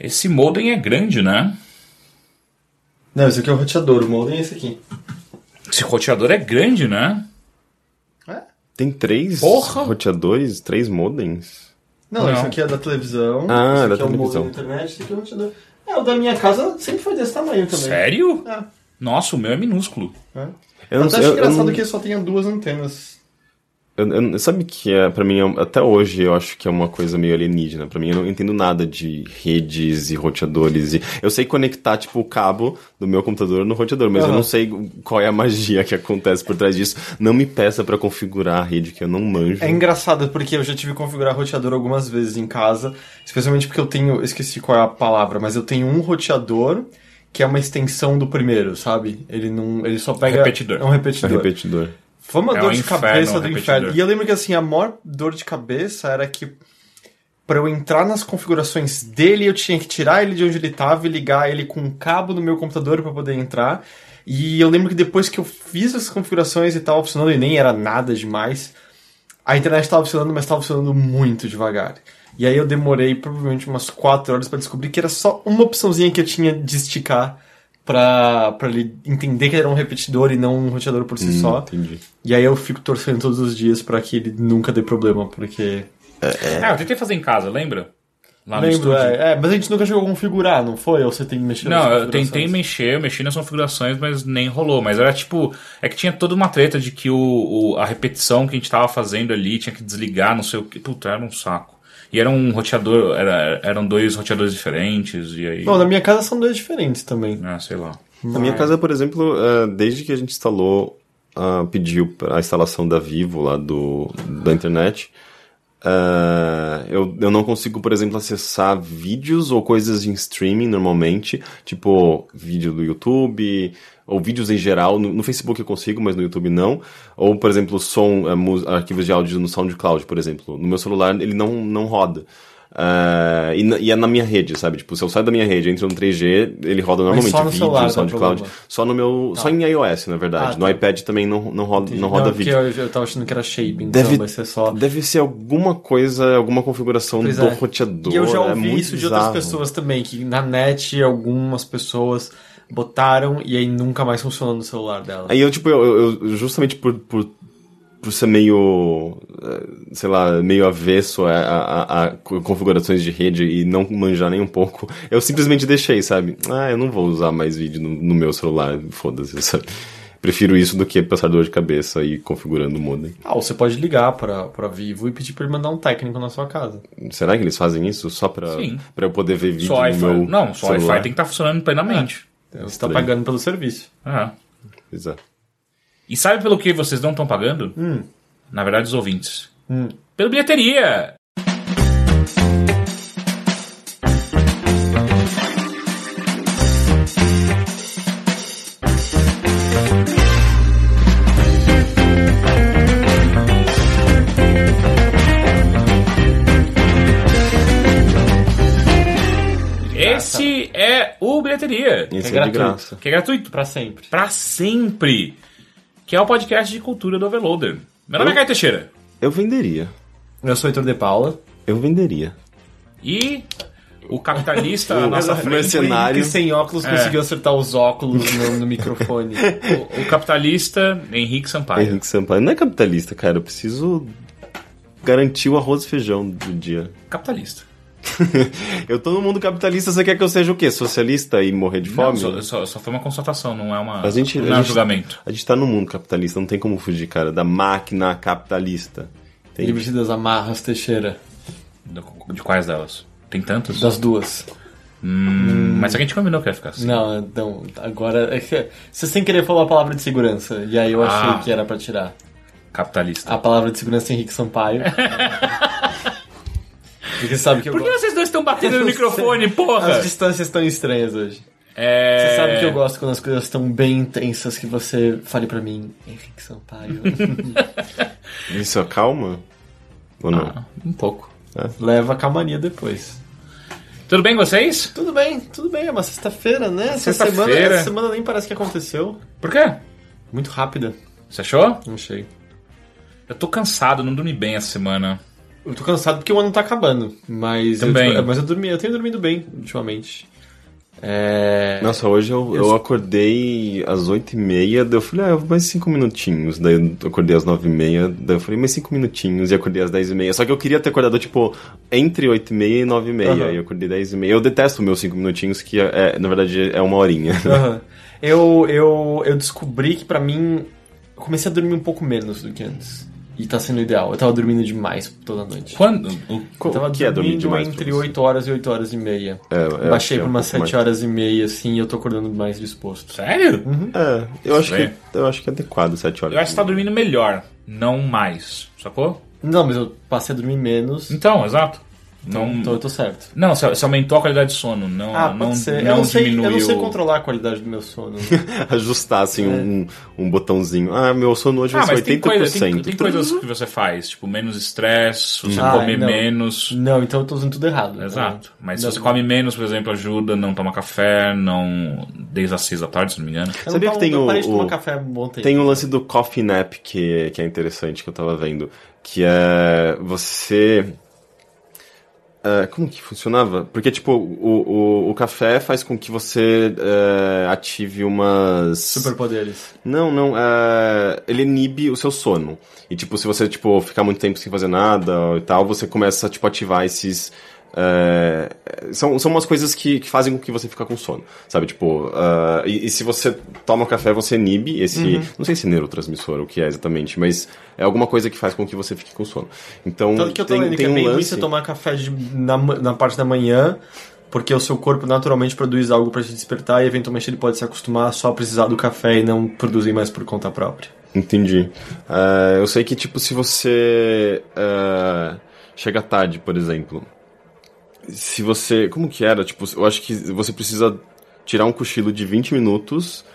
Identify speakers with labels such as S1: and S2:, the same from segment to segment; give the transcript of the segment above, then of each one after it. S1: Esse modem é grande, né?
S2: Não, esse aqui é o roteador, o modem é esse aqui.
S1: Esse roteador é grande, né?
S3: Tem três
S1: Porra!
S3: roteadores, três modems?
S2: Não,
S1: Não.
S2: esse aqui é da televisão.
S3: Ah,
S2: esse
S3: da
S2: aqui é o modem
S3: televisão.
S2: da internet, esse aqui é o roteador. É, o da minha casa sempre foi desse tamanho também.
S1: Sério?
S2: É.
S1: Nossa, o meu é minúsculo.
S3: Eu
S2: Eu
S3: não
S2: até
S3: sei.
S2: acho
S3: Eu, eu,
S2: engraçado
S3: não-
S2: que só tenha duas antenas.
S3: eu- eu- sabe que é, pra mim, é um- até hoje eu acho que é uma coisa meio alienígena. Pra mim, eu não entendo nada de redes e roteadores. E... Eu sei conectar, tipo, o cabo do meu computador no roteador, mas eu
S2: Aham.
S3: não sei qual é a magia que acontece por trás disso. Não me peça pra configurar a rede que eu não manjo.
S2: É engraçado porque eu já tive que configurar roteador algumas vezes em casa, especialmente porque eu tenho, eu esqueci qual é a palavra, mas eu tenho um roteador que é uma extensão do primeiro, sabe? Ele não, ele só pega
S1: Repetidor.
S2: É um
S3: É
S2: repetidor.
S3: repetidor.
S2: Foi uma
S1: É
S2: dor
S1: um
S2: de
S1: inferno,
S2: cabeça
S1: um
S2: do
S1: repetidor.
S2: inferno. E eu lembro que assim, a maior dor de cabeça era que pra eu entrar nas configurações dele, eu tinha que tirar ele de onde ele tava e ligar ele com um cabo no meu computador pra poder entrar. E eu lembro que depois que eu fiz as configurações e tava funcionando e nem era nada demais, a internet tava funcionando, mas tava funcionando muito devagar. E aí eu demorei provavelmente umas 4 horas pra descobrir que era só uma opçãozinha que eu tinha de esticar pra, pra ele entender que era um repetidor e não um roteador por si
S1: Hum,
S2: só.
S3: Entendi.
S2: E aí eu fico torcendo todos os dias pra que ele nunca dê problema, porque.
S3: É.
S1: Ah, eu tentei fazer em casa, lembra? Lá no
S2: Lembro,
S1: estúdio.
S2: é, é, mas a gente nunca chegou a configurar, não foi? Ou você tem que mexer nas
S1: Não, eu tentei
S2: configurações?
S1: mexer, eu mexi nas configurações, mas nem rolou. Mas era tipo. É que tinha toda uma treta de que o, o- a repetição que a gente tava fazendo ali tinha que desligar, não sei o que. Puta, era um saco. E era um roteador. Era, eram dois roteadores diferentes, e aí.
S2: Não, na minha casa são dois diferentes também.
S1: Ah, sei lá.
S3: Na minha casa, por exemplo, eh, desde que a gente instalou, ah, pediu pra- a instalação da Vivo lá do, da internet, ah, eu, eu não consigo, por exemplo, acessar vídeos ou coisas em streaming normalmente, tipo vídeo do YouTube ou vídeos em geral. No, no Facebook eu consigo, mas no YouTube não. Ou, por exemplo, som, eh, mu- arquivos de áudio no SoundCloud, por exemplo. No meu celular ele não, não roda. Ah, e, na- e é na minha rede, sabe? Tipo, se eu saio da minha rede, entro no 3G, ele roda normalmente
S2: só no
S3: vídeo,
S2: celular dá
S3: SoundCloud.
S2: problema.
S3: Só no meu. Só em iOS, na verdade.
S2: Ah,
S3: no
S2: tá.
S3: iPad também não, não roda, não roda
S2: porque
S3: vídeo.
S2: Eu, eu tava achando que era shaping,
S3: Deve-
S2: então vai ser só.
S3: Deve ser alguma coisa, alguma configuração
S2: Pois
S3: do
S2: é.
S3: roteador.
S2: E eu já
S3: é
S2: ouvi
S3: muito
S2: isso de outras
S3: bizarro.
S2: pessoas também, que na net algumas pessoas botaram e aí nunca mais funcionou no celular dela.
S3: Aí eu, tipo, eu, eu- eu- justamente por, por, por ser meio, eh, sei lá, meio avesso a, a- a- a co- configurações de rede e não manjar nem um pouco, eu simplesmente deixei, sabe? Ah, eu não vou usar mais vídeo no, no meu celular, foda-se, sabe? Prefiro isso do que passar dor de cabeça e ir configurando o modem.
S2: Ah, ou você pode ligar pra, pra Vivo e pedir pra ele mandar um técnico na sua casa.
S3: Será que eles fazem isso só pra,
S1: Sim.
S3: pra eu poder ver vídeo
S1: Só
S3: no
S1: Wi-Fi.
S3: meu
S1: Não, só Wi-Fi
S3: celular?
S1: tem que estar funcionando plenamente.
S2: Você tá
S3: Estranho.
S2: pagando pelo serviço.
S3: É.
S1: Ah.
S3: Pois é.
S1: E sabe pelo que vocês não estão pagando? Na verdade, os ouvintes. Pelo bilheteria! Esse é o bilheteria,
S3: Isso é, de
S2: gratuito.
S3: graça.
S1: que é gratuito
S2: Pra sempre.
S1: pra sempre, que é o podcast de cultura do Overloader. Meu nome é Caio Teixeira
S3: Eu venderia.
S2: Eu sou o Heitor de Paula.
S3: Eu venderia.
S1: e o capitalista à nossa
S3: Mas-
S1: frente,
S3: Cenário.
S2: Que sem óculos
S1: É.
S2: conseguiu acertar os óculos no, no microfone.
S1: o, o capitalista Henrique Sampaio.
S3: Henrique Sampaio não é capitalista, cara. Eu preciso garantir o arroz e feijão do dia.
S1: Capitalista.
S3: Eu tô no mundo capitalista, você quer que eu seja o quê? Socialista e morrer de
S1: Não,
S3: fome?
S1: só, só- só foi uma constatação, não é uma
S3: A gente-
S1: não
S3: a
S1: é um
S3: gente-
S1: julgamento.
S3: A gente tá no mundo capitalista, não tem como fugir, cara, da máquina capitalista. Tem-
S2: Livre das amarras, Teixeira.
S1: Do- De quais delas? Tem tantas?
S2: Das duas.
S1: Hum, mas a gente combinou que ia ficar assim.
S2: Não, não. Agora. é que Você sem querer falou a palavra de segurança. E aí eu achei
S1: Ah.
S2: que era pra tirar.
S1: Capitalista.
S2: A palavra de segurança é Henrique Sampaio. Porque sabe que eu
S1: Por que
S2: gosto.
S1: vocês dois estão batendo no microfone, porra?
S2: As distâncias estão estranhas hoje.
S1: É...
S2: Você sabe que eu gosto quando as coisas estão bem intensas que você fale pra mim, Henrique Sampaio.
S3: Isso acalma? Ou não?
S1: Ah, um pouco.
S2: Leva a calmaria depois.
S1: Tudo bem com vocês?
S2: Tudo bem, tudo bem, é uma sexta-feira, né? Essa
S1: Sexta-feira.
S2: semana, essa semana nem parece que aconteceu.
S1: Por quê?
S2: Muito rápida,
S1: Você achou?
S2: não sei.
S1: Eu tô cansado, não dormi bem essa semana.
S2: Eu tô cansado porque o ano tá acabando, mas
S1: Também.
S2: eu, mas eu dormi, eu tenho dormido bem ultimamente. É...
S3: Nossa, hoje eu, eu acordei às 8h30, daí eu falei, ah, eu vou mais 5 minutinhos. Daí eu acordei às 9h30, daí eu falei, mais 5 minutinhos, e acordei às 10h30. Só que eu queria ter acordado, tipo, entre 8h30 e 9h30,
S2: Aham.
S3: e eu acordei 10h30. Eu detesto meus 5 minutinhos, que, é, é, na verdade, é uma horinha.
S2: Aham. Eu, eu, eu descobri que pra mim. Eu comecei a dormir um pouco menos do que antes. E tá sendo ideal. Eu tava dormindo demais toda noite.
S1: Quando. o-
S3: Co-
S2: eu tava
S3: que é dormir
S2: dormindo
S3: demais pra
S2: entre
S3: você?
S2: 8 horas e 8 horas e meia.
S3: É, eu acho que
S2: Baixei
S3: é
S2: pra
S3: um
S2: umas
S3: pouco
S2: 7 horas e meia, assim, e eu tô acordando mais disposto.
S1: Sério?
S2: Uhum.
S3: É, eu acho, que,
S1: Estranho.
S3: eu acho que é adequado 7 horas.
S1: Eu acho que você tá dormindo melhor, não mais. Sacou?
S2: Não, mas eu passei a dormir menos,
S1: Então, exato. Não,
S2: então eu tô certo.
S1: não você você aumentou a qualidade de sono. Não,
S2: Ah, pode
S1: não,
S2: ser.
S1: não
S2: eu, não sei, eu
S1: diminuiu.
S2: não sei controlar a qualidade do meu sono.
S3: Ajustar, assim, um, um botãozinho. Ah, meu sono hoje
S1: É. Ah,
S3: vai
S1: mas tem,
S3: ser 80%.
S1: coisa, tem, tem coisas que você faz, tipo, menos estresse, você
S2: Ah,
S1: come
S2: não.
S1: menos.
S2: não, então eu tô usando tudo errado.
S1: Exato. Mas se
S2: Não.
S1: você come menos, por exemplo, ajuda, não toma café, não. Desde as seis da tarde, se não me engano.
S2: Eu
S3: Sabia
S2: não tava-
S3: que tem
S2: eu
S3: o-
S2: parei de tomar
S3: o-
S2: café um ontem.
S3: Tem um o lance do coffee nap que, que é interessante que eu tava vendo, que é você é, como que funcionava? Porque, tipo, o, o, o café faz com que você é, ative umas...
S2: Superpoderes.
S3: Não, não, é, ele inibe o seu sono. E, tipo, se você, tipo, ficar muito tempo sem fazer nada e tal, você começa, tipo, a ativar esses... é, são, são umas coisas que, que fazem com que você fica com sono, sabe? Tipo, é, e, e se você toma café, você inibe esse...
S2: Uhum.
S3: Não sei se neurotransmissor, o que é exatamente, mas é alguma coisa que faz com que você fique com sono. Então,
S2: Tanto que eu tô
S3: tem,
S2: lendo que
S3: tem
S2: é
S3: um
S2: meio ruim
S3: lance...
S2: você tomar café de- na, ma- na parte da manhã, porque o seu corpo naturalmente produz algo pra te despertar e eventualmente ele pode se acostumar a só precisar do café e não produzir mais por conta própria.
S3: Entendi. Ah, eu sei que, tipo, se você ah, chega tarde, por exemplo, se você... Como que era? Tipo, eu acho que você precisa tirar um cochilo de 20 minutos,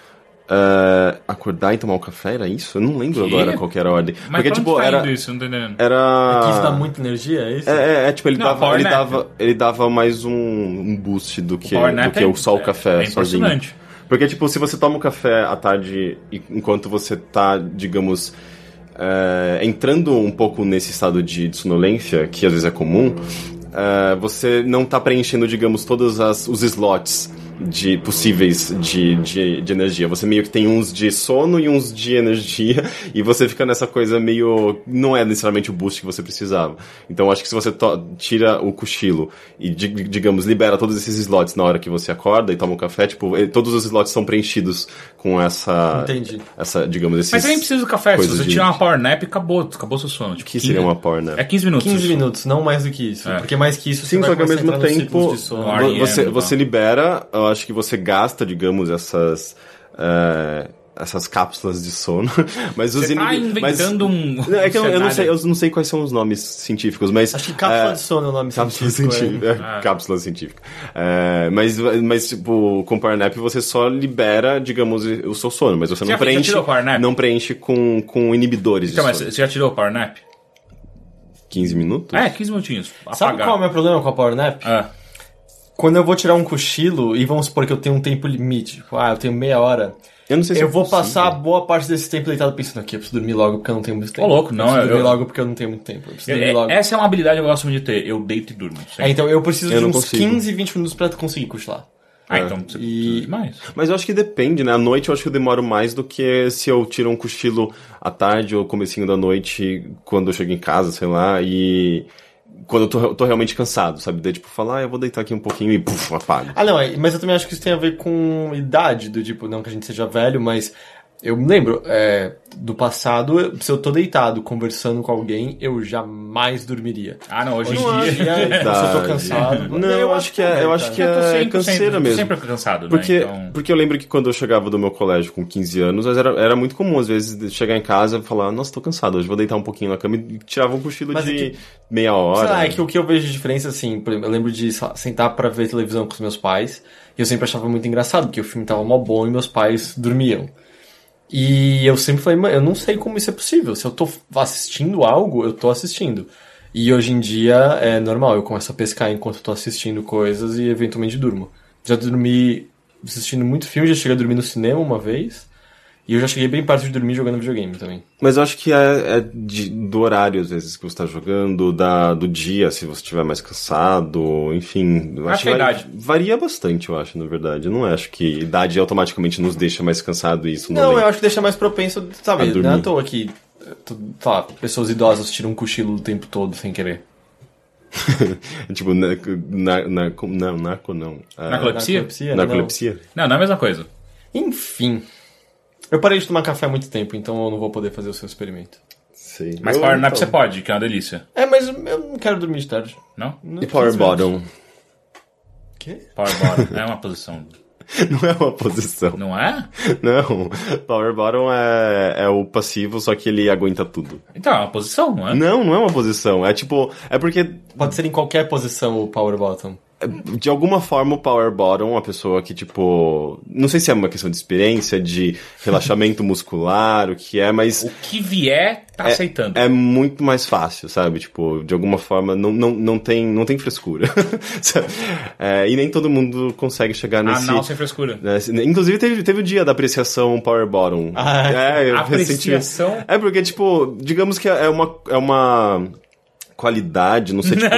S3: ah, acordar e tomar o café, era isso? Eu não lembro
S1: Que?
S3: agora qual que era a ordem.
S1: Mas
S3: Porque,
S1: pra
S3: tipo,
S1: onde tá
S3: era...
S1: indo isso? Não tô entendendo.
S3: era...
S2: É que isso dá muita energia, é isso?
S3: Ah. É, é, é, tipo, ele,
S1: Não,
S3: dava,
S1: power
S3: ele,
S1: nap.
S3: dava, ele dava mais um, um boost do que,
S1: power
S3: do
S1: nap
S3: que o só o café
S1: é
S3: sozinho.
S1: impressionante.
S3: Porque, tipo, se você toma o café à tarde e- enquanto você tá, digamos, é, entrando um pouco nesse estado de, de sonolência, que às vezes é comum, é, você não tá preenchendo, digamos, todos as- os slots de possíveis de, de, de energia. Você meio que tem uns de sono e uns de energia, e você fica nessa coisa meio. Não é necessariamente o boost que você precisava. Então acho que se você to- tira o cochilo e, di- digamos, libera todos esses slots na hora que você acorda e toma um café, tipo, ele- todos os slots são preenchidos com essa.
S2: Entendi.
S3: Essa, digamos, esses.
S1: Mas nem precisa do café. Se
S3: coisa
S1: você
S3: de-
S1: tirar uma power nap, acabou, acabou seu sono. Tipo,
S3: Que seria uma porn, né?
S1: É 15 minutos.
S2: 15 minutos, não mais do que isso.
S1: É.
S2: Porque mais que isso,
S3: Sim,
S2: você
S3: só
S2: vai
S3: que ao
S2: começar a
S3: mesmo
S2: entrar nos ciclos
S3: tempo
S2: de sono.
S1: No ar. R.E.M.
S3: você,
S1: e
S3: você
S1: tal.
S3: libera, eu acho que você gasta, digamos, essas. eh, essas cápsulas de sono, mas os
S1: Você tá
S3: inibi-
S1: inventando um-
S3: Não, é que eu, eu não
S1: cenário.
S3: sei, eu não sei quais são os nomes científicos, mas
S2: Acho que cápsula
S3: eh,
S2: de sono é o nome
S3: Cápsula
S2: científico, é.
S3: científica. É, Cápsula científica. É, mas, mas, tipo, com o Power Nap você só libera, digamos, o seu sono, mas você
S1: Você
S3: não
S1: já- já
S3: preenche.
S1: tirou o Power Nap?
S3: Não preenche com, com inibidores
S1: Então,
S3: de
S1: mas
S3: sono.
S1: você já tirou o power nap?
S3: 15 minutos?
S1: É, 15 minutinhos.
S2: Sabe
S1: Apagar.
S2: qual é o meu problema com a Power Nap?
S1: Ah,
S2: Quando eu vou tirar um cochilo, e vamos supor que eu tenho um tempo limite, tipo, ah, eu tenho meia hora,
S3: Eu não sei se
S2: eu
S3: é
S2: vou
S3: possível.
S2: passar boa parte desse tempo deitado pensando aqui, eu preciso dormir logo porque eu não tenho muito tempo.
S1: louco, não,
S2: Eu preciso
S1: eu-
S2: dormir
S1: eu-
S2: logo porque eu não tenho muito tempo. Eu preciso dormir
S1: é-
S2: logo.
S1: essa é uma habilidade que eu gosto muito de ter. Eu deito e durmo.
S2: É,
S1: sempre.
S2: então eu preciso
S3: Eu
S2: de
S3: não
S2: uns
S3: consigo.
S2: 15, 20 minutos pra conseguir cochilar.
S1: ah, então você precisa
S2: E-
S1: de mais.
S3: Mas eu acho que depende, né? À noite eu acho que eu demoro mais do que se eu tiro um cochilo à tarde ou comecinho da noite quando eu chego em casa, sei lá, e. Quando eu tô, eu tô realmente cansado, sabe? Daí, tipo, falar, ah, eu vou deitar aqui um pouquinho e puf, apago.
S2: Ah, não, é- mas eu também acho que isso tem a ver com idade, do tipo, não que a gente seja velho, mas eu me lembro é, do passado, eu- se eu tô deitado conversando com alguém, eu jamais dormiria.
S1: Ah, não, hoje
S2: Hoje
S1: em dia.
S2: em dia, se eu tô cansado.
S3: Não, eu acho que é, eu acho que
S1: Eu tô
S3: é
S1: 100%,
S3: canseira mesmo.
S1: Sempre
S2: Ah,
S1: cansado,
S3: Porque,
S1: né? Então...
S3: porque eu lembro que quando eu chegava do meu colégio com 15 anos, mas era, era muito comum, às vezes, de chegar em casa e falar, nossa, tô cansado, hoje vou deitar um pouquinho na cama e tirava um cochilo
S2: Mas é
S3: de
S2: que-
S3: meia
S2: Sei
S3: hora.
S2: lá, é que o que eu vejo de diferença, assim, por exemplo, eu lembro de sei lá, sentar pra ver televisão com os meus pais, e eu sempre achava muito engraçado, porque o filme tava mó bom e meus pais dormiam. E eu sempre falei, mano, eu não sei como isso é possível. Se eu tô assistindo algo, eu tô assistindo. E hoje em dia é normal, eu começo a pescar enquanto eu tô assistindo coisas e eventualmente durmo. Já dormi assistindo muito filme, já cheguei a dormir no cinema uma vez. E eu já cheguei bem perto de dormir jogando videogame também.
S3: Mas eu acho que é, é de- do horário, às vezes, que você tá jogando, da, do dia, se você estiver mais cansado, enfim. Eu
S1: Acho
S3: acho
S1: que a
S3: vari-
S1: idade.
S3: Varia bastante, eu acho, na verdade. Eu não acho que idade automaticamente nos deixa mais cansado e isso
S2: Não,
S3: não
S2: eu acho que deixa mais propenso,
S3: A
S2: sabe?
S3: dormir.
S2: Não é à toa que, tu- sei lá, pessoas idosas tiram um cochilo o tempo todo sem querer.
S3: é... Tipo, na, na, na, não, narco não. Ah,
S1: Narcolepsia? né?
S2: não.
S3: narcolepsia?
S1: Não, não é a mesma coisa.
S2: Enfim. Eu parei de tomar café há muito tempo, então eu não vou poder fazer o seu experimento.
S3: Sei.
S1: Mas
S3: Eu- então,
S1: Power Nap você pode, que é uma delícia.
S2: É, mas eu não quero dormir de tarde.
S1: Não?
S2: Não
S3: E Power
S2: preciso.
S3: Bottom.
S2: Quê?
S1: Power Bottom é uma posição.
S3: Não é uma posição.
S1: Não é?
S3: Não. Power Bottom é, é o passivo, só que ele aguenta tudo.
S1: Então, é uma posição, não é?
S3: Não, não é uma posição. É tipo. É porque
S2: Pode ser em qualquer posição o power bottom.
S3: de alguma forma o power bottom, a pessoa que tipo, não sei se é uma questão de experiência, de relaxamento muscular, o que é, mas
S1: O que vier, tá aceitando.
S3: é muito mais fácil, sabe? Tipo, de alguma forma não, não, não tem não tem frescura. Sabe? É, e nem todo mundo consegue chegar nesse
S1: Anal sem frescura.
S3: nesse- Inclusive, teve, teve o dia da apreciação Power Bottom.
S2: Ah,
S3: é, eu recentemente-
S1: Apreciação.
S3: É, porque, tipo, digamos que é uma, é uma qualidade, não sei, tipo,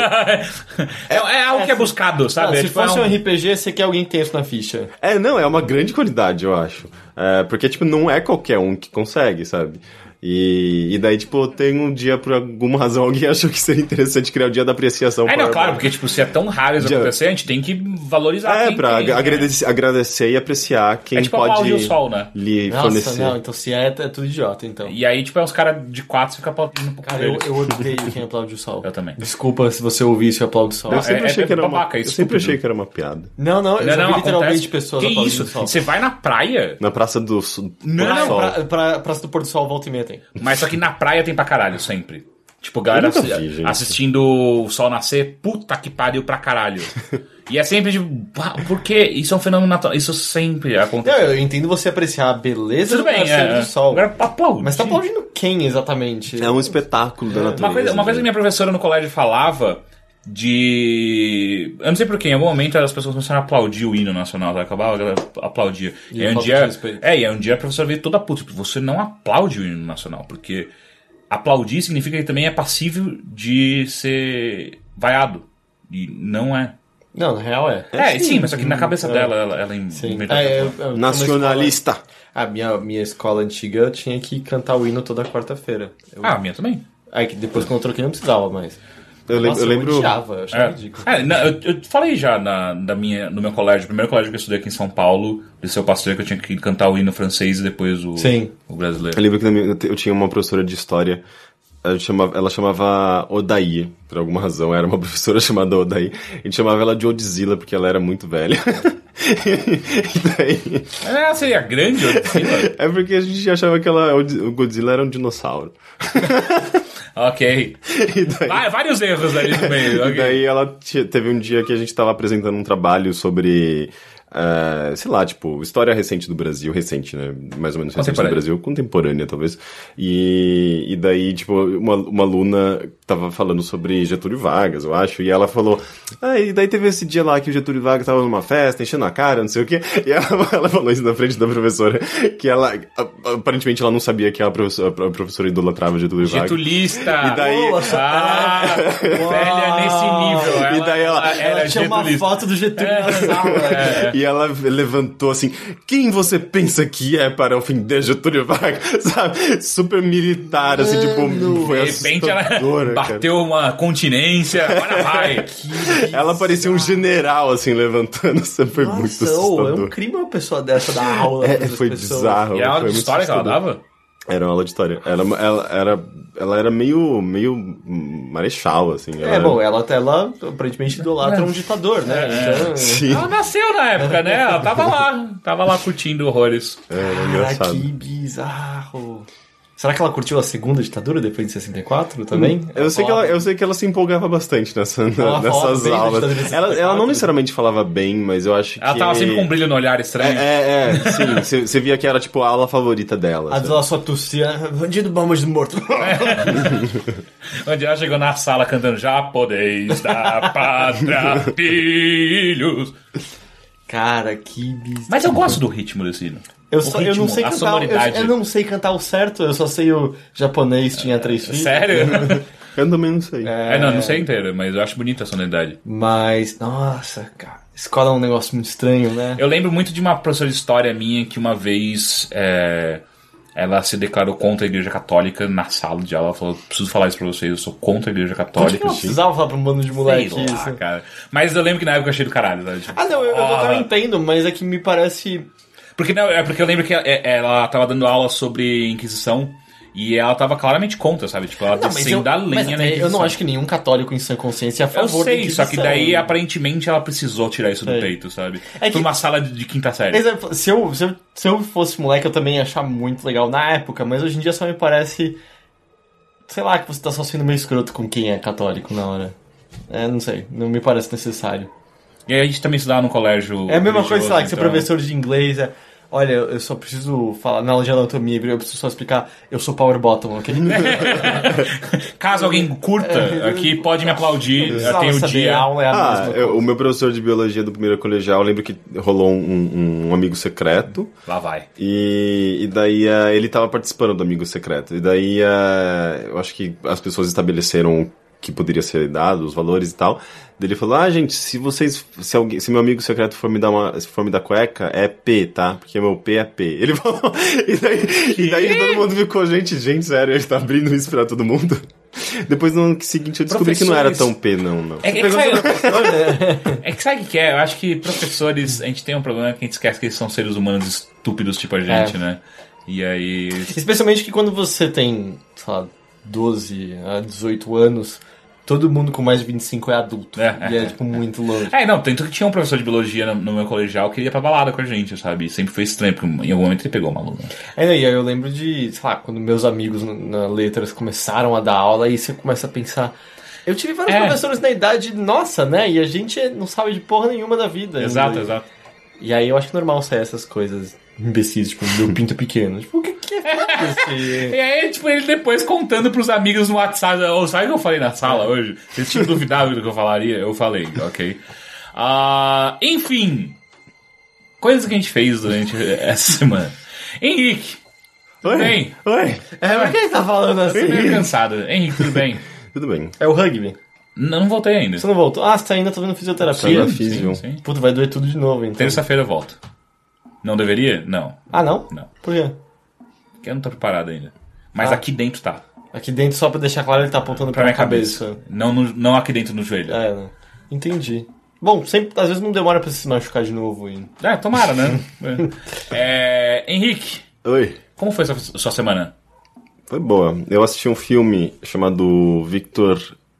S1: é, é algo que é buscado, sabe?
S2: Ah,
S1: É
S2: se
S1: tipo, é
S2: fosse
S1: um-
S2: um RPG, você quer alguém tenso na ficha.
S3: É, não, é uma grande qualidade, eu acho. É, porque, tipo, não é qualquer um que consegue, sabe? E, e daí, tipo, tem um dia, por alguma razão, alguém achou que seria interessante criar o dia da apreciação.
S1: É, não,
S3: para-
S1: claro, porque tipo, se é tão raro isso
S3: Já-
S1: acontecer, a gente tem que valorizar.
S3: É,
S1: quem
S3: pra
S1: tem, né?
S3: agradecer, agradecer e apreciar quem
S1: É tipo a
S3: pode
S1: Paula e o Sol, né?
S3: lhe
S2: Nossa,
S3: fornecer.
S2: não, então se é, é tudo idiota, então.
S1: E aí, tipo, é uns caras de quatro fica aplaudindo pro
S2: Cara,
S1: cara.
S2: eu, eu odeio quem aplaude o sol.
S1: Eu também.
S2: Desculpa se você ouvir isso e aplaude o sol.
S3: Eu sempre
S1: é-
S3: achei
S1: é
S3: que era uma,
S1: babaca,
S3: eu
S1: isso,
S3: sempre
S1: estúpido.
S3: achei que era uma piada.
S2: Não, não, eu
S1: Não,
S2: já
S1: não,
S2: vi literalmente
S1: acontece.
S2: pessoas
S1: Que
S2: aplaudindo
S1: isso?
S2: o sol.
S1: Você vai na praia,
S3: Na Praça do Sol.
S1: Não,
S3: Sol.
S2: Pra, pra, praça do pôr do sol, volta e meia tem.
S1: mas só que na praia tem pra caralho sempre. Tipo, galera
S3: Eu nunca
S1: assi-
S3: vi, gente.
S1: assistindo o sol nascer, puta que pariu pra caralho. e é sempre tipo, "Pá, por quê? Isso é um fenômeno natural, isso sempre
S2: Não,
S1: acontece.
S2: eu entendo você apreciar a beleza
S1: Tudo
S2: do
S1: bem,
S2: nascer
S1: é.
S2: do sol.
S1: Agora aplaude.
S2: Mas tá aplaudindo quem exatamente?
S3: É um espetáculo da natureza. né?
S1: Uma coisa, uma coisa que minha professora no colégio falava de. Eu não sei porquê, em algum momento as pessoas começaram a aplaudir o hino nacional, tá? acabava, ela aplaudia.
S2: E
S1: E, aí um
S2: falta de
S1: dia.
S2: respeito.
S1: É, e aí um dia a professora veio toda puta, tipo, você não aplaude o hino nacional, porque aplaudir significa que também é passível de ser vaiado. E não é.
S2: Não, na real é.
S1: É, sim, mas só que na cabeça dela, ela, ela
S2: Sim.
S1: inventou.
S2: É,
S1: essa
S2: eu- eu-
S1: palavra.
S2: eu-
S3: Nacionalista.
S2: A Ah, minha, minha escola antiga eu tinha que cantar o hino toda quarta-feira. Eu-
S1: Ah, a minha também.
S2: Aí que depois quando eu troquei não precisava mais.
S3: Eu, lem-
S2: Nossa,
S3: eu lembro.
S2: Eu odiava, eu achava
S1: É.
S2: ridículo.
S1: É, na- eu, eu falei já na, da minha, no meu colégio, o primeiro colégio que eu estudei aqui em São Paulo, Liceu Pasteur, que eu tinha que cantar o hino francês e depois o,
S2: Sim.
S1: o
S3: Eu
S1: brasileiro.
S3: lembro que na minha- eu te- eu tinha uma professora de história, ela chamava, ela chamava Odaí, por alguma razão, era uma professora chamada Odaí. A gente chamava ela de Odzilla porque ela era muito velha. E daí-
S1: Ela seria É, assim, grande, eu sei lá.
S3: é porque a gente achava que ela, o Godzilla era um dinossauro.
S1: Ok.
S3: E daí,
S1: Vai- vários erros ali no meio.
S3: e
S1: ok.
S3: daí ela te- teve um dia que a gente estava apresentando um trabalho sobre. eh, sei lá, tipo, história recente do Brasil, recente, né? Mais ou menos recente do
S1: Contemporânea.
S3: Brasil, contemporânea, talvez. E, e daí, tipo, uma, uma aluna tava falando sobre Getúlio Vargas, eu acho, e ela falou. Ah, e daí teve esse dia lá que o Getúlio Vargas tava numa festa, enchendo a cara, não sei o quê. E ela, ela falou isso na frente da professora, que ela. a- Aparentemente ela não sabia que a professora, a professora idolatrava Getúlio Vargas.
S1: Getulista.
S3: E daí-
S1: Boa, Ah, velha nesse nível. Ela,
S3: E daí ela-
S1: era getulista.
S2: foto do Getúlio
S1: É. É.
S3: E ela levantou assim: quem você pensa que é para ofender Getúlio Vargas? Sabe? Super militar, assim, tipo, foi
S1: De repente ela
S3: assustadora, cara.
S1: bateu uma continência, agora vai.
S3: Ela parecia um general, assim, levantando. Isso foi muito
S2: Nossa, ô, é um
S3: assustador.
S2: crime uma pessoa dessa dar aula
S3: É,
S2: pra essas
S3: foi
S2: pessoas.
S3: bizarro.
S1: E a
S3: foi
S1: aula de
S3: muito
S1: é história que ela
S3: assustador.
S1: dava?
S3: Era uma aula de história. Era, uma- ela, era, ela era meio, meio marechal, assim. ela
S2: É,
S3: era-
S2: bom, ela, até- ela aparentemente idolatra um ditador, né?
S3: É,
S2: Então,
S3: Sim,
S1: Ela nasceu na época, né? Ela tava lá, tava lá curtindo horrores.
S3: era
S2: Cara,
S3: é engraçado.
S2: que bizarro. Será que ela curtiu a segunda ditadura depois de 64 também?
S3: Eu sei, que ela,
S2: falava-
S3: eu sei que ela se empolgava bastante nessa,
S2: Ela falava
S3: nessas
S2: bem da ditadura de
S3: aulas. Ela, ela
S2: 64.
S3: não necessariamente falava bem, mas eu acho
S1: Ela
S3: que.
S1: tava sempre com um brilho no olhar estranho.
S3: É, é, é, sim. Você- Você via que era tipo a aula favorita dela.
S2: "Ah, A
S3: assim. sabe?
S2: dela só tossia. Bandido bom, mas morto.
S3: É.
S1: Onde ela chegou na sala cantando japonês da pátria, filhos.
S2: Cara, que bis...
S1: Mas eu gosto do ritmo desse hino.
S2: Eu,
S1: O
S2: só, eu
S1: ritmo,
S2: não sei
S1: a
S2: cantar. Eu,
S1: sonoridade.
S2: eu não sei cantar o certo, eu só sei o japonês
S3: É,
S2: tinha três filhos.
S1: Sério?
S3: Eu também não sei.
S1: É, não, não sei inteiro, mas eu acho bonita a sonoridade.
S2: Mas, nossa, cara, escola é um negócio muito estranho, né?
S1: Eu lembro muito de uma professora de história minha que uma vez é, ela se declarou contra a igreja católica na sala de aula. Ela falou: preciso falar isso pra vocês, eu sou contra a igreja
S2: Por que
S1: católica.
S2: que eu precisava falar pra um bando de
S1: Sei
S2: moleque
S1: lá,
S2: isso?
S1: cara. Mas eu lembro que na época eu achei do caralho, sabe? Tipo,
S2: Ah, não, eu, eu
S1: porra.
S2: total entendo, mas é que me parece.
S1: Porque não, é porque eu lembro que ela, é- ela tava dando aula sobre Inquisição e ela tava claramente contra, sabe? Tipo, ela
S2: Não, mas eu,
S1: descendo da
S2: mas
S1: lenha na
S2: até eu
S1: Inquisição.
S2: não acho que nenhum católico em sã consciência é a
S1: Eu
S2: favor da
S1: sei, só que daí
S2: Inquisição.
S1: aparentemente ela precisou tirar isso do
S2: Sei.
S1: peito, sabe?
S2: É que-
S1: Foi uma sala de, de quinta série.
S2: Mas é, se eu, se, eu, se eu fosse moleque, eu também ia achar muito legal na época, mas hoje em dia só me parece. Sei lá, que você tá só sendo meio escroto com quem é católico na hora. É, não sei, não me parece necessário.
S1: E aí a gente também estudava no colégio.
S2: É a mesma coisa,
S1: religioso,
S2: sei lá, que você é
S1: então-
S2: professor de inglês, é. Olha, eu só preciso falar na aula de anatomia, eu preciso só explicar, eu sou power bottom, ok?
S1: É, Caso alguém curta aqui, pode me aplaudir.
S2: Precisava
S1: Eu tenho o
S2: É. saber,
S1: dia.
S2: A aula é a
S3: Ah,
S2: mesma.
S3: eu- o meu professor de biologia do primeiro colegial, eu lembro que rolou um, um amigo secreto.
S1: Lá vai.
S3: E, e daí eh, ele tava participando do Amigo Secreto. E daí eh, eu acho que as pessoas estabeleceram o que poderia ser dado, os valores e tal. Daí ele falou: Ah, gente, se vocês. Se, alguém, se meu amigo secreto for me dar uma. Se for me dar cueca, é P, tá? Porque meu P é P. Ele falou. E daí, e daí todo mundo ficou, gente, gente, sério, ele tá abrindo isso pra todo mundo. Depois no ano seguinte eu descobri que não era tão P, não, não.
S1: É, é que sabe,
S2: né?
S1: é que sabe o que é? Eu acho que professores, a gente tem um problema que a gente esquece que eles são seres humanos estúpidos tipo a gente,
S2: É.
S1: né? E aí.
S2: Especialmente que quando você tem, sei lá, 12 a 18 anos, todo mundo com mais de 25 é adulto.
S1: É.
S2: E é, tipo, muito longe.
S1: É, não, tanto que tinha um professor de biologia no, no meu colegial que ele ia pra balada com a gente, sabe? Sempre foi estranho, porque em algum momento ele pegou uma aluna.
S2: É, e aí eu lembro de, sei lá, quando meus amigos na- na letras começaram a dar aula, aí você começa a pensar. Eu tive vários
S1: É.
S2: professores na idade nossa, né? E a gente não sabe de porra nenhuma da vida. ainda.
S1: Exato, exato.
S2: E aí eu acho é normal sair essas coisas imbecis, tipo, meu pinto pequeno. Tipo, o que que é?
S1: E aí, tipo, ele depois contando pros amigos no WhatsApp, ou sabe o que eu falei na sala hoje? Vocês tinham duvidado do que eu falaria? Eu falei, ok. Ah, enfim, coisas que a gente fez durante essa semana. Henrique, tudo bem?
S3: Oi!
S2: É, por que ele tá falando
S1: Tô
S2: assim?
S1: meio cansado. Henrique, tudo bem?
S3: Tudo bem.
S2: É o rugby.
S1: Não, não voltei ainda.
S2: Você não voltou? Ah, você tá ainda tá fazendo
S3: Só na
S2: fisioterapia.
S3: físio.
S1: sim.
S2: Puta, vai doer tudo de novo, então.
S1: Terça-feira eu volto. Não deveria? Não,
S2: Ah, não?
S1: Não.
S2: Por quê?
S1: porque eu não tô preparado ainda. Mas
S2: Ah.
S1: aqui dentro tá.
S2: Aqui dentro, só pra deixar claro, ele tá apontando
S1: Pra
S2: pra,
S1: minha
S2: minha cabeça.
S1: Não, no- não aqui dentro no joelho.
S2: É, né? Entendi. Bom, sempre, às vezes não demora pra se machucar de novo. E...
S1: É, tomara, né? É, Henrique,
S3: Oi.
S1: como foi sua, sua semana?
S3: Foi boa. Eu assisti um filme chamado Victor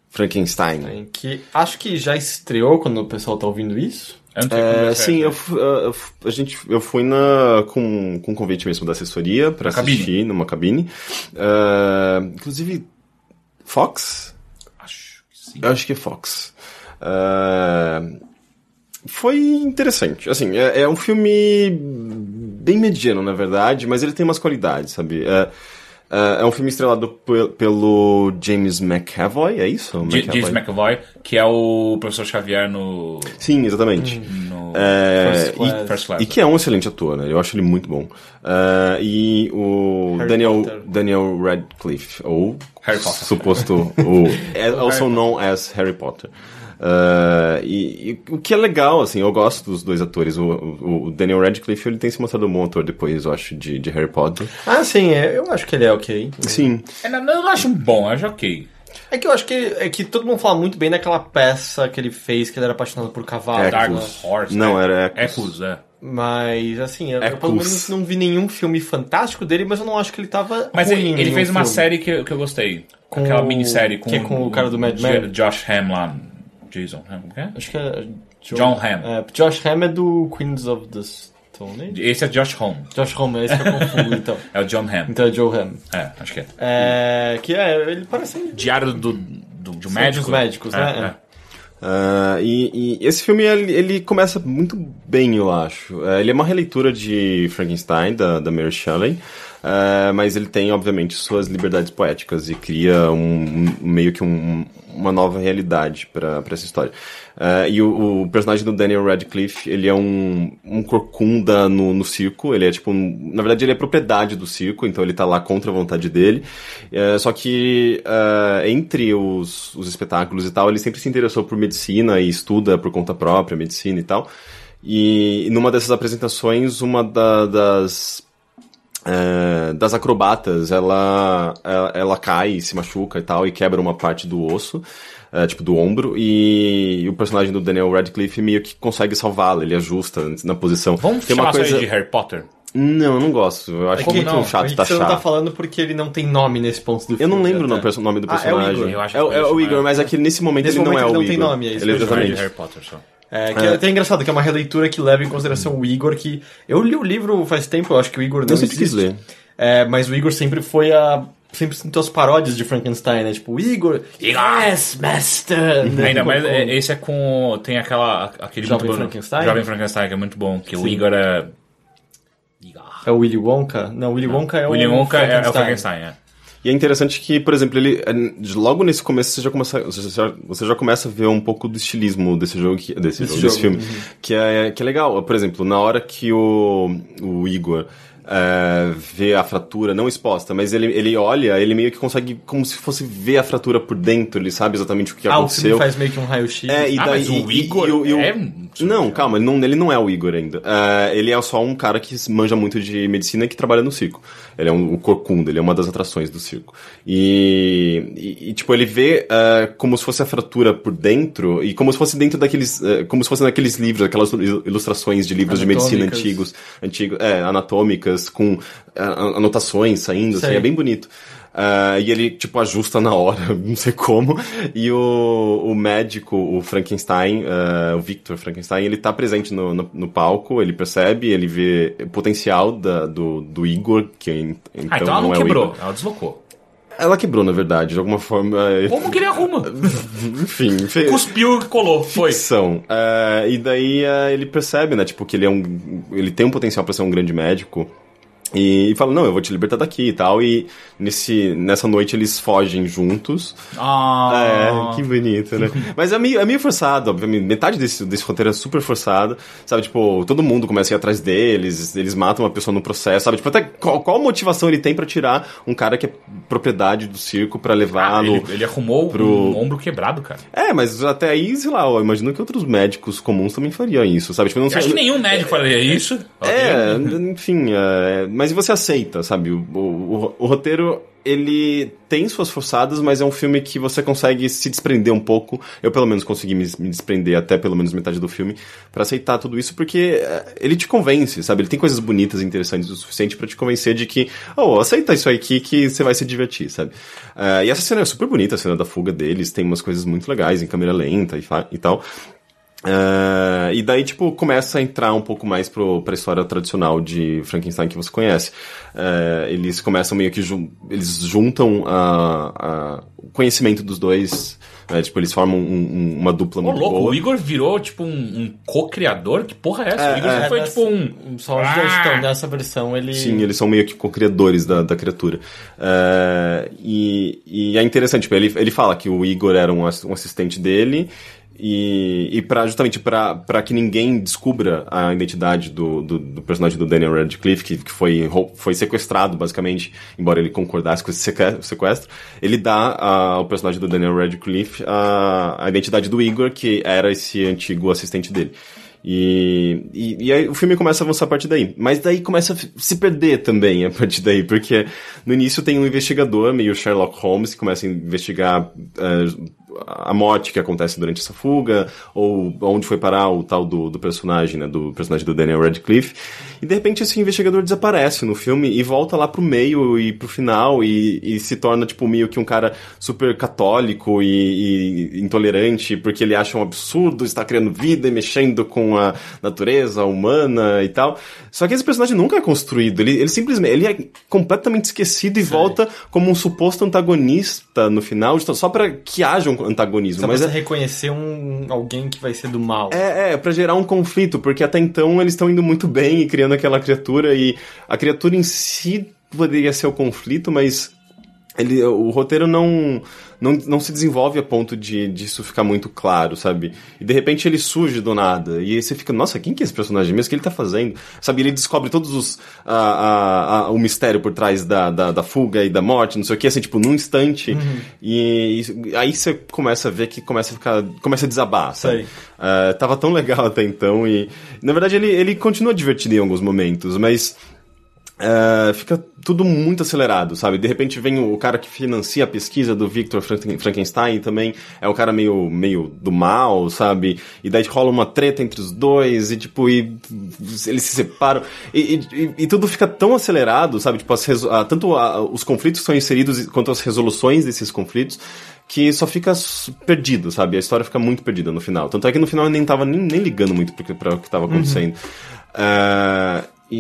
S3: Frankenstein.
S2: Tem Que acho que já estreou quando o pessoal tá ouvindo isso.
S1: Eu não sei como
S3: É,
S1: deu certo.
S3: sim, eu, fu- ah, eu fu- a gente, eu fui na, com, com convite mesmo da assessoria pra
S1: cabine.
S3: assistir numa cabine. Ah, inclusive, Fox?
S1: Acho que sim.
S3: Eu acho que é Fox. Ah, foi interessante. Assim, é, é um filme bem mediano, na verdade, mas ele tem umas qualidades, sabe? É, é um filme estrelado pe- pelo James McAvoy, é isso?
S1: J- James McAvoy, que é o professor Xavier no.
S3: Sim, exatamente.
S1: no
S3: É,
S2: First
S3: e-
S2: Class.
S1: Hum. First Class.
S3: E que é um excelente ator, né? Eu acho ele muito bom. Ah, e o
S2: Harry
S3: Daniel,
S2: Potter.
S3: Daniel Radcliffe, ou
S1: Harry Potter.
S3: suposto, o, é also known as Harry Potter. Ah, e, e o que é legal, assim, eu gosto dos dois atores. O, o- o Daniel Radcliffe, ele tem se mostrado um bom ator depois, eu acho, de, de Harry Potter.
S2: Ah, sim, é, eu acho que ele é ok.
S3: Sim,
S1: É, não, não, eu não acho bom, eu acho ok.
S2: É que eu acho que, é que todo mundo fala muito bem daquela peça que ele fez, que ele era apaixonado por cavalo.
S3: É,
S1: Dark
S2: né?
S1: Horse.
S3: Não,
S1: né?
S3: era Eccles.
S1: Eccles,
S2: Um
S1: é.
S2: Mas, assim, eu,
S3: É
S2: eu pelo
S3: cus.
S2: menos não vi nenhum filme fantástico dele, mas eu não acho que ele tava
S1: Mas
S2: ruim
S1: ele,
S2: em
S1: ele
S2: nenhum
S1: fez uma
S2: um filme.
S1: série que, eu- que eu gostei.
S2: Com
S1: Aquela
S2: o-
S1: minissérie com,
S2: que é com o cara do Mad
S1: J-
S2: Men.
S1: Josh Ham lá. Jason Ham, como que é?
S2: Acho que é... Jo-
S1: John Hamm.
S2: É, Josh Hamm é do Queens of the Stone Age?
S1: Esse é Josh Home.
S2: Josh Hamm, é esse que eu confundo, então.
S1: É o John Ham.
S2: Então é Joe Hamm.
S1: É, acho que é.
S2: É, que é, ele parece...
S1: Diário do, do, de um
S2: Sim,
S1: médico.
S2: dos médicos, né?
S1: é.
S3: Ah, e, e esse filme ele, ele começa é muito bem, eu acho. Eh, ele é uma releitura de Frankenstein, da, da Mary Shelley. eh, mas ele tem, obviamente, suas liberdades poéticas e cria um, um- meio que um- uma nova realidade para essa história. Eh, e o, o personagem do Daniel Radcliffe, ele é um, um corcunda no, no circo, ele é tipo, um- na verdade ele é propriedade do circo, então ele tá lá contra a vontade dele, Eh, só que eh, entre os, os espetáculos e tal, ele sempre se interessou por medicina e estuda por conta própria medicina e tal, e numa dessas apresentações, uma da- das é, das acrobatas, ela, ela, ela cai e se machuca e tal, e quebra uma parte do osso, é, tipo do ombro, e, o personagem do Daniel Radcliffe meio que consegue salvá-la, ele ajusta na posição.
S1: Vamos
S3: Tem
S1: chamar
S3: uma
S1: isso aí
S3: coisa...
S1: de Harry Potter?
S3: Não, eu não gosto, eu acho
S1: Como
S3: muito
S1: não?
S3: chato
S4: você É não
S3: taxar.
S4: tá falando porque ele não tem nome nesse ponto do filme.
S3: Eu não lembro
S4: até.
S3: o perso- nome do
S4: Ah, é o
S3: personagem.
S4: Igor,
S1: eu acho
S3: É o-
S1: que foi
S3: é o
S1: isso,
S3: Igor,
S1: né?
S3: mas é que nesse momento
S4: Nesse
S3: ele não
S4: momento
S3: é
S4: ele
S3: o
S4: não tem
S3: Igor.
S4: nome, é isso
S3: ele
S4: mesmo,
S1: Chamar de
S3: exatamente.
S1: Harry Potter só.
S4: É, que é. até engraçado, que é uma releitura que leva em consideração o Igor, que eu li o livro faz tempo, eu acho que o Igor não
S3: Eu sempre
S4: existe.
S3: quis ler.
S4: É, mas o Igor sempre foi a... Sempre sentiu as paródias de Frankenstein, né? Tipo, Igor... Yes, master!
S1: Ainda mais,
S4: Como-
S1: é, esse é com. Tem aquela. Aquele
S4: Jovem
S1: muito bom,
S4: Frankenstein?
S1: Jovem Frankenstein, que é muito bom. Que o
S4: Sim.
S1: Igor é. Igor.
S4: É o Willy Wonka? Não, o Willy Wonka é o
S1: William Wonka é, é o Frankenstein, é.
S3: E é interessante que, por exemplo, ele eh, de- logo nesse começo você já começa, você já, você já começa a ver um pouco do estilismo desse jogo, que- desse, jogo, desse
S4: jogo, uhum.
S3: filme, que é que é legal. Por exemplo, na hora que o, o Igor eh, vê a fratura não exposta, mas ele, ele olha, ele meio que consegue como se fosse ver a fratura por dentro, ele sabe exatamente o que
S4: Ah, o filme
S3: aconteceu.
S4: faz meio que um raio-x.
S3: É, e
S1: Ah,
S3: daí,
S1: mas o
S3: e- e-
S1: Igor
S3: e o- e o-
S1: é um-
S3: Não, calma, ele não, ele não é o Igor ainda. É, ele é só um cara que manja muito de medicina e que trabalha no circo. Ele é um, o corcunda, ele é uma das atrações do circo. E, e- e, tipo, ele vê é, como se fosse a fratura por dentro e como se fosse dentro daqueles... é, como se fosse naqueles livros, aquelas il- ilustrações de livros de medicina
S4: Anatômicas.
S3: antigos, antigos é, anatômicas, com é, an- anotações saindo, assim,
S4: Sei.
S3: é bem bonito. Ah, e ele, tipo, ajusta na hora, não sei como. E o, o médico, o Frankenstein, ah, o Victor Frankenstein, ele tá presente no, no, no palco, ele percebe, ele vê o potencial da- do, do Igor, que en- então,
S1: Ah, então ela
S3: não
S1: não
S3: é o
S1: quebrou,
S3: Igor.
S1: ela deslocou.
S3: Ela quebrou, na verdade, de alguma forma. eh,
S1: Como que ele arruma?
S3: Enfim, fe-
S1: Cuspiu e colou, foi.
S3: ficção. Ah, e daí ah, ele percebe, né? Tipo, que ele é um. Ele tem um potencial pra ser um grande médico. E, e fala, não, eu vou te libertar daqui e tal. E nesse, nessa noite eles fogem juntos.
S1: Ah,
S3: É, que bonito, né? Mas é meio, é meio forçado, obviamente. Metade desse, desse roteiro é super forçado. Sabe, tipo, todo mundo começa a ir atrás deles, eles matam uma pessoa no processo, sabe? Tipo, até qual, qual motivação ele tem pra tirar um cara que é propriedade do circo pra levar
S1: Ah,
S3: no.
S1: ele, ele arrumou
S3: pro-
S1: um ombro quebrado, cara.
S3: É, mas até aí, sei lá, eu imagino que outros médicos comuns também fariam isso, sabe? Tipo, não
S1: Eu acho que nenhum médico faria isso.
S3: É, enfim, é, mas você aceita, sabe? O, o- o roteiro, ele tem suas forçadas, mas é um filme que você consegue se desprender um pouco. Eu, pelo menos, consegui me, me desprender até pelo menos metade do filme pra aceitar tudo isso, porque é, ele te convence, sabe? Ele tem coisas bonitas e interessantes o suficiente pra te convencer de que, oh, aceita isso aqui que você vai se divertir, sabe? É, e essa cena é super bonita, a cena da fuga deles, tem umas coisas muito legais em câmera lenta e, fa- e tal. Ah, e daí, tipo, começa a entrar um pouco mais pro, pra história tradicional de Frankenstein que você conhece. Ah, eles começam meio que... jun- eles juntam a- a- o conhecimento dos dois. né? Tipo, eles formam um- um- uma dupla
S1: Ô,
S3: muito
S1: louco,
S3: boa.
S1: o Igor virou, tipo, um, um co-criador? Que porra é essa? o Igor
S4: é,
S1: foi,
S4: nessa-
S1: tipo, um...
S4: Só os dois estão nessa versão, ele...
S3: Sim, eles são meio que co-criadores da, da criatura. É, e, e é interessante, tipo, ele, ele fala que o Igor era um, ass- um assistente dele. E, e pra, justamente para que ninguém descubra a identidade do, do, do personagem do Daniel Radcliffe, que, que foi, rou- foi sequestrado, basicamente, embora ele concordasse com esse seque- sequestro, ele dá ah, ao personagem do Daniel Radcliffe a, a identidade do Igor, que era esse antigo assistente dele. E, e, e aí o filme começa a avançar a partir daí. Mas daí começa a f- se perder também a partir daí, porque no início tem um investigador, meio Sherlock Holmes, que começa a investigar eh, a morte que acontece durante essa fuga, ou onde foi parar o tal do, do personagem, né, do personagem do Daniel Radcliffe. E de repente esse investigador desaparece no filme e volta lá pro meio e pro final e, e se torna, tipo, meio que um cara super católico e, e intolerante, porque ele acha um absurdo estar criando vida e mexendo com a natureza humana e tal. Só que esse personagem nunca é construído, ele, ele simplesmente ele é completamente esquecido e volta como um suposto antagonista no final, só pra que haja um antagonismo.
S4: Só
S3: mas
S4: precisa
S3: é-
S4: reconhecer um, alguém que vai ser do mal.
S3: é, é, pra gerar um conflito, porque até então eles estão indo muito bem e criando aquela criatura, e a criatura em si poderia ser o conflito, mas ele, o roteiro não, não, não se desenvolve a ponto de disso ficar muito claro, sabe? E de repente ele surge do nada. E aí você fica, nossa, quem que é esse personagem mesmo? O que ele tá fazendo? Sabe? Ele descobre todos os. A, a, a, o mistério por trás da, da, da, fuga e da morte, não sei o que, assim, tipo, num instante. Uhum. E, e, aí você começa a ver que começa a ficar. começa a desabar, sabe? Uh, tava tão legal até então. E. Na verdade, ele, ele continua divertido em alguns momentos, mas. Uh, fica tudo muito acelerado, sabe? De repente vem o cara que financia a pesquisa do Victor Frankenstein também, é o cara meio, meio do mal, sabe? E daí rola uma treta entre os dois, e tipo, e, eles se separam, e, e, e tudo fica tão acelerado, sabe? Tipo, a, tanto a, os conflitos que são inseridos quanto as resoluções desses conflitos, que só fica perdido, sabe? A história fica muito perdida no final. Tanto é que no final eu nem tava nem, nem ligando muito para o que tava acontecendo. Uhum. Uh, e,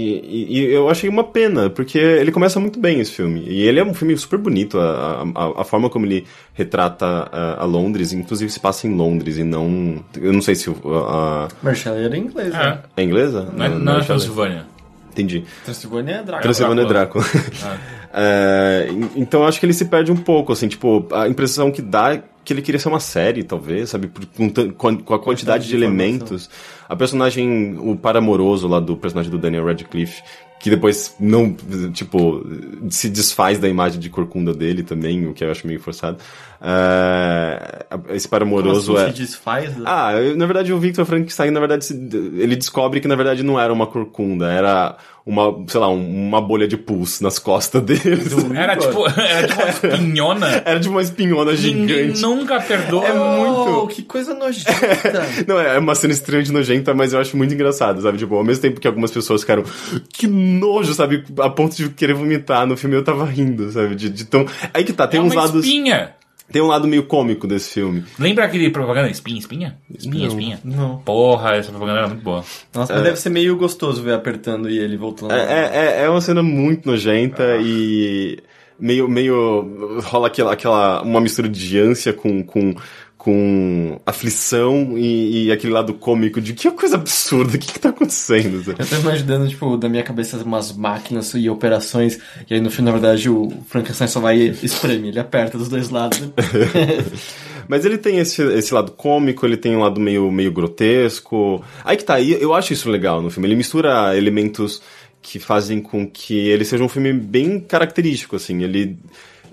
S3: e, e, eu achei uma pena, porque ele começa muito bem esse filme. E ele é um filme super bonito, a, a, a forma como ele retrata eh, a, a, Londres, inclusive se passa em Londres e não. Eu não sei se. A,
S4: Marcella era inglesa. É, né?
S3: é inglesa?
S1: Não, não, não é Transilvânia.
S3: Entendi.
S4: Transilvânia é Drácula.
S3: Transilvânia é Drácula.
S1: Ah.
S3: é, então eu acho que ele se perde um pouco, assim, tipo, a impressão que dá é que ele queria ser uma série, talvez, sabe? Com, com, a, quantidade, quantidade de, de elementos. A personagem, o paramoroso lá do personagem do Daniel Radcliffe, que depois não, tipo, se desfaz da imagem de corcunda dele também, o que eu acho meio forçado. Uh, esse paramoroso
S4: Como
S3: assim é.
S4: se desfaz? Né?
S3: Ah, eu, na verdade o Victor Frankenstein, na verdade, ele descobre que na verdade não era uma corcunda, era uma, sei lá, um, uma bolha de pus nas costas dele.
S1: Era tipo, era tipo uma espinhona.
S3: era tipo uma espinhona gigante.
S1: Ninguém nunca perdoa.
S4: É muito. Oh, que coisa nojenta.
S3: não, é uma cena extremamente nojenta, mas eu acho muito engraçado, sabe? Tipo, ao mesmo tempo que algumas pessoas ficaram, que nojo, sabe? A ponto de querer vomitar no filme, eu tava rindo, sabe? De, de tão... Aí que tá, tem
S1: é
S3: uns
S1: uma
S3: lados.
S1: Espinha.
S3: Tem um lado meio cômico desse filme.
S1: Lembra aquele propaganda espinha, espinha? Espinha,
S3: Não.
S1: espinha.
S4: Não.
S1: Porra, essa propaganda era muito boa.
S4: Nossa, mas deve ser meio gostoso ver apertando e ele voltando.
S3: É, é, é uma cena muito nojenta
S1: Ah.
S3: e meio, meio rola aquela, aquela uma mistura de ânsia com, com, com aflição e, e, aquele lado cômico de que coisa absurda, o que, que tá acontecendo?
S4: Eu tô imaginando, tipo, da minha cabeça umas máquinas e operações, e aí no fim, na verdade, o Frankenstein só vai espreme, ele aperta dos dois lados.
S3: Mas ele tem esse, esse lado cômico, ele tem um lado meio, meio grotesco. Aí que tá, aí eu acho isso legal no filme. Ele mistura elementos que fazem com que ele seja um filme bem característico, assim. Ele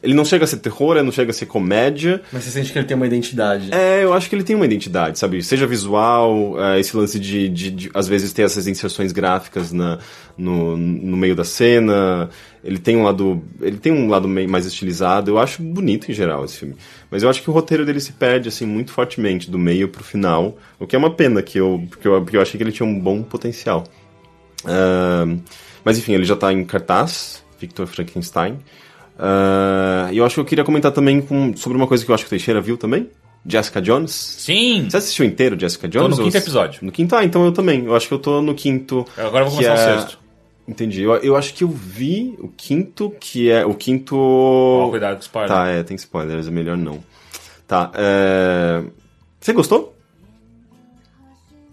S3: ele não chega a ser terror, ele não chega a ser comédia.
S4: Mas você sente que ele tem uma identidade.
S3: É, eu acho que ele tem uma identidade, sabe? Seja visual, é, esse lance de, de, de, às vezes, ter essas inserções gráficas na, no, no meio da cena. Ele tem um lado. Ele tem um lado mais estilizado. Eu acho bonito em geral esse filme. Mas eu acho que o roteiro dele se perde, assim, muito fortemente, do meio pro final. O que é uma pena, que eu, porque, eu, porque eu achei que ele tinha um bom potencial. Uh, mas enfim, ele já tá em cartaz, Victor Frankenstein. Uh, eu acho que eu queria comentar também com, sobre uma coisa que eu acho que o Teixeira viu também. Jessica Jones.
S1: Sim!
S3: Você assistiu inteiro Jessica
S1: Tô
S3: Jones?
S1: no quinto episódio.
S3: No quinto? Ah, então eu também. Eu acho que eu tô no quinto.
S1: Agora eu vou começar
S3: é...
S1: o sexto.
S3: Entendi. Eu, eu acho que eu vi o quinto, que é o quinto...
S1: Oh, cuidado com spoiler.
S3: Tá, é, tem spoilers, é melhor não. Tá, é... Você gostou?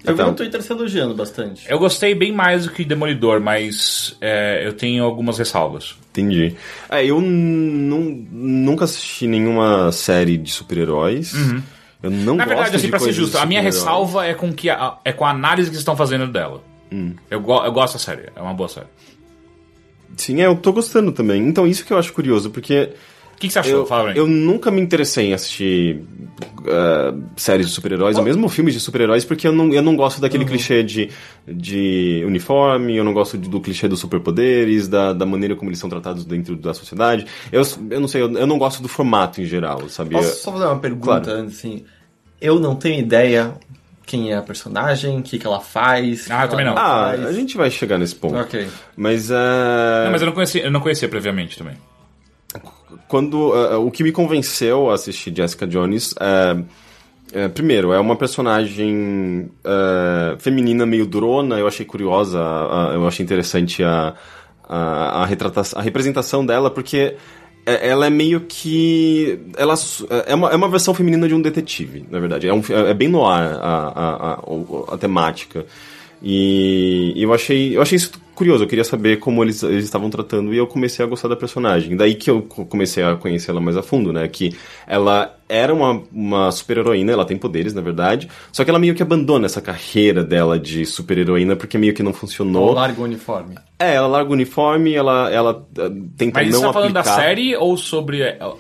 S4: Eu então, vi no Twitter se elogiando bastante.
S1: Eu gostei bem mais do que Demolidor, mas é, eu tenho algumas ressalvas.
S3: Entendi. É, eu nunca assisti nenhuma série de super-heróis.
S1: Uhum.
S3: Eu não
S1: Na
S3: gosto
S1: verdade, assim,
S3: de
S1: pra ser
S3: coisas tipo,
S1: justo,
S3: de
S1: a minha
S3: super-heróis.
S1: ressalva é com, que a- é com a análise que estão fazendo dela.
S3: Hum.
S1: Eu, go- eu gosto da série, é uma boa série.
S3: Sim, é, eu tô gostando também. Então, isso que eu acho curioso, porque
S1: O que, que você achou?
S3: eu,
S1: Fala pra mim.
S3: eu nunca me interessei em assistir ah, séries de super-heróis, ou mesmo filmes de super-heróis, porque eu não, eu não gosto
S1: Uhum.
S3: daquele clichê de, de uniforme, eu não gosto de- do clichê dos superpoderes, da, da maneira como eles são tratados dentro da sociedade. Eu, eu não sei, eu, eu não gosto do formato em geral, sabia?
S4: Posso só fazer uma pergunta
S3: Claro.
S4: antes, assim? Eu não tenho ideia quem é a personagem, o que, que ela faz. o que
S1: Ah, eu
S4: ela
S1: também não.
S3: Ah,
S4: faz.
S3: a gente vai chegar nesse ponto.
S4: Ok.
S3: Mas, ah,
S1: Não, mas eu não conhecia, eu não conhecia previamente também.
S3: quando ah, o que me convenceu a assistir Jessica Jones é, é, primeiro é uma personagem é, feminina meio durona eu achei curiosa a- a- eu achei interessante a a, a retrata- a representação dela porque é- ela é meio que ela su- é uma, é uma versão é feminina de um detetive na verdade é, um, fi- é bem no ar a, a, a, a temática E eu achei, eu achei isso curioso, eu queria saber como eles, eles estavam tratando e eu comecei a gostar da personagem. Daí que eu co- comecei a conhecer ela mais a fundo, né? Que ela era uma, uma super-heroína, ela tem poderes, na verdade, só que ela meio que abandona essa carreira dela de super-heroína porque meio que não funcionou.
S4: Larga o uniforme.
S3: É, ela larga o uniforme, ela, ela eh, tenta
S1: Mas
S3: não
S1: você tá falando
S3: aplicar...
S1: da série ou sobre a, a-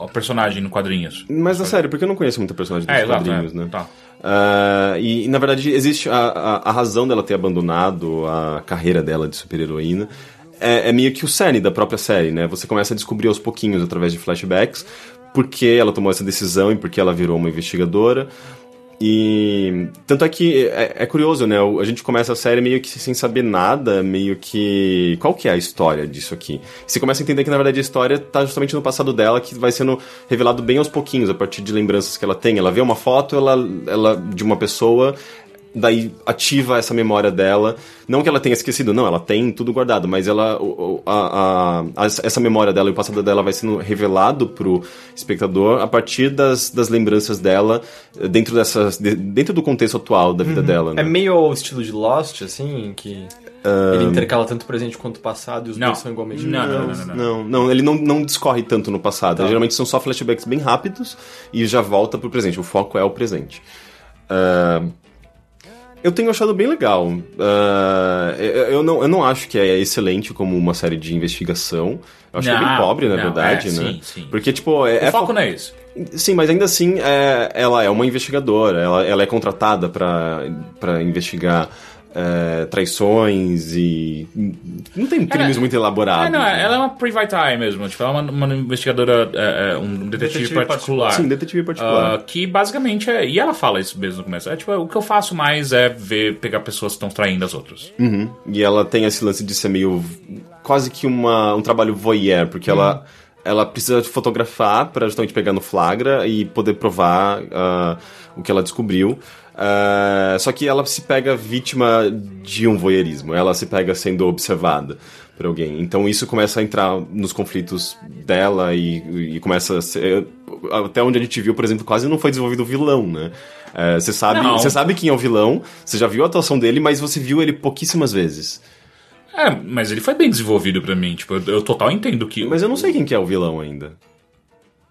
S1: a- a personagem no quadrinhos?
S3: Mas da série, porque eu não conheço muita personagem dos
S1: É, exato,
S3: quadrinhos,
S1: é.
S3: né?
S1: Tá.
S3: Ah, e, e, na verdade, existe a, a, a razão dela ter abandonado a carreira dela de super-heroína. É, é meio que o cerne da própria série, né? Você começa a descobrir aos pouquinhos, através de flashbacks, por que ela tomou essa decisão e por que ela virou uma investigadora. E tanto é que é, é curioso, né? O- A gente começa a série meio que sem saber nada, meio que. Qual que é a história disso aqui? Você começa a entender que, na verdade, a história tá justamente no passado dela, que vai sendo revelado bem aos pouquinhos, a partir de lembranças que ela tem. Ela vê uma foto ela, ela de uma pessoa, daí ativa essa memória dela. Não que ela tenha esquecido, não, ela tem tudo guardado, mas ela. o- o- a- a- a- essa memória dela e o passado dela vai sendo revelado pro espectador a partir das, das lembranças dela eh, dentro dessas. de- dentro do contexto atual da vida dela.
S4: É
S3: Né?
S4: meio ao estilo de Lost, assim, que ele intercala tanto o presente quanto o passado e os
S1: Não.
S4: dois são igualmente
S1: Não,
S4: importantes.
S1: não, não, não, não.
S3: Não, não, ele não, não discorre tanto no passado.
S4: Tá.
S3: Geralmente são só flashbacks bem rápidos e já volta pro presente. O foco é o presente. Ah, eu tenho achado bem legal. Ah, eu, eu não, eu não acho que é excelente como uma série de investigação. Eu acho que é bem
S1: Não,
S3: pobre, na
S1: não,
S3: verdade,
S1: é,
S3: né?
S1: sim, sim.
S3: Porque, tipo, é,
S1: o
S3: é
S1: foco
S3: fo-
S1: não é esse.
S3: Sim, mas ainda assim, é, ela é uma investigadora, ela, ela é contratada para investigar é, traições e. Não tem crimes muito elaborados.
S1: Ah, não,
S3: né?
S1: ela é uma private eye mesmo. Tipo, ela é uma, uma investigadora, é, é, um detetive,
S4: Detetive
S1: particular.
S3: Sim, detetive particular.
S1: Ah, que basicamente é. E ela fala isso mesmo no começo. É tipo, o que eu faço mais é ver, pegar pessoas que estão traindo as outras.
S3: Uhum. E ela tem esse lance de ser meio. quase que uma, um trabalho voyeur, porque ela. Ela precisa de fotografar para justamente pegar no flagra e poder provar ah, o que ela descobriu. Ah, só que ela se pega vítima de um voyeurismo, ela se pega sendo observada por alguém. Então isso começa a entrar nos conflitos dela e, e começa a ser. Até onde a gente viu, por exemplo, quase não foi desenvolvido o vilão, né? Ah, Você sabe,
S1: Não.
S3: você sabe quem é o vilão, você já viu a atuação dele, mas você viu ele pouquíssimas vezes.
S1: É, mas ele foi bem desenvolvido pra mim. Tipo, eu, eu total entendo que.
S3: Mas eu não sei quem que é o vilão ainda.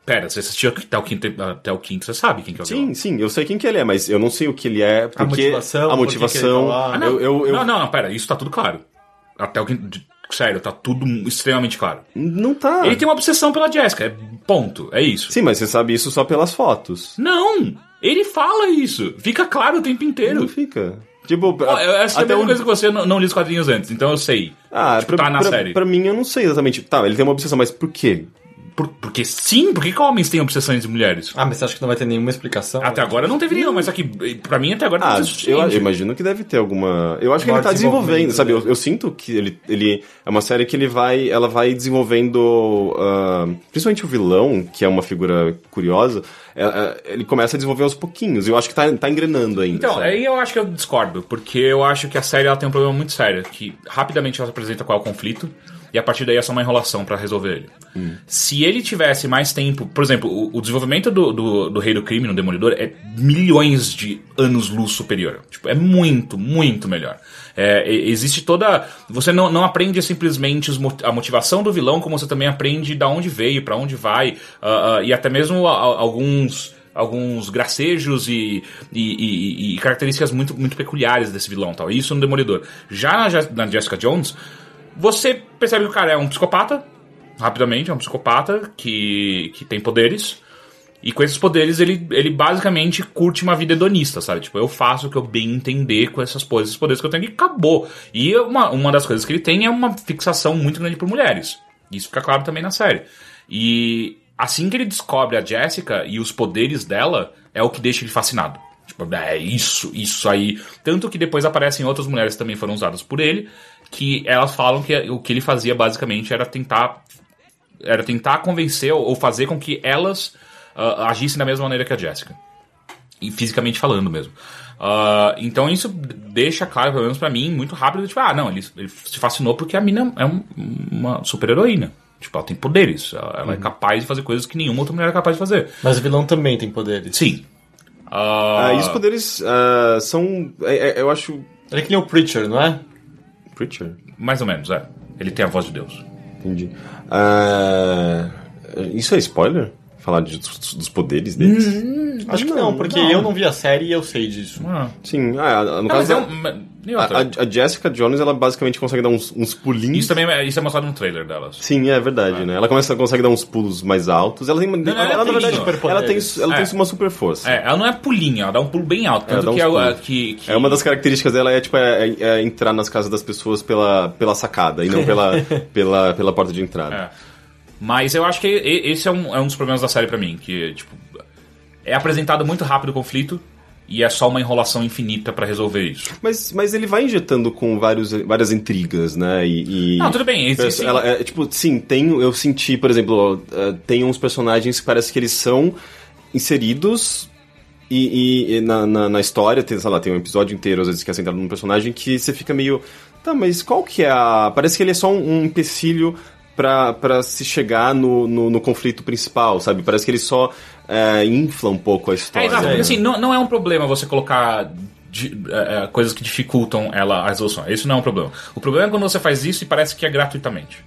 S1: Pera, você assistiu até o quinto, até o quinto você sabe quem que é o vilão.
S3: Sim, sim, eu sei quem que ele é, mas eu não sei o que ele é, porque...
S4: motivação,
S3: A
S4: por que que ele
S3: motivação,
S4: tá lá.
S1: Ah, não.
S3: eu, eu, eu-
S1: não, não, não, pera, isso tá tudo claro. Até o quinto. de- Sério, tá tudo extremamente claro.
S3: Não tá.
S1: Ele tem uma obsessão pela Jessica, é ponto, é isso.
S3: Sim, mas você sabe isso só pelas fotos.
S1: Não! Ele fala isso! Fica claro o tempo
S3: Não
S1: inteiro.
S3: fica. Tipo,
S1: Pô, eu- Essa é a
S3: Hum.
S1: mesma
S3: até
S1: coisa
S3: onde-
S1: que você eu não, não li os quadrinhos antes, então eu sei.
S3: Ah,
S1: Tipo,
S3: pra,
S1: tá na
S3: pra-
S1: série.
S3: pra mim eu não sei exatamente. Tá, ele tem uma obsessão, mas por quê?
S1: Por- porque sim, por que que homens têm obsessões de mulheres?
S4: Ah, mas você acha que não vai ter nenhuma explicação?
S1: Até agora não deveria, não, mas aqui, pra mim até agora não
S3: Ah,
S1: é
S3: eu, eu
S1: suficiente.
S3: imagino que deve ter alguma. Eu acho que
S4: Maior
S3: ele tá desenvolvendo,
S4: desenvolvimento,
S3: sabe? Eu,
S4: né?
S3: eu sinto que ele, ele. É uma série que ele vai. Ela vai desenvolvendo. ah, principalmente o vilão, que é uma figura curiosa, é- é- ele começa a desenvolver aos pouquinhos. Eu acho que tá, tá engrenando ainda.
S1: Então,
S3: sabe?
S1: aí eu acho que eu discordo, porque eu acho que a série ela tem um problema muito sério, que rapidamente ela apresenta qual é o conflito, e a partir daí é só uma enrolação pra resolver ele. Se ele tivesse mais tempo, por exemplo, o, o desenvolvimento do, do, do Rei do Crime no Demolidor é milhões de anos-luz superior. Tipo, é muito, muito melhor. É, e- existe toda. Você não, não aprende simplesmente os mo- a motivação do vilão, como você também aprende da onde veio, pra onde vai, ah, ah, e até mesmo a- a- alguns alguns gracejos e, e- e- e características muito, muito peculiares desse vilão tal. Isso no Demolidor. Já na, Je- na Jessica Jones, você percebe que o cara é um psicopata, rapidamente, é um psicopata que, que tem poderes. E com esses poderes ele, ele basicamente curte uma vida hedonista, sabe? Tipo, eu faço o que eu bem entender com essas coisas, esses poderes que eu tenho e acabou. E uma, uma das coisas que ele tem é uma fixação muito grande por mulheres. Isso fica claro também na série. E assim que ele descobre a Jessica e os poderes dela, é o que deixa ele fascinado. Tipo, é isso, isso aí. Tanto que depois aparecem outras mulheres que também foram usadas por ele, que elas falam que o que ele fazia basicamente era tentar era tentar convencer ou ou fazer com que elas ah, agissem da mesma maneira que a Jessica. E fisicamente falando mesmo. Ah, então isso deixa claro, pelo menos pra mim, muito rápido, tipo, ah, não, ele, ele se fascinou porque a mina é um- uma super heroína. Tipo, ela tem poderes, ela, ela é
S3: Uhum.
S1: capaz de fazer coisas que nenhuma outra mulher é capaz de fazer.
S4: Mas o vilão também tem poderes.
S1: Sim. Ah,
S3: Ah, e os poderes ah, são. é- é- eu acho
S4: Ele é que nem o Preacher, não é?
S3: Preacher?
S1: Mais ou menos, é. Ele tem a voz de Deus.
S3: Entendi. Ah, isso é spoiler? Falar de- dos, dos poderes deles?
S1: Uhum.
S4: Acho que não, porque eu não vi a série e eu sei disso.
S1: Ah,
S3: Sim, ah, no
S1: mas
S3: caso.
S1: é
S3: da-
S1: um- mas- nem outra.
S3: A, a- a Jessica Jones, ela basicamente consegue dar uns, uns pulinhos.
S1: Isso também é, isso é mostrado no trailer delas.
S3: Sim, é verdade, né? Ela começa, consegue dar uns pulos mais altos. Ela tem, uma-
S1: ela é
S3: ela, na
S1: tem
S3: verdade,
S4: superpoderes.
S3: ela tem, ela
S1: É.
S3: tem uma super força.
S1: É, ela não é pulinha, ela dá um pulo bem alto.
S3: Ela
S1: Tanto
S3: dá
S1: que,
S3: uns
S1: é o-
S3: pulos.
S1: que, que-
S3: É uma das características dela é tipo é, é- é entrar nas casas das pessoas pela, pela sacada e não pela, pela, pela porta de entrada.
S1: É. Mas eu acho que e- esse é um, é um dos problemas da série pra mim, que, tipo, é apresentado muito rápido o conflito e é só uma enrolação infinita pra resolver isso.
S3: Mas, mas ele vai injetando com vários, várias intrigas, né? E, e-
S1: Não, tudo bem, esse- esse-
S3: ela, é, tipo, sim, tem, eu senti, por exemplo, ó, eh, tem uns personagens que parece que eles são inseridos e, e- e na, na, na história, tem, sei lá, tem um episódio inteiro, às vezes, que é centrado num personagem que você fica meio. Tá, mas qual que é a. Parece que ele é só um, um empecilho pra, pra se chegar no, no, no conflito principal, sabe? Parece que ele só eh, infla um pouco a
S1: É,
S3: história.
S1: exato,
S3: né?
S1: porque assim, não, não é um problema você colocar di- é, é, coisas que dificultam ela a resolução. Isso não é um problema. O problema é quando você faz isso e parece que é gratuitamente.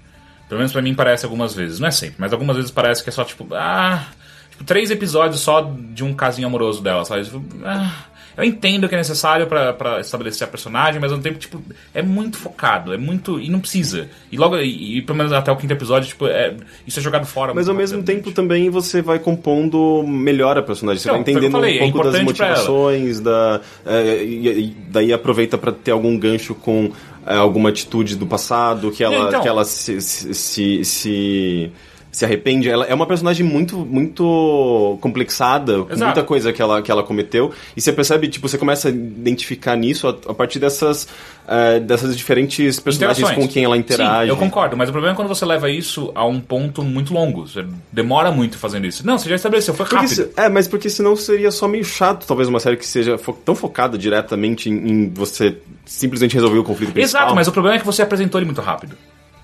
S1: Pelo menos pra mim parece algumas vezes. Não é sempre, mas algumas vezes parece que é só tipo. Ah. Tipo, três episódios só de um casinho amoroso dela, sabe? Tipo, ah, eu entendo que é necessário pra- pra estabelecer a personagem, mas ao mesmo tempo, tipo, é muito focado, é muito. E não precisa. E logo, e, e pelo menos até o quinto episódio, tipo, é- isso é jogado fora.
S3: Mas ao
S1: muito
S3: mesmo
S1: rapidamente.
S3: tempo também você vai compondo melhor a personagem. Você
S1: Então, foi o
S3: vai
S1: que eu
S3: entendendo
S1: falei, é
S3: um pouco das
S1: importante pra ela.
S3: motivações, da, é, e, e daí aproveita pra ter algum gancho com é, alguma atitude do passado que ela,
S1: então.
S3: que ela se, se, se, se- se arrepende. Ela é uma personagem muito, muito complexada, com
S1: Exato.
S3: muita coisa que ela, que ela cometeu. E você percebe, tipo, você começa a identificar nisso a, a partir dessas, é, dessas diferentes personagens
S1: Interações.
S3: com quem ela interage.
S1: Sim, eu concordo, mas o problema é quando você leva isso a um ponto muito longo. Você demora muito fazendo isso. Não, você já estabeleceu, foi
S3: Porque
S1: rápido.
S3: se- é, mas porque senão seria só meio chato, talvez, uma série que seja fo- tão focada diretamente em, em você simplesmente resolver o conflito principal.
S1: Exato, mas o problema é que você apresentou ele muito rápido.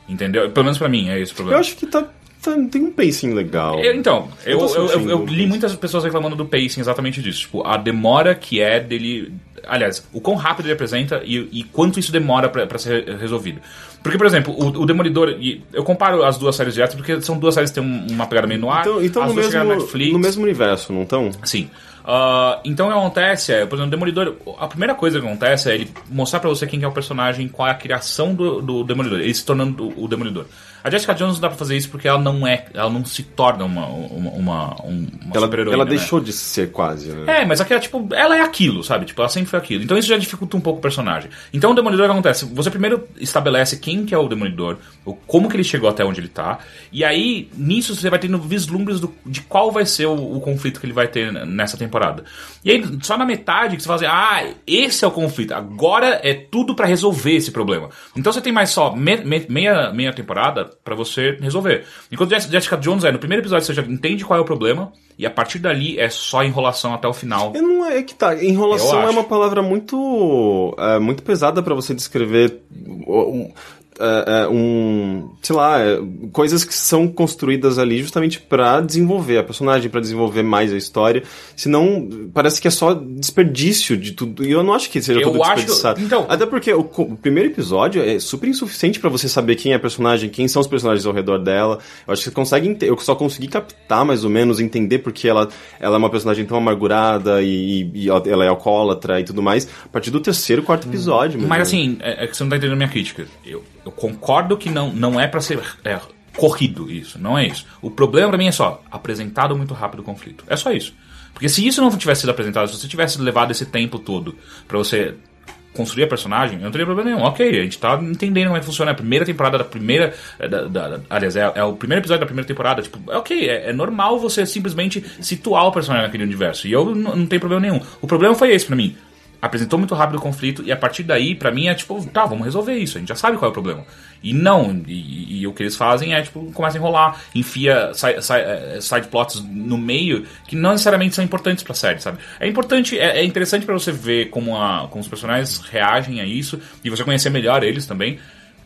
S1: Entendeu? Pelo menos pra mim é esse o
S3: Eu
S1: problema.
S3: acho que tá, tá- tem um pacing legal.
S1: Eu- então, eu,
S3: Eu tô
S1: eu, eu-
S3: sentindo
S1: eu li
S3: isso.
S1: muitas pessoas reclamando do pacing exatamente disso. Tipo, a demora que é dele. Aliás, o quão rápido ele apresenta e, e quanto isso demora pra, pra ser resolvido. Porque, por exemplo, o, o Demolidor. e eu comparo as duas séries diretas porque são duas séries que têm um- uma pegada meio no ar.
S3: Então, então
S1: as
S3: no,
S1: duas
S3: mesmo,
S1: chegaram na Netflix.
S3: no mesmo universo, não estão?
S1: Sim. Ah, então o que acontece é, por exemplo, o Demolidor, a primeira coisa que acontece é ele mostrar pra você quem que é o personagem, qual é a criação do, do Demolidor, ele se tornando o Demolidor. A Jessica Jones não dá pra fazer isso porque ela não é, ela não se torna uma, uma, uma, um- uma
S3: Ela,
S1: super-heroína,
S3: ela
S1: né?
S3: deixou de ser quase, né?
S1: É, mas aquela, tipo, ela é aquilo, sabe? Tipo, ela sempre foi aquilo. Então isso já dificulta um pouco o personagem. Então o Demolidor o que acontece? Você primeiro estabelece quem que é o Demolidor, o- como que ele chegou até onde ele tá, e aí, nisso, você vai tendo vislumbres do- de qual vai ser o, o conflito que ele vai ter n- nessa temporada. E aí, só na metade que você fala assim, ah, esse é o conflito, agora é tudo pra resolver esse problema. Então você tem mais só me- me- meia, meia temporada pra você resolver. Enquanto Jess- Jessica Jones é, no primeiro episódio você já entende qual é o problema, e a partir dali é só enrolação até o final.
S3: Eu não é que tá.
S1: Eu
S3: Enrolação é
S1: acho.
S3: uma palavra muito é, muito pesada pra você descrever um, é, é, um- sei lá é, coisas que são construídas ali justamente pra desenvolver a personagem, pra desenvolver mais a história. Senão parece que é só desperdício de tudo. E eu não acho que seja
S1: Eu
S3: tudo
S1: acho-
S3: desperdiçado.
S1: então-
S3: Até porque o, co- o primeiro episódio é super insuficiente pra você saber quem é a personagem, quem são os personagens ao redor dela. Eu acho que você consegue. ente- Eu só consegui captar mais ou menos, entender porque ela, ela é uma personagem tão amargurada e, e ela ela é alcoólatra e tudo mais. A partir do terceiro, quarto episódio.
S1: Mas
S3: né?
S1: assim, é, é que você não tá entendendo a minha crítica. Eu, eu concordo que não, não é pra ser é, corrido isso, não é isso. O problema pra mim é só, apresentado muito rápido o conflito. É só isso. Porque se isso não tivesse sido apresentado, se você tivesse levado esse tempo todo pra você construir a personagem, eu não teria problema nenhum. Ok, a gente tá entendendo como é que funciona. É A primeira temporada da primeira. é, Da, da- da- aliás, é, é o primeiro episódio da primeira temporada. Tipo, é ok, é, é normal você simplesmente situar o personagem naquele universo. E eu n- não tenho problema nenhum. O problema foi esse pra mim apresentou muito rápido o conflito e a partir daí, pra mim, é tipo, tá, vamos resolver isso, a gente já sabe qual é o problema. E não, e, e o que eles fazem é, tipo, começa a enrolar, enfia si- si- eh, side plots no meio que não necessariamente são importantes pra série, sabe? É importante, é, é interessante pra você ver como, a, como os personagens reagem a isso e você conhecer melhor eles também.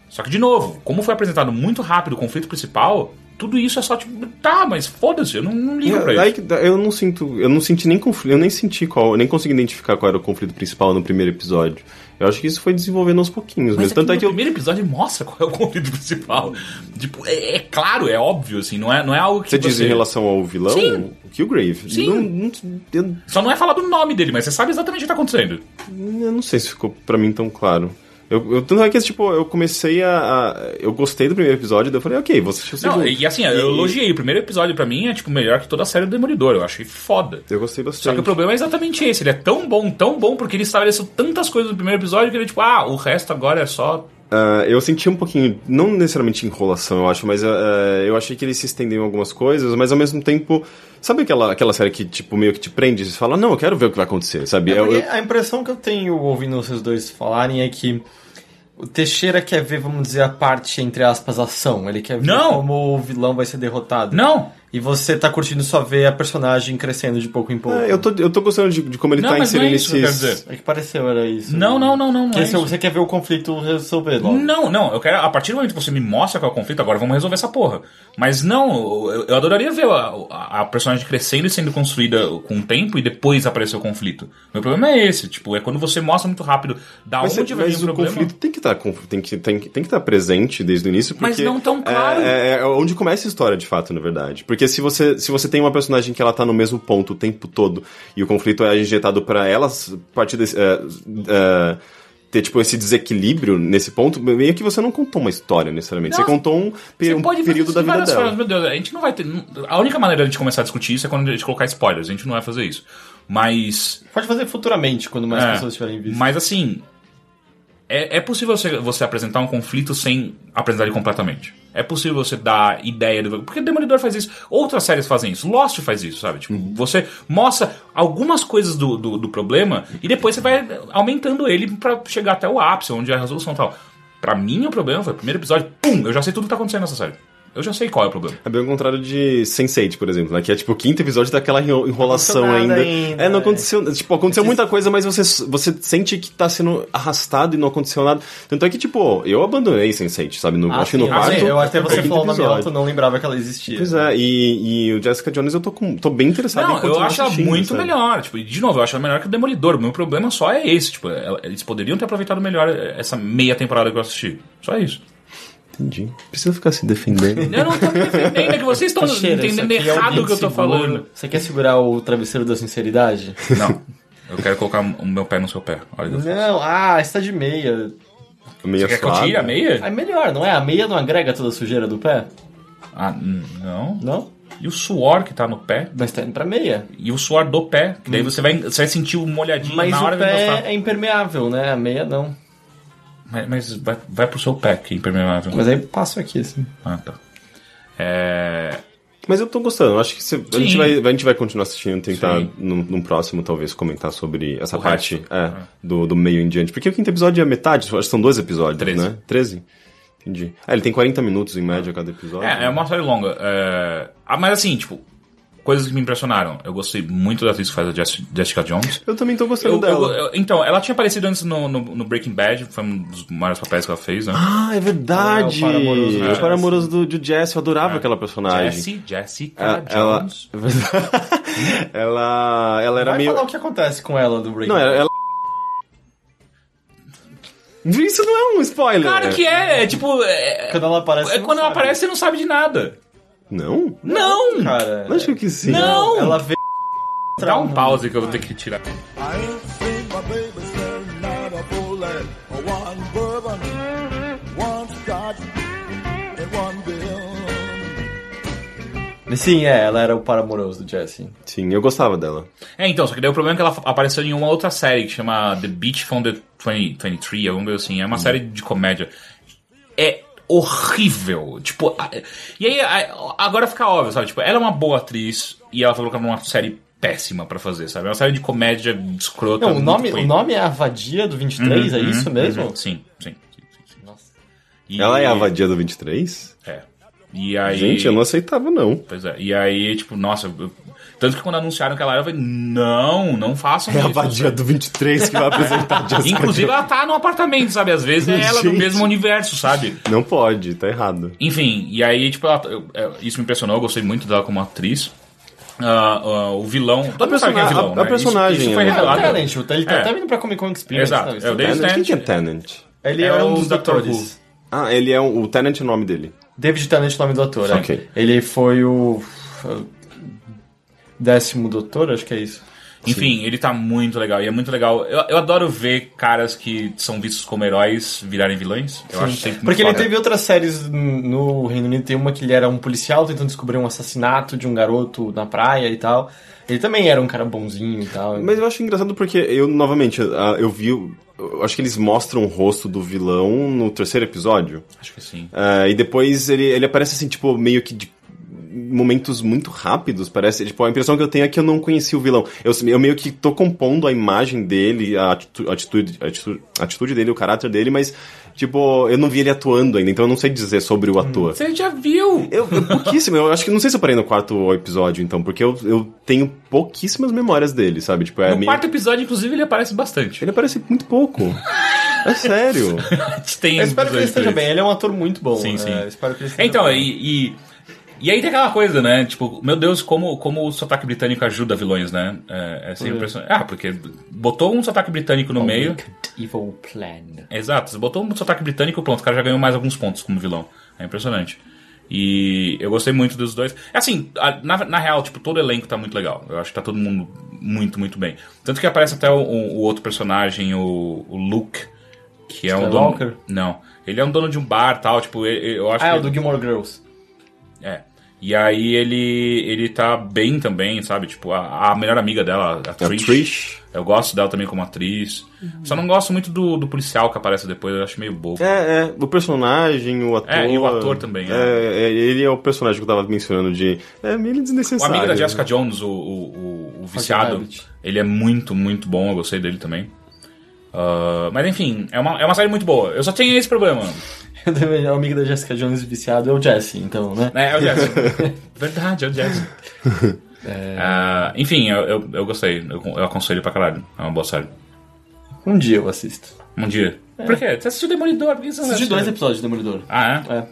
S1: Só que, de novo, como foi apresentado muito rápido o conflito principal, tudo isso é só tipo, tá, mas foda-se, eu não, não ligo pra
S3: É,
S1: isso.
S3: daí que- eu não sinto, eu não senti nem conflito, eu nem senti qual, eu nem consegui identificar qual era o conflito principal no primeiro episódio. Eu acho que isso foi desenvolvendo aos pouquinhos
S1: Mas
S3: mesmo. Tanto
S1: é
S3: é que
S1: o
S3: eu.
S1: primeiro episódio mostra qual é o conteúdo principal. Tipo, é, é claro, é óbvio, assim, não é, não é algo que
S3: Você diz em relação ao vilão?
S1: Sim.
S3: O Killgrave.
S1: Sim.
S3: Não, não- eu,
S1: Só não é falar do nome dele, mas você sabe exatamente o que tá acontecendo.
S3: eu não sei se ficou pra mim tão claro. Eu, eu- tanto é que, tipo, eu comecei a, a- Eu gostei do primeiro episódio, daí eu falei, ok, vou assistir o segundo.
S1: Não, e assim, eu elogiei. O primeiro episódio pra mim é, tipo, melhor que toda a série do Demolidor. Eu achei foda.
S3: Eu gostei bastante.
S1: Só que o problema é exatamente esse. Ele é tão bom, tão bom, porque ele estabeleceu tantas coisas no primeiro episódio que ele, tipo, ah, o resto agora é só.
S3: Ah, eu senti um pouquinho, não necessariamente enrolação, eu acho, mas ah, eu achei que eles se estendeu em algumas coisas, mas ao mesmo tempo. Sabe aquela, aquela série que, tipo, meio que te prende? Você fala, não, eu quero ver o que vai acontecer, sabe?
S4: É
S3: Eu-
S4: porque
S3: eu-
S4: A impressão que eu tenho ouvindo vocês dois falarem é que o Teixeira quer ver, vamos dizer, a parte, entre aspas, ação. Ele quer ver
S1: Não.
S4: como o vilão vai ser derrotado.
S1: Não!
S4: E você tá curtindo só ver a personagem crescendo de pouco em pouco.
S3: Ah, eu, tô, eu tô gostando de, de como ele
S1: Não,
S3: tá
S1: mas
S3: inserindo
S1: não é isso que eu
S3: esses.
S1: quero dizer.
S4: É que pareceu, era isso.
S1: Não, não, não, não, não.
S4: Que
S1: é
S4: esse-
S1: isso.
S4: você quer ver o conflito resolver logo.
S1: Não, não, eu quero. A partir do momento que você me mostra qual é o conflito, agora vamos resolver essa porra. Mas não, eu, eu adoraria ver a, a- a personagem crescendo e sendo construída com o tempo e depois aparecer o conflito. Meu problema é esse, tipo, é quando você mostra muito rápido da
S3: Mas,
S1: onde
S3: você,
S1: vai vir
S3: mas
S1: o
S3: o
S1: problema.
S3: conflito tem que tá, estar tem que, tem, que- tem que tá presente desde o início, porque...
S1: Mas não tão claro.
S3: É, é- é onde começa a história, de fato, na verdade. Porque se você, se você tem uma personagem que ela tá no mesmo ponto o tempo todo, e o conflito é injetado pra ela a partir desse... é, é, ter, tipo, esse desequilíbrio nesse ponto, meio que você não contou uma história, necessariamente.
S1: Não,
S3: você contou um, pe-
S1: Você
S3: um
S1: pode fazer
S3: período
S1: isso
S3: da
S1: de
S3: vida
S1: várias
S3: dela.
S1: formas, meu Deus, a gente não vai ter. A única maneira de a gente começar a discutir isso é quando a gente colocar spoilers, a gente não vai fazer isso. Mas.
S4: Pode fazer futuramente, quando mais
S1: É,
S4: pessoas tiverem visto.
S1: Mas assim, é, é possível você, você apresentar um conflito sem apresentar ele completamente. É possível você dar ideia do. Porque Demolidor faz isso. Outras séries fazem isso. Lost faz isso, sabe? Tipo, você mostra algumas coisas do, do, do problema e depois você vai aumentando ele pra chegar até o ápice, onde é a resolução e tal. Pra mim, o problema foi o primeiro episódio, pum, eu já sei tudo que tá acontecendo nessa série. Eu já sei qual é o problema.
S3: É bem ao contrário de Sense8, por exemplo, né? Que é tipo o quinto episódio daquela enro- enrolação
S4: aconteceu
S3: ainda.
S4: nada ainda,
S3: É, não
S4: é.
S3: aconteceu. Tipo, aconteceu muita coisa, mas você, você sente que tá sendo arrastado e não aconteceu nada. Tanto é que, tipo, eu abandonei Sense8, sabe? No, acho que no
S4: Ah, sim,
S3: quarto.
S4: eu- Eu até
S3: ou
S4: você
S3: quinto
S4: falou na minha
S3: episódio.
S4: nota, eu não lembrava que ela existia.
S3: Pois é, e, e o Jessica Jones eu tô, com- tô bem interessado em
S1: Não, eu
S3: continuar
S1: acho ela
S3: assistindo,
S1: muito
S3: sabe?
S1: melhor. Tipo, e de novo, eu acho ela melhor que o Demolidor. O meu problema só é esse. Tipo, ela- eles poderiam ter aproveitado melhor essa meia temporada que eu assisti. Só isso.
S3: Entendi. Precisa ficar se defendendo.
S1: Eu não tô me defendendo, é que vocês estão
S4: Teixeira, isso
S1: entendendo
S4: aqui é um
S1: errado o que eu
S4: seguro.
S1: tô falando.
S4: Você quer segurar o travesseiro da sinceridade?
S1: Não. Eu quero colocar o meu pé no seu pé. Olha o que
S3: é.
S1: eu faço.
S4: não, ah, está de meia.
S3: Meio
S1: Quer que eu tire a meia?
S4: É melhor, não é? A meia não agrega toda a sujeira do pé?
S1: Ah, hum, não.
S4: Não?
S1: E o suor que tá no pé?
S4: Mas tá indo pra meia.
S1: E o suor do pé? Que daí você vai, você vai sentir o molhadinho
S4: Hum. Mas
S1: na hora
S4: o
S1: de encostar.
S4: pé é impermeável, né? A meia não.
S1: Mas, mas vai, vai pro seu pé, que é impermeável.
S4: Mas aí passo aqui, assim.
S1: Ah, tá. É...
S3: Mas eu tô gostando, eu acho que você- a,
S1: Sim.
S3: gente vai, a gente vai continuar assistindo, tentar
S1: Sim.
S3: num, num próximo talvez comentar sobre essa
S1: O
S3: parte
S1: resto.
S3: é,
S1: É.
S3: do, do meio em diante. Porque o quinto episódio é metade, acho que são dois episódios,
S1: Treze.
S3: né? 13? Entendi. Ah, ele tem 40 minutos em média cada episódio.
S1: É, é uma série longa. É... Ah, mas assim, tipo, coisas que me impressionaram. Eu gostei muito da atriz que faz a Jess- Jessica Jones.
S3: Eu também tô gostando
S1: Eu-
S3: dela.
S1: eu- eu- então, ela tinha aparecido antes no, no, no Breaking Bad, foi um dos maiores papéis que ela fez, né?
S3: Ah, é verdade!
S4: É, o par amoroso do
S3: o
S4: Jesse.
S3: par amoroso do, do Jess, eu
S1: É.
S3: adorava aquela personagem.
S1: Jessie, Jessica
S3: Ela, ela,
S1: Jones.
S3: ela, ela era
S4: Vai
S3: meio.
S4: falar o que acontece com ela do break.
S3: Não,
S1: é-
S3: ela. ela- Isso não é um spoiler!
S1: Claro que é, é tipo. É,
S4: Quando ela aparece.
S1: é
S4: você não
S1: quando ela
S4: sabe.
S1: aparece, você não sabe de nada.
S3: Não?
S1: Não!
S4: Cara, é-
S3: Lógico que sim.
S1: Não!
S4: ela vê.
S1: Dá um pause que eu vou ter que tirar.
S5: I ain't seen my baby staring at a bullet or one bourbon, one scotch, and one bill.
S4: Sim, é, ela era o par amoroso do Jesse.
S3: Sim, eu gostava dela.
S1: É, então, só que daí o problema é que ela apareceu em uma outra série que chama The Beach Founded 2023, alguma coisa assim. É
S4: Hum.
S1: uma série de comédia. É horrível. Tipo, a- e aí a- agora fica óbvio, sabe? Tipo, ela é uma boa atriz e ela foi colocada numa série péssima pra fazer, sabe? É uma série de comédia escrota.
S4: Não, o
S1: muito
S4: nome,
S1: ruim.
S4: o nome é a vadia do 23, é isso mesmo?
S1: Sim, sim. sim, sim, sim.
S4: Nossa.
S1: E-
S3: Ela é a vadia do 23?
S1: É. E aí...
S3: Gente, eu não aceitava, não.
S1: Pois é. E aí, tipo, nossa... eu- Tanto que quando anunciaram que ela era, eu falei, não, não façam
S3: É a
S1: isso.
S3: vadia do 23 que vai apresentar a Jessica
S1: Inclusive, ela tá no apartamento, sabe? Às vezes é ela no
S3: Gente.
S1: mesmo universo, sabe?
S3: Jones. Não pode, tá errado.
S1: é, Enfim, e aí, tipo, ela- eu- eu- isso me impressionou, eu gostei muito dela como atriz. ah, ah, o vilão. Todo mundo sabe quem é
S3: persona-
S1: vilão,
S3: a-
S1: né?
S3: a personagem,
S1: Isso, isso foi
S3: né?
S2: É o
S4: um
S1: revelado.
S2: Talent, o- ele tá
S1: É.
S2: até vindo pra Comic Con Experience.
S1: Exato,
S2: não, isso
S1: é o
S2: também.
S1: David
S3: Tennant? Quem que é
S1: Tennant?
S3: Tennant?
S2: Ele é,
S1: É
S2: um
S1: o
S2: dos
S1: Dr. Who.
S2: atores.
S3: Ah, ele é um, o Tennant é o nome dele.
S2: David Tennant, nome do ator. é.
S3: Ok.
S2: Ele foi o. Décimo doutor, acho que é isso.
S1: Enfim, ele tá muito legal. E é muito legal. Eu, eu adoro ver caras que são vistos como heróis virarem vilões. Eu acho sempre muito
S2: Porque ele
S1: foda.
S2: teve outras séries n- no Reino Unido. Tem uma que ele era um policial tentando descobrir um assassinato de um garoto na praia e tal. Ele também era um cara bonzinho e tal.
S3: Mas eu acho engraçado porque eu, novamente, ah, eu vi. o- eu acho que eles mostram o rosto do vilão no terceiro episódio.
S1: Acho que sim.
S3: Ah, e depois ele, ele aparece assim, tipo, meio que de momentos muito rápidos, parece. Tipo, a impressão que eu tenho é que eu não conheci o vilão. Eu, eu meio que tô compondo a imagem dele, a atitu- atitude, atitude, atitude dele, o caráter dele, mas, tipo, eu não vi ele atuando ainda, então eu não sei dizer sobre o ator.
S1: Você já viu!
S3: Eu, eu pouquíssimo, eu acho que não sei se eu parei no quarto episódio, então, porque eu, eu tenho pouquíssimas memórias dele, sabe? Tipo, é
S1: no
S3: meio-
S1: quarto episódio, inclusive, ele aparece bastante.
S3: Ele aparece muito pouco. É sério.
S1: Tem
S2: Eu espero que ele
S1: dois,
S2: esteja
S1: três.
S2: bem. Ele é um ator muito bom.
S1: Sim, sim.
S2: é, eu espero que ele esteja
S1: Então,
S2: bem.
S1: e, e, e aí tem aquela coisa, né? Tipo, meu Deus, como, como o sotaque britânico ajuda vilões, né? É, é sempre impressionante. Ah, porque botou um sotaque britânico no meio.
S2: Evil Plan.
S1: Exato, você botou um sotaque britânico, pronto, o cara já ganhou mais alguns pontos como vilão. É impressionante. E eu gostei muito dos dois. É Assim, a- na, na real, tipo, todo o elenco tá muito legal. Eu acho que tá todo mundo muito, muito bem. Tanto que aparece até o, o- o outro personagem, o, o Luke, que é um
S2: Skywalker?
S1: dono. Não. Ele é um dono de um bar tal, tipo, e- e- eu acho
S2: Ah, é
S1: que.
S2: o do Gilmore Girls.
S1: É. E aí ele, ele tá bem também, sabe? Tipo, a, a melhor amiga dela, a
S3: É o
S1: Trish.
S3: Trish.
S1: Eu gosto dela também como atriz. Só não gosto muito do, do policial que aparece depois, eu acho meio bobo.
S3: É, é, o personagem, o ator.
S1: É, e o ator também,
S3: É,
S1: é.
S3: é, ele é o personagem que eu tava mencionando de. É meio
S1: O
S3: desnecessário.
S1: amigo da Jessica Jones, o, o, o- o viciado,
S2: Rabbit.
S1: ele é muito, muito bom, eu gostei dele também. Ah, mas enfim, é uma, é uma série muito boa. Eu só tenho esse problema.
S2: é o amigo da Jessica Jones viciado é o Jesse, então, né?
S1: É, é o Jesse. Verdade, é o Jesse. Ah, enfim, eu, eu, eu gostei. Eu, eu aconselho pra caralho. É uma boa série.
S2: Um dia eu assisto.
S1: Um dia. Por quê? Você assistiu Demolidor? Por que você não
S2: Assisti dois
S1: assistiu?
S2: episódios do Demolidor.
S1: Ah, é?
S2: É.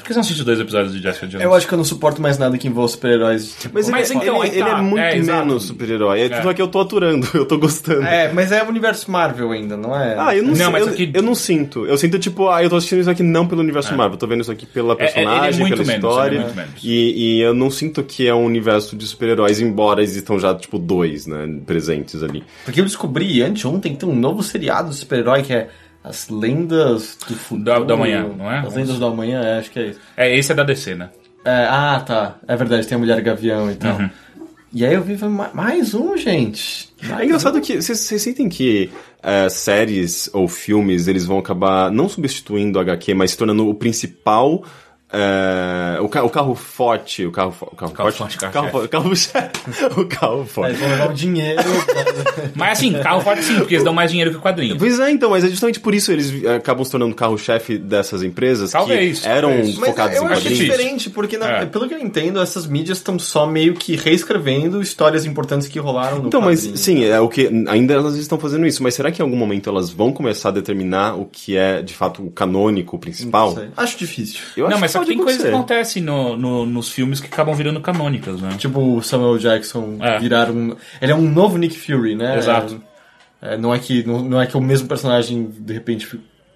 S1: Por que você não assistiu dois episódios de Jessica Jones?
S2: Eu acho que eu não suporto mais nada que envolva super-heróis. tipo,
S3: Mas,
S1: Mas
S3: ele,
S1: então,
S3: ele,
S1: aí tá.
S3: ele é muito
S1: É, exato.
S3: menos super-herói. É,
S1: É.
S3: Só que eu tô aturando, eu tô gostando.
S2: É, mas é o universo Marvel ainda, não é?
S3: Ah, eu não,
S1: Não,
S3: sei,
S1: mas
S3: eu,
S1: aqui-
S3: eu não sinto. Eu sinto, tipo, ah, eu tô assistindo isso aqui não pelo universo Marvel, eu tô vendo isso aqui pela
S1: É, é, ele é
S3: personagem,
S1: muito
S3: pela
S1: menos,
S3: história.
S1: ele é muito menos.
S3: E, e eu não sinto que é um universo de super-heróis, embora existam já, tipo, dois, né, presentes ali.
S2: Porque eu descobri anteontem que tem um novo seriado de super-herói que é As Lendas do Futuro.
S1: Da- da Manhã, não é?
S2: As Lendas do Amanhã, é, acho que é isso.
S1: É, esse é da DC, né?
S2: É, ah, tá. É verdade, tem a Mulher Gavião e tal.
S1: Uhum.
S2: E aí eu vi ma- mais um, gente.
S3: É engraçado que vocês vocês sentem que eh, séries ou filmes eles vão acabar não substituindo o HQ, mas se tornando o principal. eh, o, ca- o carro forte, o carro, fo- o carro,
S1: Carro
S3: forte,
S1: forte, carro
S3: carro, fo- carro chefe, o carro
S2: Mas
S3: forte.
S2: vão levar o dinheiro.
S1: Mas assim, carro forte sim, porque eles dão mais dinheiro que o quadrinho.
S3: Pois é, então, mas é justamente por isso eles eh, acabam se tornando o carro-chefe dessas empresas
S1: Talvez,
S3: que eram
S1: talvez.
S2: Mas
S3: focadas
S2: eu
S3: em
S2: acho que é
S3: quadrinhos.
S1: quadrinhos.
S2: diferente, porque na-
S1: É.
S2: pelo que eu entendo, essas mídias estão só meio que reescrevendo histórias importantes que rolaram no
S3: Então, mas
S2: quadrinho.
S3: sim, é o que ainda elas estão fazendo isso, mas será que em algum momento elas vão começar a determinar o que é de fato o canônico o principal?
S2: Não sei. Acho difícil.
S3: Eu
S1: não,
S3: acho
S1: mas só
S3: que
S1: que
S3: pode
S1: tem coisas que
S3: acontecer.
S1: acontecem no, no- nos filmes que acabam virando canônicas, né?
S2: Tipo, o Samuel Jackson
S1: É.
S2: virar um. Ele é um novo Nick Fury, né?
S1: Exato.
S2: É, é, não, é que, não, não é que o mesmo personagem, de repente,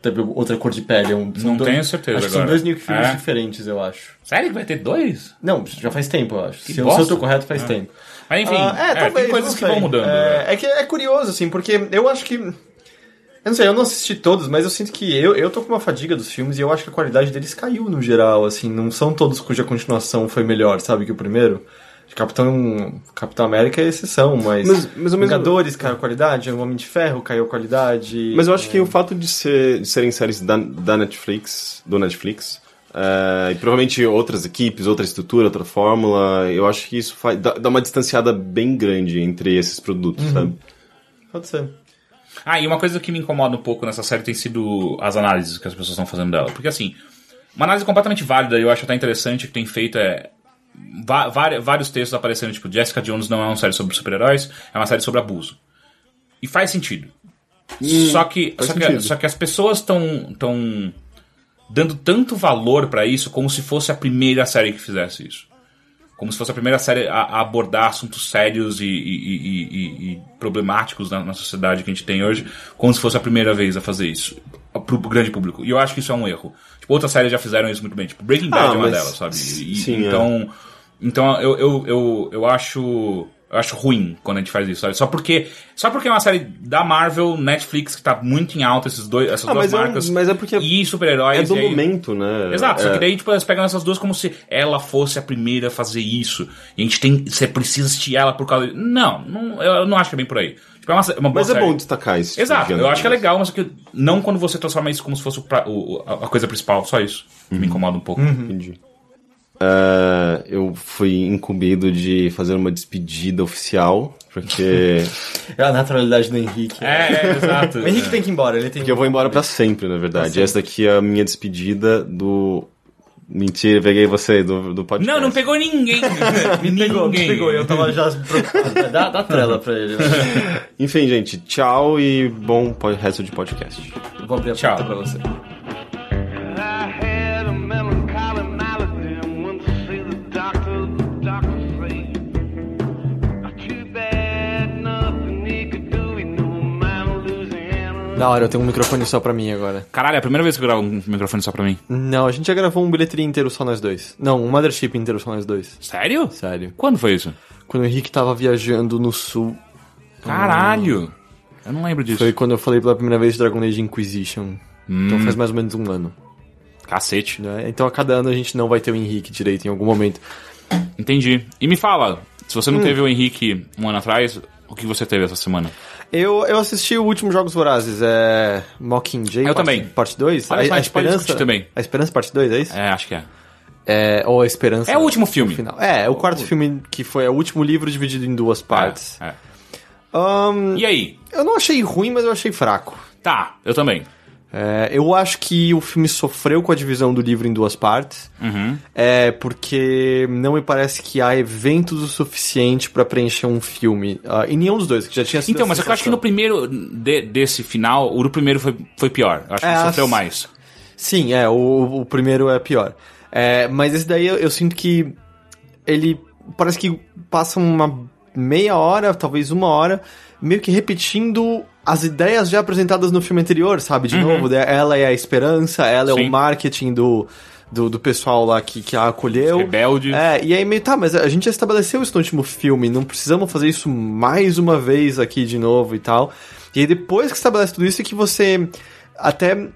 S2: teve outra cor de pele. é um- são
S1: Não
S2: dois-
S1: tenho certeza
S2: Acho que são
S1: agora.
S2: dois Nick Furies
S1: É.
S2: diferentes, eu acho.
S1: Sério que vai ter dois?
S2: Não, já faz tempo, eu acho. Se eu, se
S1: bosta. É.
S2: eu tô correto, faz tempo.
S1: Mas enfim,
S2: Ah,
S1: é, tem coisas
S2: não
S1: que vão
S2: sei.
S1: mudando. né?
S2: É, é que é curioso, assim, porque eu acho que. Eu não sei, eu não assisti todos, mas eu sinto que eu, eu tô com uma fadiga dos filmes e eu acho que a qualidade deles caiu no geral, assim. Não são todos cuja continuação foi melhor, sabe, que o primeiro. Capitão, Capitão América é exceção, mas.
S3: Mas- mas ao mesmo-
S2: Vingadores caiu a qualidade, O Homem de Ferro caiu a qualidade.
S3: Mas eu acho que o fato de, ser, de serem séries da, da Netflix, do Netflix, eh, e provavelmente outras equipes, outra estrutura, outra fórmula, eu acho que isso faz, dá, dá uma distanciada bem grande entre esses
S1: Uhum.
S3: produtos, sabe?
S2: Pode ser.
S1: Ah, e uma coisa que me incomoda um pouco nessa série tem sido as análises que as pessoas estão fazendo dela. Porque, assim, uma análise completamente válida, e eu acho até interessante, que tem feito é. va- vari- vários textos aparecendo, tipo, Jessica Jones não é uma série sobre super-heróis, é uma série sobre abuso. E faz sentido. só, que,
S3: Hum, faz
S1: só, que,
S3: sentido.
S1: só que as pessoas estão tão dando tanto valor pra isso como se fosse a primeira série que fizesse isso. como se fosse a primeira série a, a abordar assuntos sérios e, e- e- e- e problemáticos na, na sociedade que a gente tem hoje, como se fosse a primeira vez a fazer isso pro grande público. E eu acho que isso é um erro. Tipo, outras séries já fizeram isso muito bem. Tipo, Breaking Bad
S3: Ah,
S1: é uma
S3: mas
S1: delas, sabe? E-
S3: sim, é.
S1: então, então eu, eu, eu, eu acho. Eu acho ruim quando a gente faz isso, sabe? Só porque, só porque é uma série da Marvel, Netflix, que tá muito em alta, esses dois, essas
S3: Ah,
S1: duas
S3: mas é um-
S1: marcas.
S3: mas é porque
S1: E super-heróis.
S3: É do
S1: e aí-
S3: momento, né?
S1: Exato,
S3: é,
S1: só que daí tipo, elas pegam essas duas como se ela fosse a primeira a fazer isso. E a gente tem. Você precisa assistir ela por causa. de- Não, não eu não acho que é bem por aí. Tipo, é uma, é uma boa
S3: Mas é
S1: série.
S3: bom né? destacar isso.
S1: Exato, eu acho que é legal, mas só que não quando você transforma isso como se fosse o pra- o- a a coisa principal, só isso. Me incomoda um pouco.
S3: Entendi. É, eu fui incumbido de fazer uma despedida oficial, porque,
S4: É a naturalidade do Henrique.
S1: É, é, exato.
S4: O Henrique
S1: É.
S4: tem que ir embora, ele tem
S3: porque eu vou embora pra sempre, na verdade. Essa daqui é a minha despedida do. Mentira, peguei você do, do podcast.
S1: Não, não pegou ninguém. me
S4: Pegou,
S1: ninguém.
S4: pegou, eu tava já preocupado.
S6: Dá, dá trela pra ele. né?
S3: Enfim, gente, tchau e bom po- resto de podcast.
S6: Eu Vou abrir a
S1: Tchau.
S6: porta pra você.
S7: I had a melancholy malady and went to see the doctor. The doctor said, too bad nothing he could do. He knew my Louisiana.
S2: Da hora, eu tenho um microfone só pra mim agora.
S1: Caralho, é a primeira vez que eu gravo um microfone só pra mim.
S2: Não, a gente já gravou um bilheteria inteiro só nós dois. Não, um mothership inteiro só nós dois.
S1: Sério?
S2: Sério.
S1: Quando foi isso?
S2: Quando o Henrique tava viajando no sul,
S1: Caralho! Eu não lembro disso.
S2: foi quando eu falei pela primeira vez Dragon Age Inquisition.
S1: Hum.
S2: Então faz mais ou menos um ano.
S1: Cacete.
S2: né? Então a cada ano a gente não vai ter o Henrique direito em algum momento.
S1: Entendi. E me fala, se
S2: Hum.
S1: você não teve o Henrique um ano atrás, o que você teve essa semana?
S2: Eu, eu assisti o último Jogos Vorazes, é. Mockingjay.
S1: Eu
S2: parte-
S1: também.
S2: Parte 2?
S1: Olha só, a gente pode discutir também.
S2: A Esperança Parte 2, é isso?
S1: É, acho que é.
S2: É, ou a Esperança.
S1: É o último filme.
S2: Final. É, é o quarto filme que foi é o último livro dividido em duas partes.
S1: É, é.
S2: Ahn,
S1: E aí?
S2: eu não achei ruim, mas eu achei fraco.
S1: Tá, eu também.
S2: É, eu acho que o filme sofreu com a divisão do livro em duas partes.
S1: Uhum.
S2: É, porque não me parece que há eventos o suficiente pra preencher um filme. Ah, e nenhum dos dois, que já tinha sido.
S1: Então,
S2: a
S1: mas é que eu acho que no
S2: sensação.
S1: primeiro de- desse final, o do primeiro foi, foi pior. Eu acho que
S2: É,
S1: sofreu
S2: as-
S1: mais.
S2: Sim, é, o, o primeiro é pior. É, mas esse daí eu, eu sinto que ele parece que passa uma meia hora, talvez uma hora, meio que repetindo as ideias já apresentadas no filme anterior, sabe? De novo, né? ela é a esperança, ela é
S1: Sim.
S2: o marketing do, do, do pessoal lá que, que a acolheu.
S1: Rebeldes.
S2: É, e aí meio, tá, mas a gente já estabeleceu isso no último filme, não precisamos fazer isso mais uma vez aqui de novo e tal. E aí depois que estabelece tudo isso é que você até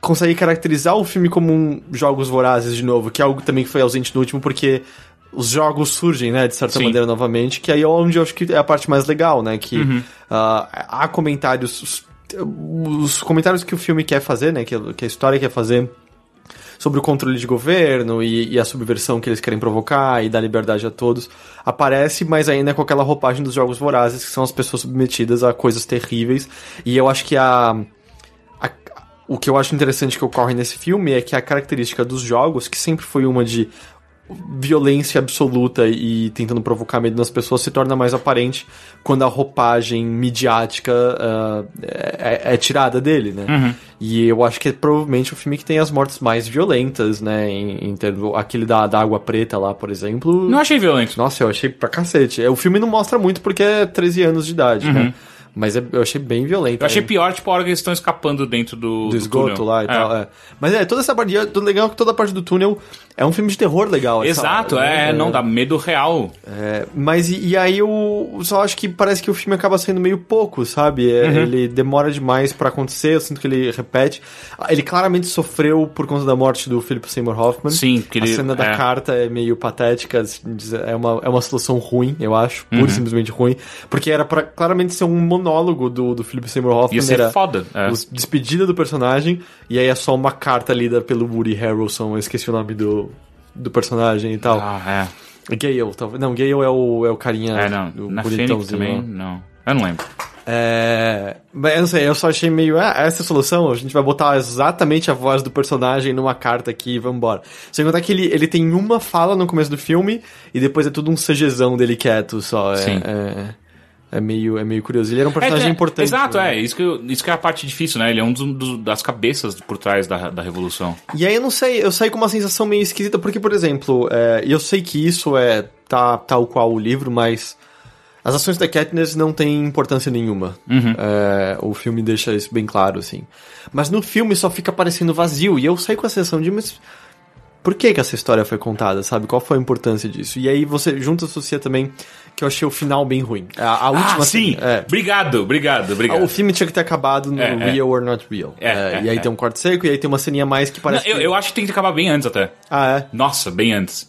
S2: consegue caracterizar o filme como um Jogos Vorazes de novo, que é algo também que foi ausente no último, porque os jogos surgem, né, de certa
S1: Sim.
S2: maneira novamente, que aí é onde eu acho que é a parte mais legal, né, que ah, há comentários, os, os comentários que o filme quer fazer, né, que, a- que a história quer fazer sobre o controle de governo e, e a subversão que eles querem provocar e dar liberdade a todos, aparece, mas ainda é com aquela roupagem dos Jogos Vorazes, que são as pessoas submetidas a coisas terríveis, e eu acho que a a- o que eu acho interessante que ocorre nesse filme é que a característica dos jogos, que sempre foi uma de violência absoluta e tentando provocar medo nas pessoas, se torna mais aparente quando a roupagem midiática ah, é, é- é tirada dele, né?
S1: Uhum.
S2: E eu acho que é provavelmente o filme que tem as mortes mais violentas, né? Em, em termo- aquele da, da Água Preta lá, por exemplo.
S1: Não é- achei violento.
S2: Nossa, eu achei pra cacete. É, O filme não mostra muito porque é 13 anos de idade, né? Mas é- eu achei bem violento.
S1: Uhum. Eu achei
S2: É
S1: pior, tipo, a hora que eles estão escapando dentro do.
S2: do esgoto
S1: túnel.
S2: lá e
S1: É.
S2: tal. é. Mas é, toda essa parte. e O legal é que toda a parte do túnel é um filme de terror legal. essa
S1: Exato,
S2: hora, né?
S1: é, não, dá medo real.
S2: É, mas e, e aí eu só acho que parece que o filme acaba sendo meio pouco, sabe?
S1: Uhum.
S2: É, Ele demora demais pra acontecer, eu sinto que ele repete. Ah, Ele claramente sofreu por conta da morte do Philip Seymour Hoffman.
S1: Sim, que
S2: A
S1: ele-
S2: cena da
S1: é.
S2: carta é meio patética, assim, diz- é uma, é uma solução ruim, eu acho, pura
S1: Uhum.
S2: e simplesmente ruim. Porque era pra claramente ser um monólogo do, do Philip Seymour Hoffman.
S1: Ia ser
S2: era-
S1: foda. é.
S2: os- despedida do personagem, e aí é só uma carta lida pelo Woody Harrelson, eu esqueci o nome do, do personagem e tal.
S1: Ah,
S2: Gale, talvez. Não, Gale é o, é o carinha.
S1: é. É, não.
S2: o
S1: Na
S2: bonitãozinho
S1: Fênix também,
S2: lá.
S1: não. Eu não lembro.
S2: É. Mas eu não sei, eu só achei meio. Ah, essa é a solução, a gente vai botar exatamente a voz do personagem numa carta aqui e vambora. Sem contar que ele, ele tem uma fala no começo do filme e depois é tudo um CGzão dele quieto só. é-
S1: Sim.
S2: é- É meio, é meio curioso. Ele era um personagem
S1: que-
S2: importante.
S1: Exato,
S2: né?
S1: é. Isso que, eu- isso que é a parte difícil, né? Ele é um dos, dos- das cabeças por trás da, da revolução.
S2: E aí eu não sei, eu saí com uma sensação meio esquisita, porque, por exemplo, é, e eu sei que isso é tá, tal qual o livro, mas as ações da Katniss não têm importância nenhuma.
S1: Uhum.
S2: É, o filme deixa isso bem claro, assim. Mas no filme só fica parecendo vazio, e eu saí com a sensação de, mas por que, que essa história foi contada, sabe? Qual foi a importância disso? E aí você junto associa também que eu achei o final bem ruim. A, a última
S1: ah, sim!
S2: É, Ah,
S1: Obrigado, obrigado, obrigado.
S2: o filme tinha que ter acabado no
S1: É, é.
S2: Real or Not Real.
S1: É,
S2: É,
S1: é,
S2: e aí
S1: é.
S2: tem um corte seco, e aí tem uma ceninha a mais que
S1: Não,
S2: parece.
S1: eu,
S2: que-
S1: eu acho que tem que acabar bem antes até.
S2: Ah, é?
S1: Nossa, bem antes.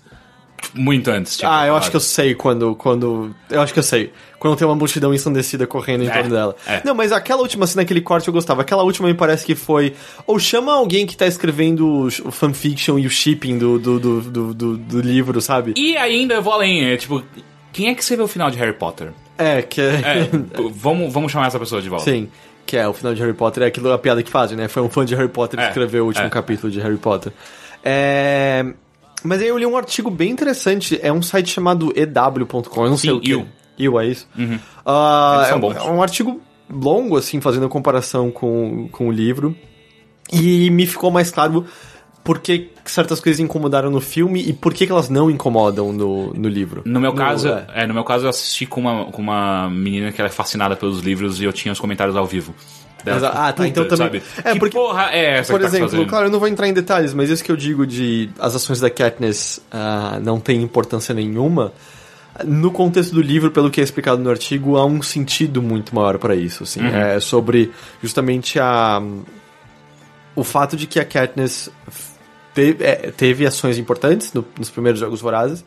S1: Tipo, Muito antes. tinha
S2: Ah, eu
S1: acabar.
S2: acho que eu sei quando, quando. Eu acho que eu sei. Quando tem uma multidão ensandecida correndo em
S1: É,
S2: torno dela.
S1: é.
S2: Não, mas aquela última cena, aquele corte eu gostava. Aquela última me parece que foi. Ou chama alguém que tá escrevendo o sh- o fanfiction e o shipping do, do, do, do, do- do livro, sabe?
S1: E ainda eu vou além, é tipo, quem é que escreveu o final de Harry Potter?
S2: É, que é.
S1: É, p- vamos, vamos chamar essa pessoa de volta.
S2: Sim. Que é o final de Harry Potter, é aquilo, a piada que fazem, né? Foi um fã de Harry Potter que
S1: É,
S2: escreveu o último
S1: é.
S2: capítulo de Harry Potter. É. Mas aí eu li um artigo bem interessante, é um site chamado ew.com, eu não sei
S1: Sim,
S2: o que.
S1: eu.
S2: Eu, é isso? Ah,
S1: Eles são
S2: é, um-
S1: bons.
S2: é um artigo longo, assim, fazendo a comparação com, com o livro. E me ficou mais claro por que certas coisas incomodaram no filme e por que, que elas não incomodam no, no livro.
S1: No meu caso,
S2: é.
S1: é, no meu caso eu assisti com uma, com uma menina que ela é fascinada pelos livros e eu tinha os comentários ao vivo. Dela,
S2: Mas, ah, tá, então
S1: puta,
S2: também-
S1: Sabe?
S2: é,
S1: que
S2: porque-
S1: porra é essa
S2: Por
S1: que tá
S2: exemplo,
S1: fazendo?
S2: claro, eu não vou entrar em detalhes, mas isso que eu digo de as ações da Katniss ah, não tem importância nenhuma, no contexto do livro, pelo que é explicado no artigo, há um sentido muito maior para isso,
S1: Uhum.
S2: assim. É sobre justamente a o fato de que a Katniss teve, é, teve ações importantes no- nos primeiros Jogos Vorazes,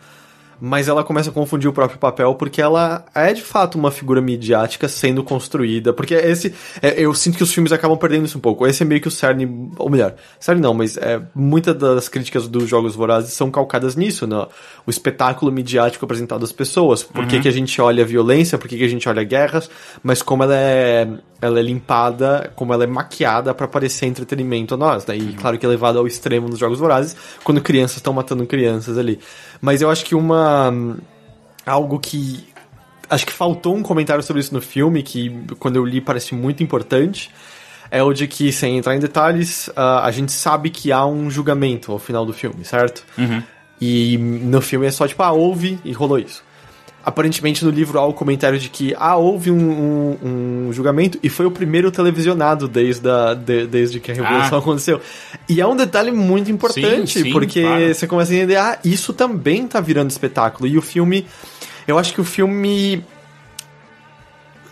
S2: mas ela começa a confundir o próprio papel porque ela é de fato uma figura midiática sendo construída. Porque esse. é, eu sinto que os filmes acabam perdendo isso um pouco. Esse é meio que o cerne. Ou melhor, cerne não, mas é, muitas das críticas dos Jogos Vorazes são calcadas nisso, né? O espetáculo midiático apresentado às pessoas. Por que, que a gente olha a violência, por que, que a gente olha guerras, mas como ela é, ela é limpada, como ela é maquiada para parecer entretenimento a nós, né? E claro que é levado ao extremo nos Jogos Vorazes, quando crianças estão matando crianças ali. Mas eu acho que uma. algo que. Acho que faltou um comentário sobre isso no filme, que quando eu li parece muito importante. É o de que, sem entrar em detalhes, ah, a a gente sabe que há um julgamento ao final do filme, certo? E no filme é só tipo, ah, houve e rolou isso. Aparentemente no livro há o comentário de que ah, houve um, um- um julgamento e foi o primeiro televisionado desde, a, de- desde que a Revolução
S1: Ah.
S2: aconteceu. E é um detalhe muito importante,
S1: Sim, sim,
S2: porque
S1: claro.
S2: você começa a entender, ah, isso também tá virando espetáculo. E o filme. Eu acho que o filme.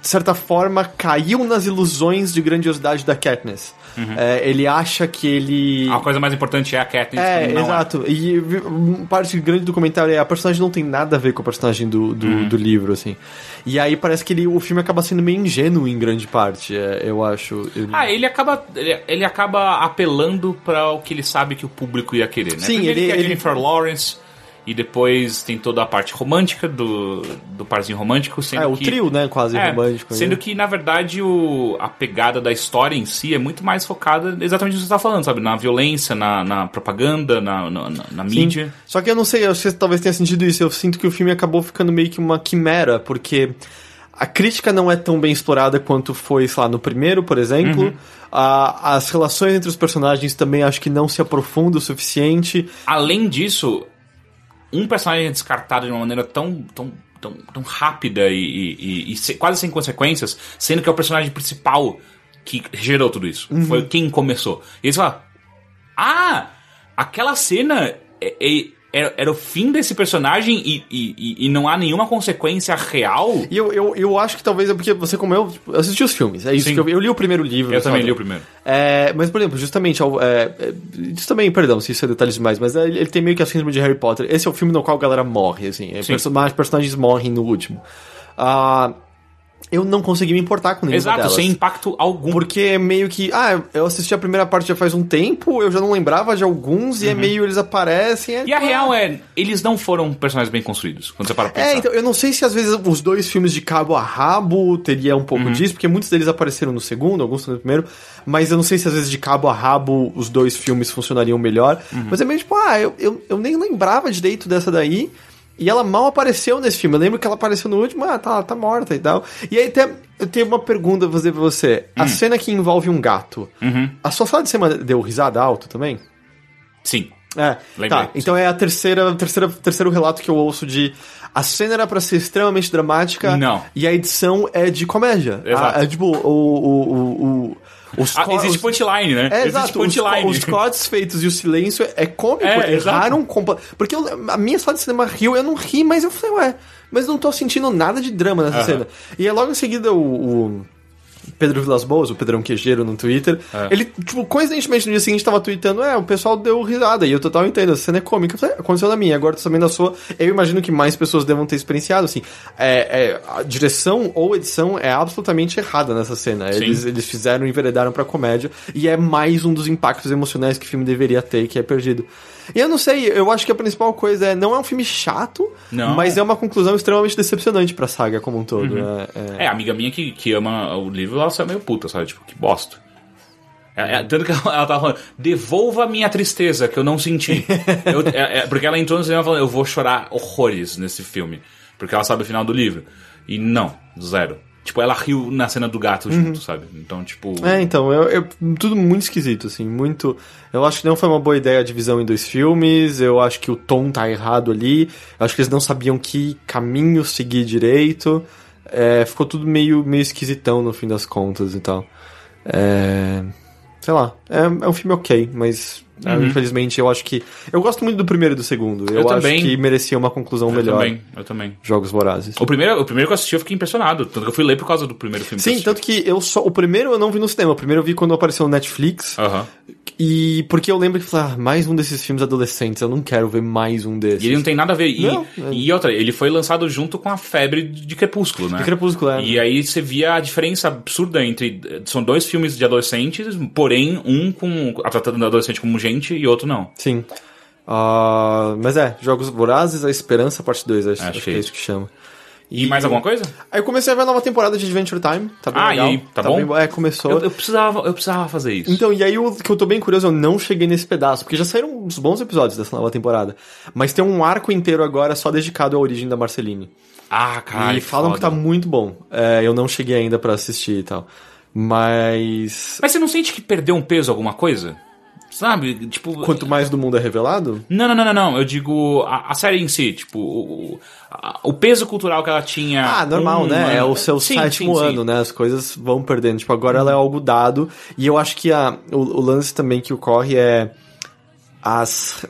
S2: De certa forma, caiu nas ilusões de grandiosidade da Katniss.
S1: Uhum.
S2: É, ele acha que ele.
S1: A coisa mais importante é a Katniss.
S2: É,
S1: não
S2: exato. E vi- um, parte grande do comentário é a personagem não tem nada a ver com a personagem do, do,
S1: Uhum.
S2: do livro, assim. E aí parece que ele, o filme acaba sendo meio ingênuo em grande parte, é, eu acho. Eu-
S1: Ah, ele acaba, ele, ele acaba apelando pra o que ele sabe que o público ia querer, né?
S2: Sim,
S1: Primeiro
S2: ele-
S1: que é
S2: ele-
S1: Jennifer Lawrence e depois tem toda a parte romântica do, do parzinho romântico, sendo
S2: é, o
S1: que-
S2: trio, né? Quase
S1: É,
S2: romântico.
S1: Sendo
S2: né?
S1: que, na verdade, o, a pegada da história em si é muito mais focada exatamente no que você tá falando, sabe? Na violência, na, na propaganda, na, na, na- na
S2: Sim.
S1: mídia.
S2: Só que eu não sei, eu acho que talvez tenha sentido isso. Eu sinto que o filme acabou ficando meio que uma quimera, porque a crítica não é tão bem explorada quanto foi, sei lá, no primeiro, por exemplo.
S1: Uhum.
S2: Ah, as relações entre os personagens também acho que não se aprofundam o suficiente.
S1: Além disso, um personagem é descartado de uma maneira tão. tão Tão, tão rápida e, e- e- e se- quase sem consequências, sendo que é o personagem principal que gerou tudo isso.
S2: Uhum.
S1: Foi quem começou. E aí você fala, Ah! Aquela cena é- é- era, era o fim desse personagem e, e- e- e não há nenhuma consequência real.
S2: E eu, eu, eu acho que talvez é porque você, como eu, tipo, eu assisti os filmes. É isso
S1: Sim.
S2: que eu, eu li o primeiro livro.
S1: Eu
S2: sabe?
S1: também li o primeiro.
S2: É, mas, por exemplo, justamente. ao- é, é, isso também, perdão se isso é detalhes demais, mas é, ele tem meio que a síndrome de Harry Potter. Esse é o filme no qual a galera morre, assim. É,
S1: Sim.
S2: perso- mas personagens morrem no último. Ah, eu não consegui me importar com nenhuma
S1: Exato,
S2: delas.
S1: sem impacto algum.
S2: Porque é meio que. Ah, eu assisti a primeira parte já faz um tempo, eu já não lembrava de alguns, e é meio eles aparecem. é-
S1: Uhum. E a real é, eles não foram personagens bem construídos, quando você para pra pensar.
S2: É, então, eu não sei se às vezes os dois filmes de cabo a rabo teria um pouco disso, porque muitos deles apareceram no segundo, alguns no primeiro, mas eu não sei se às vezes de cabo a rabo os dois filmes funcionariam melhor. Mas é meio tipo, ah, eu, eu, eu nem lembrava direito dessa daí. E ela mal apareceu nesse filme. Eu lembro que ela apareceu no último, ah, tá, ela tá morta e tal. E aí até eu tenho uma pergunta pra fazer pra você. A cena que envolve um gato. A sua sala de cinema deu risada alto também?
S1: Sim.
S2: É,
S1: Lembrei,
S2: tá. Então é a terceira, terceira, terceiro relato que eu ouço de a cena era pra ser extremamente dramática
S1: Não.
S2: e a edição é de comédia.
S1: Exato.
S2: A- é tipo o o o, o os
S1: Ah,
S2: co-
S1: existe
S2: os-
S1: punchline, né?
S2: é,
S1: existe
S2: exato. Os,
S1: punchline.
S2: co- os cortes feitos e o silêncio é cômico.
S1: É,
S2: erraram um compa- Porque eu- a minha sala de cinema riu, eu não ri, mas eu falei, ué, mas não tô sentindo nada de drama nessa cena. E aí, logo em seguida o. o Pedro Vilas Boas, o Pedrão Quejeiro no Twitter,
S1: É.
S2: ele, tipo, coincidentemente no dia seguinte tava tweetando, é, o pessoal deu risada, e eu total entendo, a cena é cômica, Eu falei, aconteceu na minha, agora tô sabendo da sua, eu imagino que mais pessoas devam ter experienciado, assim, é, é, a direção ou edição é absolutamente errada nessa cena,
S1: Sim.
S2: eles, eles fizeram, enveredaram pra comédia, e é mais um dos impactos emocionais que o filme deveria ter, que é perdido. E eu não sei, eu acho que a principal coisa é, não é um filme chato,
S1: Não.
S2: mas é uma conclusão extremamente decepcionante pra saga como um todo, né? É-
S1: É, a amiga minha que, que ama o livro, ela saiu meio puta, sabe? Tipo, que bosta. É, é, tanto que ela, ela tava falando, devolva a minha tristeza que eu não senti. Eu- é, é, porque ela entrou no cinema falando, eu vou chorar horrores nesse filme. Porque ela sabe o final do livro. E não, zero. Tipo, ela riu na cena do gato junto, sabe? Então, tipo.
S2: Uhum. É, então, eu, eu- tudo muito esquisito, assim, muito... Eu acho que não foi uma boa ideia a divisão em dois filmes, eu acho que o tom tá errado ali, eu acho que eles não sabiam que caminho seguir direito, é, ficou tudo meio, meio esquisitão no fim das contas e tal. É, sei lá, é, é um filme ok, mas ah, infelizmente eu acho que... Eu gosto muito do primeiro e do segundo,
S1: Uhum.
S2: eu,
S1: Eu
S2: acho
S1: também.
S2: que merecia uma conclusão
S1: eu
S2: melhor.
S1: também, eu também.
S2: Jogos Vorazes.
S1: O primeiro, o primeiro que eu assisti, eu fiquei impressionado. Tanto que eu fui ler por causa do primeiro filme.
S2: Sim,
S1: que eu
S2: tanto que eu só... O primeiro eu não vi no cinema, o primeiro eu vi quando apareceu no Netflix...
S1: assisti. Aham.
S2: E porque eu lembro que falar ah, mais um desses filmes adolescentes, eu não quero ver mais um desses.
S1: E ele não tem nada a ver. E,
S2: Não, é.
S1: e outra, ele foi lançado junto com a febre de Crepúsculo, né?
S2: De Crepúsculo, é.
S1: E aí você via a diferença absurda entre. São dois filmes de adolescentes, porém, um com. a tratando do adolescente como gente e outro não.
S2: Sim. Ah, mas é, Jogos Vorazes, A Esperança, parte 2, acho, acho que
S1: Achei.
S2: é isso que chama.
S1: E, mais alguma coisa?
S2: Aí eu comecei a ver a nova temporada de Adventure Time, tá bem
S1: Ah,
S2: legal.
S1: e aí, tá bom?
S2: bem bo- é, começou.
S1: Eu, eu precisava, eu precisava fazer isso.
S2: Então, e aí o que eu tô bem curioso, eu não cheguei nesse pedaço, porque já saíram uns bons episódios dessa nova temporada. Mas tem um arco inteiro agora só dedicado à origem da Marceline.
S1: ah, cara.
S2: e falam que tá muito bom. É, eu não cheguei ainda pra assistir e tal. Mas.
S1: Mas você não sente que perdeu um peso alguma coisa? Sabe? Tipo.
S2: Quanto mais do mundo é revelado,
S1: Não, não, não, não, não. Eu digo a, a série em si, tipo, o, o, a- o peso cultural que ela tinha.
S2: Ah, normal,
S1: um
S2: né? É
S1: ano-
S2: o seu
S1: Sim,
S2: sétimo
S1: sim, sim.
S2: ano, né? As coisas vão perdendo. Tipo, agora ela é algo dado. E eu acho que a, o, o lance também que ocorre é. As.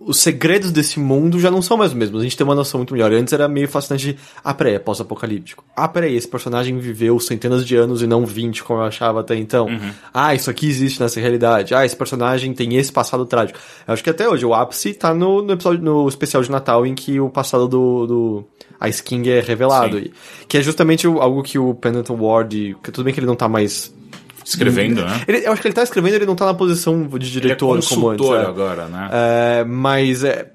S2: Os segredos desse mundo já não são mais os mesmos. A gente tem uma noção muito melhor. Antes era meio fascinante. de, Ah, peraí, é pós-apocalíptico. Ah, peraí, esse personagem viveu centenas de anos e não 20, como eu achava até então.
S1: Uhum.
S2: Ah, isso aqui existe nessa realidade. Ah, esse personagem tem esse passado trágico. Eu acho que até hoje o ápice tá no, no episódio, no especial de Natal em que o passado do, do Ice King é revelado.
S1: Sim.
S2: E- Que é justamente o- algo que o Pendleton Ward. que tudo bem que ele não tá mais.
S1: Uhum. Escrevendo, né?
S2: Ele- eu acho que ele tá escrevendo, ele não tá na posição de
S1: Ele é
S2: diretor como antes.
S1: consultor
S2: é.
S1: agora, né?
S2: É, mas é,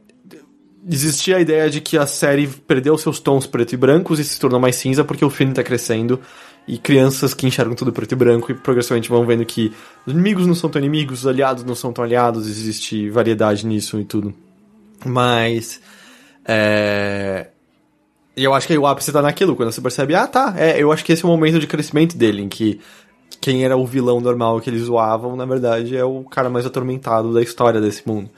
S2: existia a ideia de que a série perdeu seus tons preto e brancos e se tornou mais cinza porque o filme tá crescendo e crianças que enxergam tudo preto e branco e progressivamente vão vendo que os inimigos não são tão inimigos, os aliados não são tão aliados, existe variedade nisso e tudo. Mas. É. E eu acho que aí o ápice tá naquilo, quando você percebe, ah tá, é, eu acho que esse é o momento de crescimento dele, em que quem era o vilão normal que eles zoavam, na verdade, é o cara mais atormentado da história desse mundo.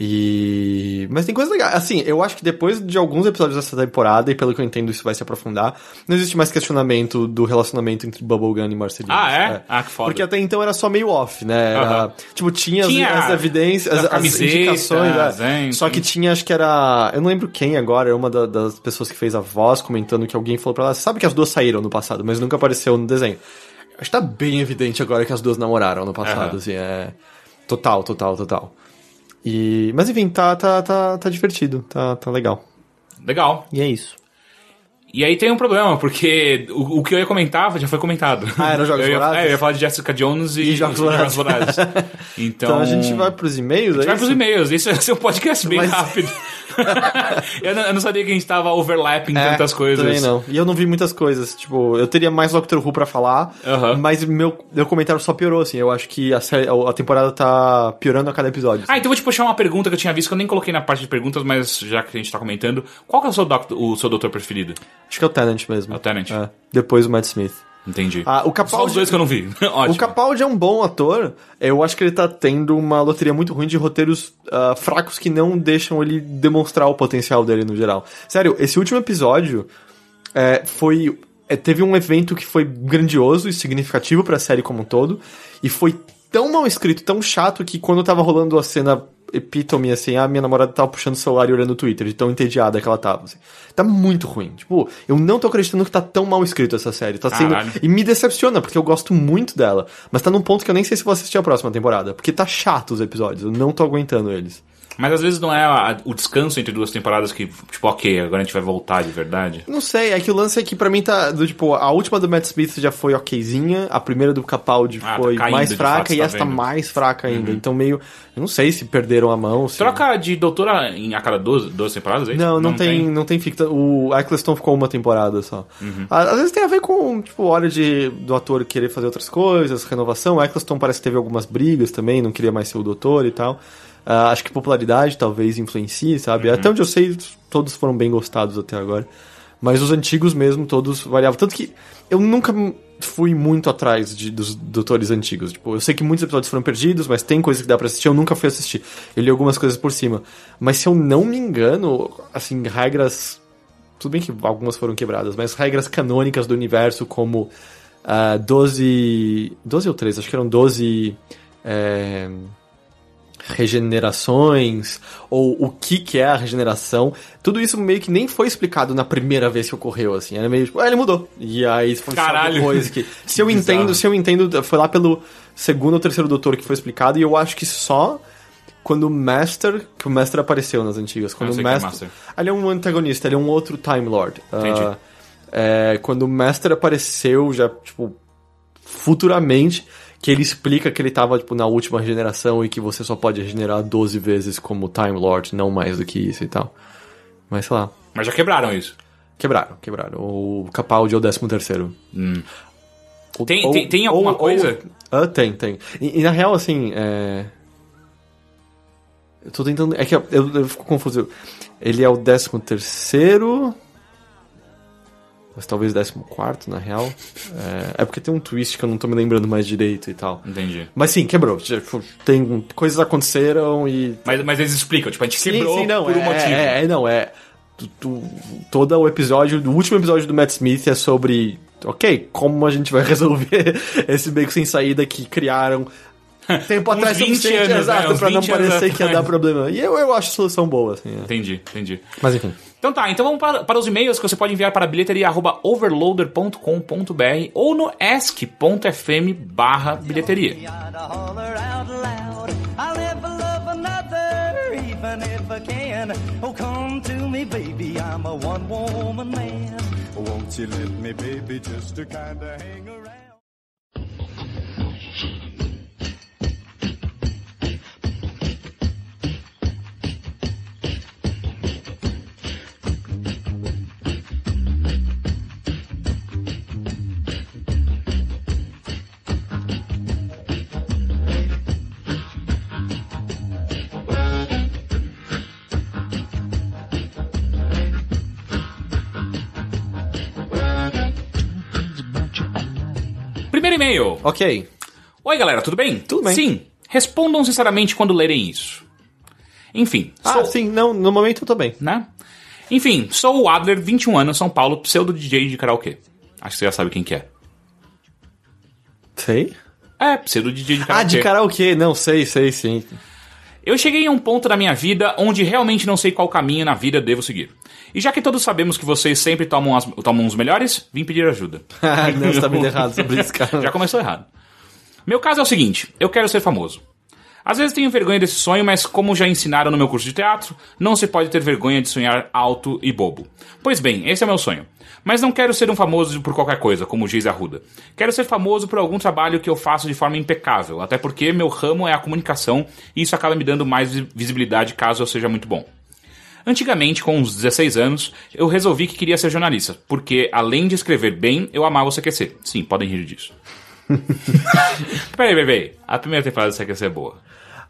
S2: E. Mas tem coisa legal. Assim, eu acho que depois de alguns episódios dessa temporada, e pelo que eu entendo, isso vai se aprofundar, não existe mais questionamento do relacionamento entre Bubblegum e Marcelinho.
S1: Ah, é? Ah, que foda.
S2: Porque até então era só meio off, né? Era-
S1: Aham.
S2: Tipo, tinha, as-
S1: Tinha
S2: as, evidências,
S1: as
S2: as, as
S1: camisetas, é,
S2: indicações.
S1: hein,
S2: né? Só que
S1: sim.
S2: tinha, acho que era. Eu não lembro quem agora, era uma da- das pessoas que fez a voz comentando que alguém falou pra ela. Sabe que as duas saíram no passado, mas nunca apareceu no desenho. Acho que tá bem evidente agora que as duas namoraram no passado,
S1: Aham.
S2: assim, é. Total, total, total. E... Mas enfim, tá, tá, tá, tá divertido, tá, tá legal.
S1: Legal.
S2: E é isso.
S1: E aí tem um problema, porque o, o que eu ia comentar já foi comentado.
S2: Ah, eram Jogos
S1: eu ia,
S2: Vorazes?
S1: É, eu ia falar de Jessica Jones e,
S2: E Jogos Vorazes.
S1: Vorazes. Então,
S2: Então, a gente vai pros e-mails
S1: a gente
S2: aí?
S1: vai pros e-mails. Isso é um podcast bem
S2: Mas-
S1: rápido. eu, não, eu não sabia que a gente tava overlapping tantas coisas.
S2: É, Também não. E eu não vi muitas coisas. Tipo, eu teria mais Doctor Who pra falar,
S1: Aham.
S2: mas meu, meu comentário só piorou, assim. Eu acho que a, série- a temporada tá piorando a cada episódio.
S1: Ah, então eu vou te puxar uma pergunta que eu tinha visto, que eu nem coloquei na parte de perguntas, mas já que a gente tá comentando, qual que é o seu, doc- o seu doutor preferido?
S2: Acho que é o Tennant mesmo.
S1: É o Tennant.
S2: É. Depois o Matt Smith.
S1: Entendi.
S2: Ah, o
S1: Só os
S2: Capaldi...
S1: dois que eu não vi. Ótimo.
S2: O Capaldi é um bom ator. Eu acho que ele tá tendo uma loteria muito ruim de roteiros ah, fracos que não deixam ele demonstrar o potencial dele no geral. Sério, esse último episódio é, foi. é, teve um evento que foi grandioso e significativo pra série como um todo. E foi tão mal escrito, tão chato, que quando tava rolando a cena epítome, assim, a minha namorada tava puxando o celular e olhando o Twitter, de tão entediada que ela tava. assim. Tá muito ruim. Tipo, eu não tô acreditando que tá tão mal escrito essa série. Tá sendo.
S1: Caralho.
S2: E me decepciona, porque eu gosto muito dela. Mas tá num ponto que eu nem sei se vou assistir a próxima temporada. Porque tá chato os episódios. Eu não tô aguentando eles.
S1: Mas às vezes não é a- o descanso entre duas temporadas que, tipo, ok, agora a gente vai voltar de verdade.
S2: Não sei, é que o lance é que pra mim tá. Do, tipo, a última do Matt Smith já foi okzinha, a primeira do Capaldi
S1: Ah, tá
S2: foi
S1: caindo,
S2: mais
S1: de
S2: fraca
S1: fato,
S2: e
S1: tá
S2: essa tá
S1: vendo. Uhum.
S2: mais fraca ainda. Então meio. Eu não sei se perderam a mão. se-
S1: Troca de doutora em, a cada duas, duas temporadas, é isso?
S2: Não, não, tem, não tem ficta. O Eccleston ficou uma temporada só.
S1: Uhum.
S2: À- Às vezes tem a ver com, tipo, hora de, do ator querer fazer outras coisas, renovação. O Eccleston parece que teve algumas brigas também, não queria mais ser o doutor e tal. Ah, acho que popularidade talvez influencie,
S1: Uhum.
S2: sabe? Até onde eu sei, todos foram bem gostados até agora. Mas os antigos mesmo, todos variavam. Tanto que eu nunca m- fui muito atrás de- dos doutores antigos. Tipo, eu sei que muitos episódios foram perdidos, mas tem coisa que dá pra assistir. Eu nunca fui assistir. Eu li algumas coisas por cima. Mas se eu não me engano, assim, regras. Tudo bem que algumas foram quebradas, mas regras canônicas do universo, como ah, 12. 12 ou 13, acho que eram 12. é, regenerações, ou o que que é a regeneração, tudo isso meio que nem foi explicado na primeira vez que ocorreu, assim, era meio tipo, ah, ele mudou, e aí foi só
S1: Caralho.
S2: depois que, se eu
S1: Bizarro.
S2: entendo, se eu entendo, foi lá pelo segundo ou terceiro doutor que foi explicado, e eu acho que só quando o Master, que o Master apareceu nas antigas, quando
S1: não
S2: o
S1: sei quem é
S2: Master,
S1: Master.
S2: ele é um antagonista, ele é um outro Time Lord, Ah,
S1: Entendi.
S2: é, quando o Master apareceu, já, tipo, futuramente que ele explica que ele tava, tipo, na última regeneração e que você só pode regenerar 12 vezes como Time Lord, não mais do que isso e tal. Mas sei lá.
S1: Mas já quebraram isso.
S2: Quebraram, quebraram. O Capaldi é o 13 terceiro.
S1: Hum. Tem- tem- tem alguma coisa?
S2: Ah, tem, tem. E, e, na real, assim, é... Eu tô tentando... É que eu, eu- eu fico confuso. Ele é o 13 terceiro... Mas talvez 14 quarto, na real. É, é porque tem um twist que eu não tô me lembrando mais direito e tal.
S1: Entendi.
S2: Mas sim, quebrou. Tipo, Tem coisas aconteceram e.
S1: Mas, mas eles explicam, tipo, a gente quebrou
S2: sim, sim, não,
S1: por um
S2: é,
S1: motivo.
S2: É, é, não, é. Tu, tu- todo o episódio, o último episódio do Matt Smith é sobre. Ok, como a gente vai resolver esse beco sem saída que criaram tempo
S1: Uns
S2: atrás
S1: 20
S2: suficiente,
S1: anos, né?
S2: exato,
S1: Uns
S2: pra não
S1: 20 anos
S2: parecer que ia dar
S1: atrás.
S2: problema. E eu, eu acho a solução boa, assim. é.
S1: Entendi, entendi.
S2: Mas enfim.
S1: Então tá, então vamos para, para os e-mails que você pode enviar para bilheteria.overloader.com.br ou no ask.fm barra bilheteria.
S8: ought to holler out loud. I'll never love another, even if I can. Oh, come to me, baby, I'm a one woman man.
S5: Won't you let me, baby, just to kinda hang around?
S1: Primeiro e-mail.
S2: Ok.
S1: Oi galera, tudo bem?
S2: Tudo bem.
S1: Sim, respondam sinceramente quando lerem isso. Enfim,
S2: Ah,
S1: sou-
S2: sim, não, no momento eu tô bem.
S1: né? Enfim, sou o Adler, 21 anos, São Paulo, pseudo DJ de karaokê. Acho que você já sabe quem que é.
S2: Sei.
S1: É, pseudo DJ de karaokê.
S2: Ah, de karaokê, não, sei, sei, sim.
S1: Eu cheguei a um ponto da minha vida onde realmente não sei qual caminho na vida devo seguir. E já que todos sabemos que vocês sempre tomam, as- tomam os melhores, vim pedir ajuda.
S2: Ah, não, você tá meio errado sobre isso, cara.
S1: Já começou errado. Meu caso é o seguinte: eu quero ser famoso. Às vezes tenho vergonha desse sonho, mas como já ensinaram no meu curso de teatro, não se pode ter vergonha de sonhar alto e bobo. Pois bem, esse é meu sonho. Mas não quero ser um famoso por qualquer coisa, como diz Arruda. Quero ser famoso por algum trabalho que eu faço de forma impecável, até porque meu ramo é a comunicação e isso acaba me dando mais vi- visibilidade caso eu seja muito bom. Antigamente, com uns 16 anos, eu resolvi que queria ser jornalista, porque além de escrever bem, eu amava o CQC. Sim, podem rir disso. peraí, peraí, peraí. A primeira temporada do CQC é boa.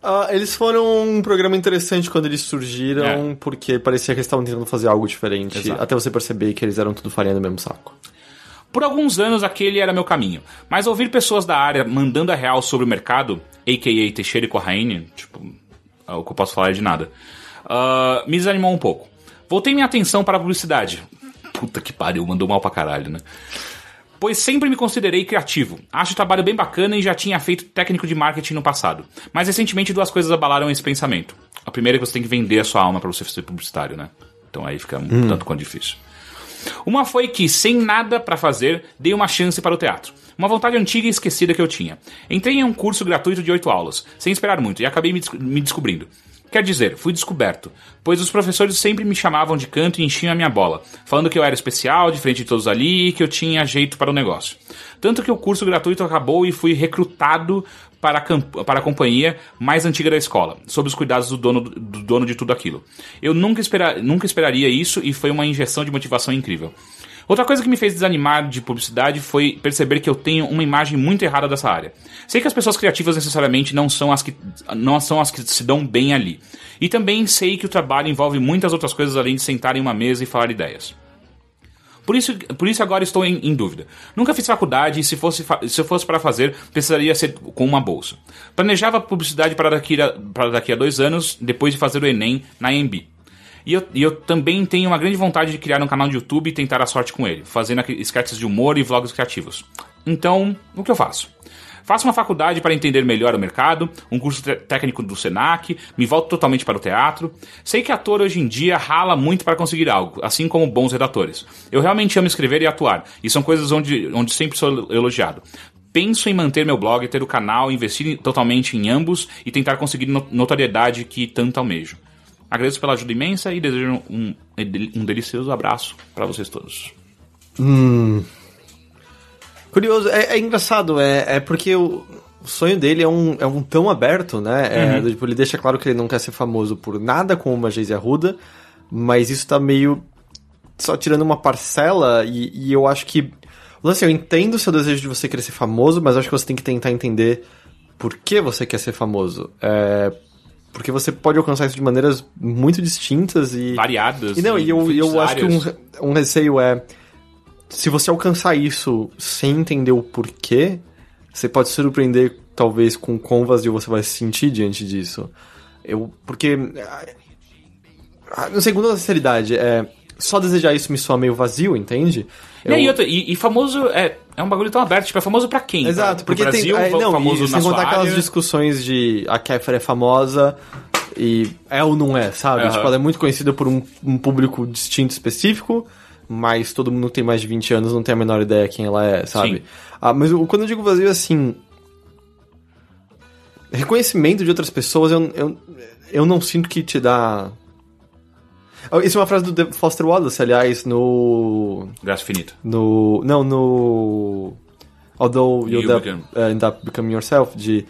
S2: Ah, eles foram um programa interessante quando eles surgiram,
S1: É.
S2: porque parecia que eles estavam tentando fazer algo diferente,
S1: Exato.
S2: até você perceber que eles eram tudo farinha do mesmo saco.
S1: Por alguns anos aquele era meu caminho, mas ouvir pessoas da área mandando a real sobre o mercado, a.k.a. Teixeira e Corraine, tipo, é o que eu posso falar é de nada, ah, me desanimou um pouco. Voltei minha atenção para a publicidade. Puta que pariu, mandou mal pra caralho, né? Pois sempre me considerei criativo. Acho o trabalho bem bacana e já tinha feito técnico de marketing no passado. Mas recentemente duas coisas abalaram esse pensamento. A primeira é que você tem que vender a sua alma para você ser publicitário, né? Então aí fica um tanto quanto difícil. Uma foi que, sem nada pra fazer, dei uma chance para o teatro. Uma vontade antiga e esquecida que eu tinha. Entrei em um curso gratuito de oito aulas, sem esperar muito, e acabei me, desco- me descobrindo. Quer dizer, fui descoberto, pois os professores sempre me chamavam de canto e enchiam a minha bola, falando que eu era especial, diferente de todos ali e que eu tinha jeito para o negócio. Tanto que o curso gratuito acabou e fui recrutado para a, camp- para a companhia mais antiga da escola, sob os cuidados do dono, do dono de tudo aquilo. Eu nunca, espera, nunca esperaria isso e foi uma injeção de motivação incrível. Outra coisa que me fez desanimar de publicidade foi perceber que eu tenho uma imagem muito errada dessa área. Sei que as pessoas criativas necessariamente não são as que, não são as que se dão bem ali. E também sei que o trabalho envolve muitas outras coisas além de sentar em uma mesa e falar ideias. Por isso, por isso agora estou em, em dúvida. Nunca fiz faculdade e se fosse, fa- se eu fosse para fazer, precisaria ser com uma bolsa. Planejava publicidade para daqui, a, para daqui a dois anos, depois de fazer o Enem na EMB. E eu, e eu também tenho uma grande vontade de criar um canal de YouTube e tentar a sorte com ele, fazendo aqu- sketches de humor e vlogs criativos. Então, o que eu faço? Faço uma faculdade para entender melhor o mercado, um curso te- técnico do Senac, me volto totalmente para o teatro. Sei que ator hoje em dia rala muito para conseguir algo, assim como bons redatores. Eu realmente amo escrever e atuar, e são coisas onde, onde sempre sou elogiado. Penso em manter meu blog, ter o canal, investir em- totalmente em ambos e tentar conseguir no- notoriedade que tanto almejo. Agradeço pela ajuda imensa e desejo um, um delicioso abraço para vocês todos.
S2: Curioso, é, é engraçado, é, é porque o, o sonho dele é um, é um tão aberto, né? É, do tipo, ele deixa claro que ele não quer ser famoso por nada como uma Geise Arruda, mas isso tá meio só tirando uma parcela e, e eu acho que. Assim, eu entendo o seu desejo de você querer ser famoso, mas eu acho que você tem que tentar entender por que você quer ser famoso. É, porque você pode alcançar isso de maneiras muito distintas e.
S1: Variadas.
S2: E não, e eu, eu acho que um,
S1: várias.
S2: um receio é. Se você alcançar isso sem entender o porquê, você pode se surpreender, talvez, com o quão vazio você vai se sentir diante disso. Eu. Porque. ah, Não sei, com toda sinceridade, é. Só desejar isso me soa meio vazio, entende?
S1: Não,
S2: Eu-
S1: E, outra, e- e famoso é, é um bagulho tão aberto, tipo, é famoso pra quem?
S2: Exato,
S1: Pra-
S2: porque
S1: pro Brasil,
S2: tem, é,
S1: fa-
S2: não,
S1: famoso
S2: e
S1: na
S2: sem
S1: sua
S2: contar aquelas
S1: área.
S2: discussões de a Kéfera é famosa e é ou não é, sabe?
S1: Aham.
S2: Tipo, ela é muito conhecida por um, um público distinto específico, mas todo mundo que tem mais de 20 anos não tem a menor ideia quem ela é,
S1: Sim.
S2: sabe? Ah, mas o- quando eu digo vazio, assim... Reconhecimento de outras pessoas, eu, eu, eu não sinto que te dá... Ah, Isso é uma frase do De- Foster Wallace, aliás, no...
S1: Graça finita.
S2: No. Não, no. Although
S1: You
S2: you, end, up,
S1: become-
S2: eh, end up becoming yourself, de.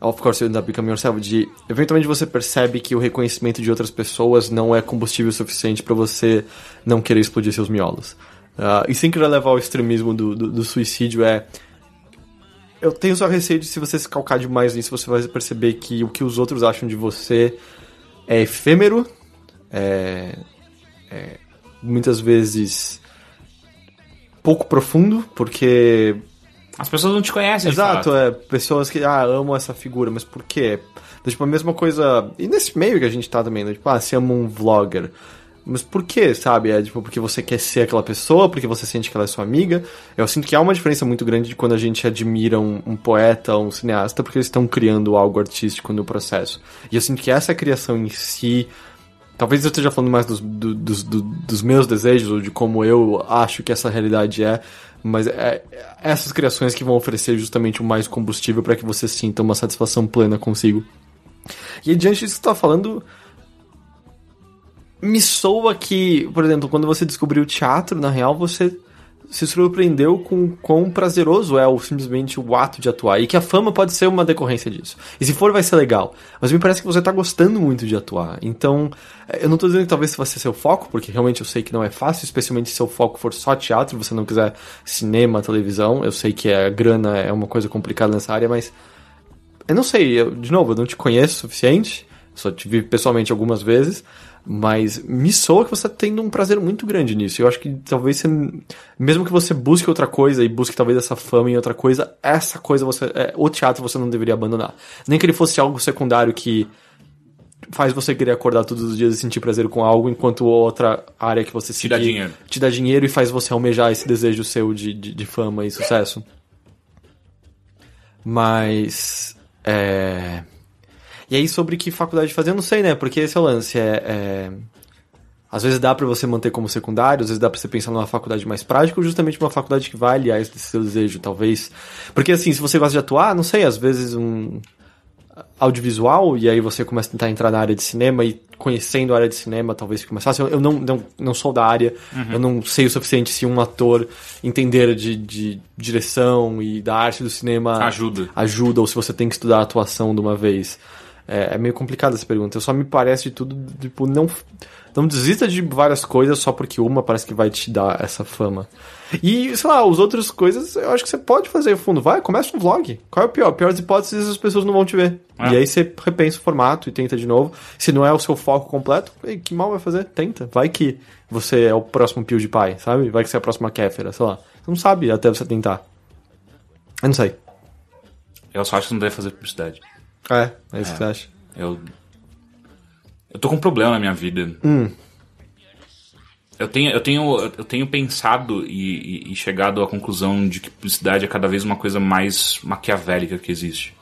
S2: Of course, you end up becoming yourself, de. Eventualmente você percebe que o reconhecimento de outras pessoas não é combustível suficiente pra você não querer explodir seus miolos. Ah, e sem querer levar ao extremismo do, do, do suicídio, é. Eu tenho só receio de se você se calcar demais nisso, você vai perceber que o que os outros acham de você é efêmero, é, é muitas vezes pouco profundo, porque
S1: As pessoas não te conhecem, de
S2: Exato,
S1: fato.
S2: é. Pessoas que, ah, amam essa figura, mas por quê? Então, tipo, a mesma coisa. E nesse meio que a gente tá também, né? Tipo, ah, se ama um vlogger. Mas por quê, sabe? É tipo, porque você quer ser aquela pessoa, porque você sente que ela é sua amiga. Eu sinto que há uma diferença muito grande de quando a gente admira um, um poeta ou um cineasta, porque eles estão criando algo artístico no processo. E eu sinto que essa criação em si. Talvez eu esteja falando mais dos, do- dos, do- dos meus desejos, ou de como eu acho que essa realidade é, mas é é essas criações que vão oferecer justamente o mais combustível para que você sinta uma satisfação plena consigo. E diante disso que tu tá falando, me soa que, por exemplo, quando você descobriu o teatro, na real, você se surpreendeu com quão prazeroso é o, simplesmente o ato de atuar. E que a fama pode ser uma decorrência disso. E se for, vai ser legal. Mas me parece que você tá gostando muito de atuar. Então, eh, eu não tô dizendo que talvez vai ser seu foco, porque realmente eu sei que não é fácil, especialmente se seu foco for só teatro, você não quiser cinema, televisão. Eu sei que a grana é uma coisa complicada nessa área, mas eu não sei, eu, de novo, eu não te conheço o suficiente, só te vi pessoalmente algumas vezes, mas me soa que você tá tendo um prazer muito grande nisso. Eu acho que talvez você, mesmo que você busque outra coisa e busque talvez essa fama em outra coisa, essa coisa você, é, o teatro você não deveria abandonar. Nem que ele fosse algo secundário que faz você querer acordar todos os dias e sentir prazer com algo, enquanto outra área que você
S1: dá
S2: seguir
S1: dinheiro.
S2: te dá dinheiro e faz você almejar esse desejo seu de, de, de fama e sucesso. Mas. É... E aí, sobre que faculdade fazer, eu não sei, né? Porque esse é o lance. É, é... Às vezes dá pra você manter como secundário, às vezes dá pra você pensar numa faculdade mais prática, ou justamente uma faculdade que vai, aliás, desse seu desejo, talvez. Porque, assim, se você gosta de atuar, não sei, às vezes um audiovisual, e aí você começa a tentar entrar na área de cinema e conhecendo a área de cinema, talvez fique mais fácil. Eu, eu não, não, não sou da área, eu não sei o suficiente se um ator entender de, de direção e da arte do cinema
S1: Ajuda.
S2: ajuda ou se você tem que estudar a atuação de uma vez. É, é meio complicada essa pergunta. Eu só me parece de tudo, tipo, não, não desista de várias coisas só porque uma parece que vai te dar essa fama. E, sei lá, as outras coisas eu acho que você pode fazer fundo. Vai, começa um vlog. Qual é o pior? Piores hipóteses, as pessoas não vão te ver.
S1: Ah.
S2: E aí você repensa o formato e tenta de novo. Se não é o seu foco completo, ei, que mal vai fazer? Tenta. Vai que você é o próximo Pio de Pai, sabe? Vai que você é a próxima Kéfera, sei lá. Você não sabe até você tentar. Eu não sei.
S1: Eu só acho que não deve fazer publicidade.
S2: É, é isso que você acha.
S1: Eu. Eu tô com um problema na minha vida.
S2: Hum.
S1: Eu tenho, eu tenho, eu tenho pensado e, e- e chegado à conclusão de que publicidade é cada vez uma coisa mais maquiavélica que existe.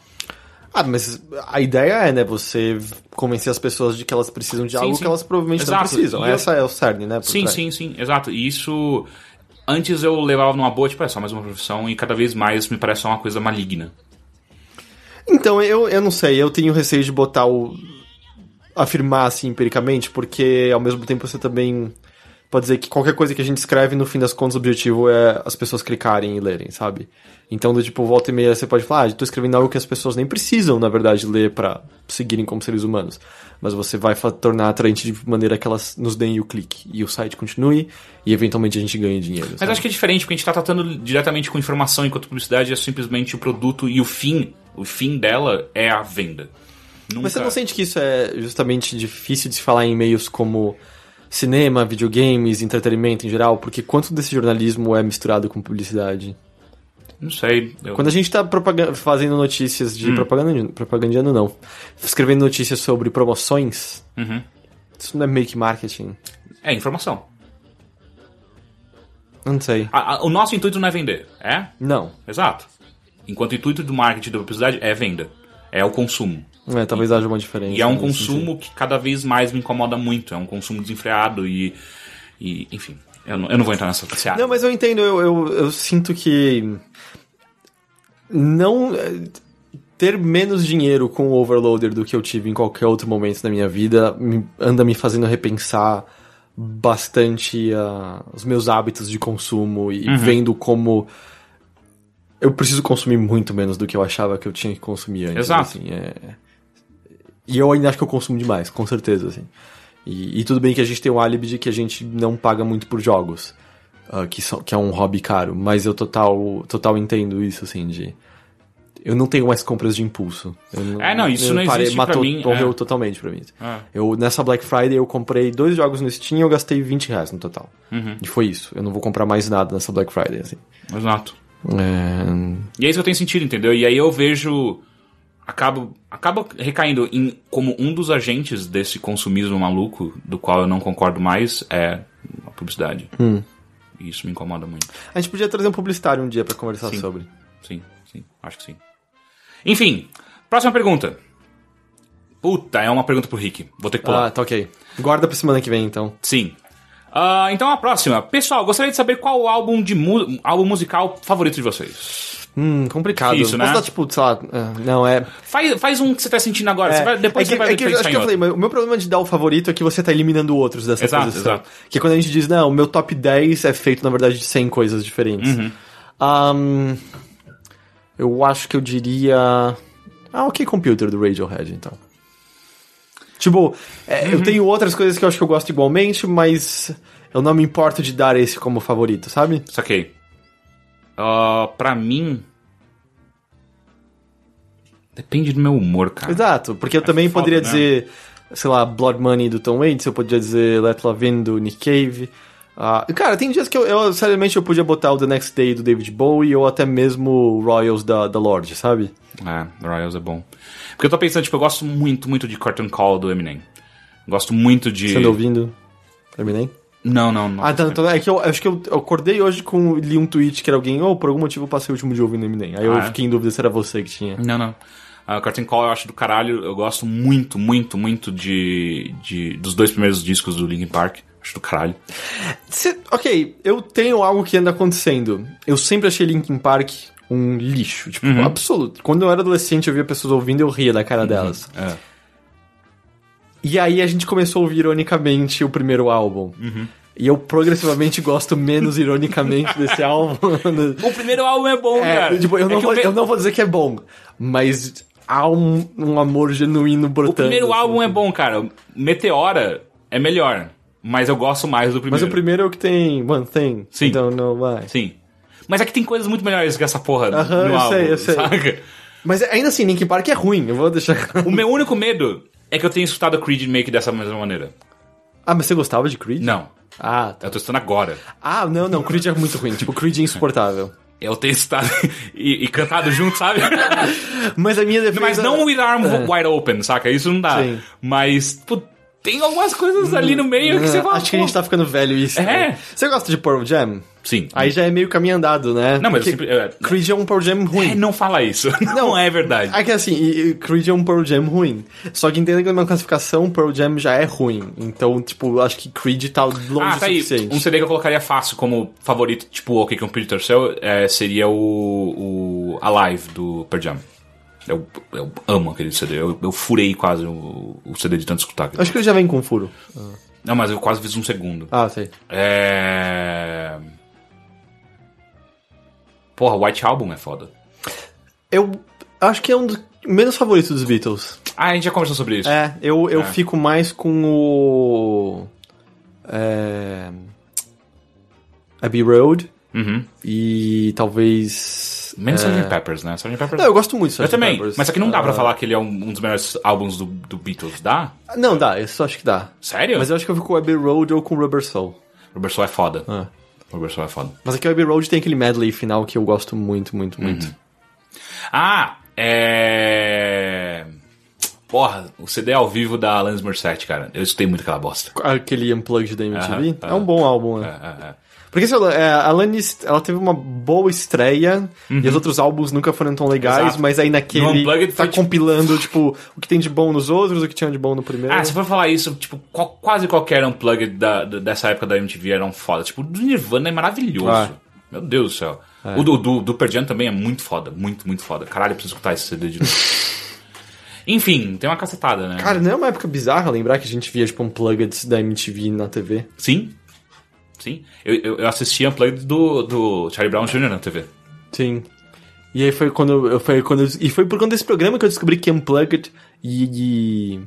S2: Ah, mas a ideia é, né, você convencer as pessoas de que elas precisam de
S1: Sim,
S2: algo
S1: sim.
S2: que elas provavelmente
S1: Exato.
S2: não precisam.
S1: E eu-
S2: Essa é o cerne, né? por
S1: Sim,
S2: trás.
S1: sim, sim, exato. E isso. Antes eu levava numa boa, tipo, é só mais uma profissão, e cada vez mais me parece só uma coisa maligna.
S2: Então, eu, eu não sei, eu tenho receio de botar o... afirmar, assim, empiricamente, porque ao mesmo tempo você também pode dizer que qualquer coisa que a gente escreve, no fim das contas, o objetivo é as pessoas clicarem e lerem, sabe? Então, do tipo, volta e meia, você pode falar, ah, tô escrevendo algo que as pessoas nem precisam, na verdade, ler pra seguirem como seres humanos. Mas você vai fa- tornar atraente de maneira que elas nos deem o clique e o site continue e eventualmente a gente ganhe dinheiro.
S1: Mas acho que é diferente, porque a gente tá tratando diretamente com informação, enquanto publicidade é simplesmente o produto e o fim. O fim dela é a venda. Nunca...
S2: Mas você não sente que isso é justamente difícil de se falar em meios como cinema, videogames, entretenimento em geral? Porque quanto desse jornalismo é misturado com publicidade?
S1: Não sei. Eu...
S2: Quando a gente tá propaga- fazendo notícias
S1: Hum.
S2: de propaganda, propagandeando não, escrevendo notícias sobre promoções,
S1: Uhum.
S2: isso não é meio que marketing?
S1: É informação.
S2: Eu Não sei.
S1: A- a- o nosso intuito não é vender, é?
S2: Não.
S1: Exato. Enquanto o intuito do marketing da publicidade é venda, é o consumo.
S2: É, talvez haja uma diferença.
S1: E é um
S2: nesse sentido.
S1: consumo que cada vez mais me incomoda muito. É um consumo desenfreado e. e enfim, eu não, eu não vou entrar nessa seara.
S2: Não, mas eu entendo, eu, eu, eu sinto que. Não. eh, Ter menos dinheiro com o Overloader do que eu tive em qualquer outro momento da minha vida me- anda me fazendo repensar bastante ah, os meus hábitos de consumo e vendo como eu preciso consumir muito menos do que eu achava que eu tinha que consumir antes.
S1: Exato.
S2: assim, é- E eu ainda acho que eu consumo demais, com certeza. Assim. E, e tudo bem que a gente tem um álibi de que a gente não paga muito por jogos, ah, que, são, que é um hobby caro, mas eu total, total entendo isso, assim, de... Eu não tenho mais compras de impulso. Eu
S1: É, não, isso
S2: eu
S1: não
S2: parei-
S1: existe pra
S2: matou,
S1: mim,
S2: Morreu
S1: é.
S2: totalmente pra mim.
S1: Ah.
S2: Eu, nessa Black Friday eu comprei dois jogos no Steam e eu gastei 20 reais no total.
S1: Uhum.
S2: E foi isso. Eu não vou comprar mais nada nessa Black Friday, assim.
S1: Exato.
S2: É,
S1: E é isso que eu tenho sentido, entendeu? E aí eu vejo. Acabo, acabo recaindo em como um dos agentes desse consumismo maluco, do qual eu não concordo mais, é a publicidade.
S2: Hum.
S1: E isso me incomoda muito.
S2: A gente podia trazer um publicitário um dia pra conversar
S1: Sim.
S2: sobre.
S1: Sim, sim, acho que sim. Enfim, próxima pergunta. Puta, é uma pergunta pro Rick. Vou ter que pular.
S2: Ah, tá ok. Guarda pra semana que vem, então.
S1: Sim. Ah, então a próxima. Pessoal, gostaria de saber qual o álbum, de mu- álbum musical favorito de vocês.
S2: Hum, complicado.
S1: Difícil, né?
S2: Posso dar, tipo, sei lá, é, não, é...
S1: Faz, faz um que você tá sentindo agora. você vai- depois
S2: é
S1: você
S2: que,
S1: vai
S2: é que,
S1: ver
S2: acho
S1: pensar tá
S2: que
S1: em
S2: eu
S1: outro.
S2: falei, mas o meu problema de dar o favorito é que você tá eliminando outros dessa
S1: Exato,
S2: posição.
S1: exato.
S2: Que é quando a gente diz, não, o meu top 10 é feito, na verdade, de 100 coisas diferentes.
S1: Uhum.
S2: Ahn, eu acho que eu diria... Ah, ok, Computer, do Radiohead, então. Tipo, é,
S1: Uhum.
S2: eu tenho outras coisas que eu acho que eu gosto igualmente, mas eu não me importo de dar esse como favorito, sabe?
S1: Saquei. Ah, pra mim. Depende do meu humor, cara.
S2: Exato, porque eu também
S1: foda,
S2: poderia
S1: né?
S2: dizer, sei lá, Blood Money do Tom Waits, eu poderia dizer Let Lavin do Nick Cave. Ah, e, cara, tem dias que eu, eu, seriamente, eu podia botar o The Next Day do David Bowie ou até mesmo Royals da, da Lorde, sabe?
S1: É, Royals é bom. Porque eu tô pensando, tipo, eu gosto muito, muito de Curtain Call do Eminem. Gosto muito de.
S2: Você anda ouvindo? Terminei?
S1: Não, não, não.
S2: Ah, tá, então é que eu acho que eu, eu acordei hoje com li um tweet que era alguém, ou por algum motivo eu passei o último de ouvindo Eminem. Aí eu
S1: Ah, é?
S2: fiquei em dúvida se era você que tinha.
S1: Não, não. A Curtain Call eu acho do caralho. Eu gosto muito, muito, muito de, de dos dois primeiros discos do Linkin Park. Acho do caralho.
S2: Se- ok, eu tenho algo que anda acontecendo. Eu sempre achei Linkin Park um lixo, tipo,
S1: Uhum.
S2: absoluto. Quando eu era adolescente, eu via pessoas ouvindo e eu ria da cara delas.
S1: É.
S2: E aí a gente começou a ouvir ironicamente o primeiro álbum.
S1: Uhum.
S2: E eu progressivamente gosto menos ironicamente desse álbum.
S1: O primeiro álbum é bom,
S2: É,
S1: cara.
S2: tipo, eu,
S1: É
S2: não
S1: que
S2: vou,
S1: o me-
S2: eu não vou dizer que é bom, mas há um, um amor genuíno brotando.
S1: O primeiro
S2: assim.
S1: álbum é bom, cara. Meteora é melhor. Mas eu gosto mais do
S2: Mas
S1: primeiro.
S2: o primeiro é o que tem Então, One Thing.
S1: Sim.
S2: I don't know why.
S1: Sim. Mas é que tem coisas muito melhores que essa porra
S2: Aham,
S1: no
S2: eu
S1: álbum.
S2: sei, eu sei.
S1: saca?
S2: Mas ainda assim, Linkin Park é ruim, eu vou deixar.
S1: O meu único medo é que eu tenha escutado Creed meio que dessa mesma maneira.
S2: ah, mas você gostava de Creed?
S1: Não.
S2: Ah, tá.
S1: Eu tô estudando agora.
S2: Ah, não, não, Creed é muito ruim. Tipo, Creed é insuportável.
S1: Eu tenho estudado e, e cantado junto, sabe?
S2: Mas a minha defesa...
S1: Mas não with arm
S2: É.
S1: wide open, saca? Isso não dá.
S2: Sim.
S1: Mas, pô, tem algumas coisas ali no meio que você fala.
S2: Acho que a gente
S1: pô.
S2: tá ficando velho isso.
S1: É.
S2: né? Você gosta de Pearl Jam?
S1: Sim.
S2: Aí já é meio caminho andado, né?
S1: Não, mas eu
S2: Porque
S1: sempre- é-
S2: Creed é um Pearl Jam
S1: É,
S2: ruim.
S1: não fala isso. Não, é verdade.
S2: É que assim, e- e Creed é um Pearl Jam ruim. Só que entenda que na minha classificação, Pearl Jam já é ruim. Então, tipo, acho que Creed tá longe
S1: Ah,
S2: o
S1: tá aí.
S2: suficiente.
S1: Um CD que eu colocaria fácil como favorito, tipo o OK Computer Cell, é, seria o, o Alive do Pearl Jam. Eu, eu amo aquele CD. Eu, eu furei quase o, o CD de tanto escutar.
S2: Acho que ele já vem com furo.
S1: Não, mas eu quase fiz um segundo.
S2: Ah, sei.
S1: É. Porra, White Album é foda.
S2: Eu acho que é um dos menos favoritos dos Beatles.
S1: Ah, a gente já conversou sobre isso.
S2: É, eu, eu
S1: É.
S2: fico mais com o. É, Abbey Road
S1: Uhum.
S2: e talvez.
S1: Menos
S2: é,
S1: Sgt. Peppers, né? Sgt. Peppers.
S2: Não, eu gosto muito de
S1: Eu
S2: Sgt.
S1: também,
S2: Peppers.
S1: mas só que não dá pra
S2: Ah,
S1: falar que ele é um, um dos melhores álbuns do, do Beatles, dá?
S2: Não, dá, eu só acho que dá.
S1: Sério?
S2: Mas eu acho que eu fico com o Abbey Road ou com o Rubber Soul.
S1: Robert Soul é foda.
S2: Ah.
S1: Robert Soul é foda.
S2: Mas aqui o Abbey Road tem aquele medley final que eu gosto muito, muito, muito.
S1: Uhum. Ah, é. Porra, o CD ao vivo da Alanis Morissette, cara. Eu escutei muito aquela bosta.
S2: Aquele Unplugged da MTV.
S1: Aham,
S2: é um
S1: aham.
S2: bom álbum, né?
S1: É, é, é.
S2: Porque, sei lá, é, a Alanis, ela teve uma boa estreia e os outros álbuns nunca foram tão legais,
S1: Uhum. Exato.
S2: mas aí
S1: No
S2: naquele
S1: Unplugged
S2: tá
S1: foi, tipo-
S2: compilando, tipo, o que tem de bom nos outros, o que tinha de bom no primeiro.
S1: Ah, se for falar isso, tipo, qual- quase qualquer unplugged da, da- dessa época da MTV era um foda. Tipo, o do Nirvana é maravilhoso.
S2: Ah.
S1: Meu Deus do céu. O do, do, do Pearl Jam também é muito foda, muito, muito foda. Caralho, eu preciso escutar esse CD de novo. Enfim, tem uma cacetada, né?
S2: Cara, não é uma época bizarra lembrar que a gente via, tipo, Unplugged da MTV na TV?
S1: Sim. Sim. Eu, eu, eu assisti Unplugged do, do Charlie Brown Jr. na TV.
S2: Sim. E aí foi quando, eu- foi quando eu- e foi por conta desse programa que eu descobri que Unplugged e, e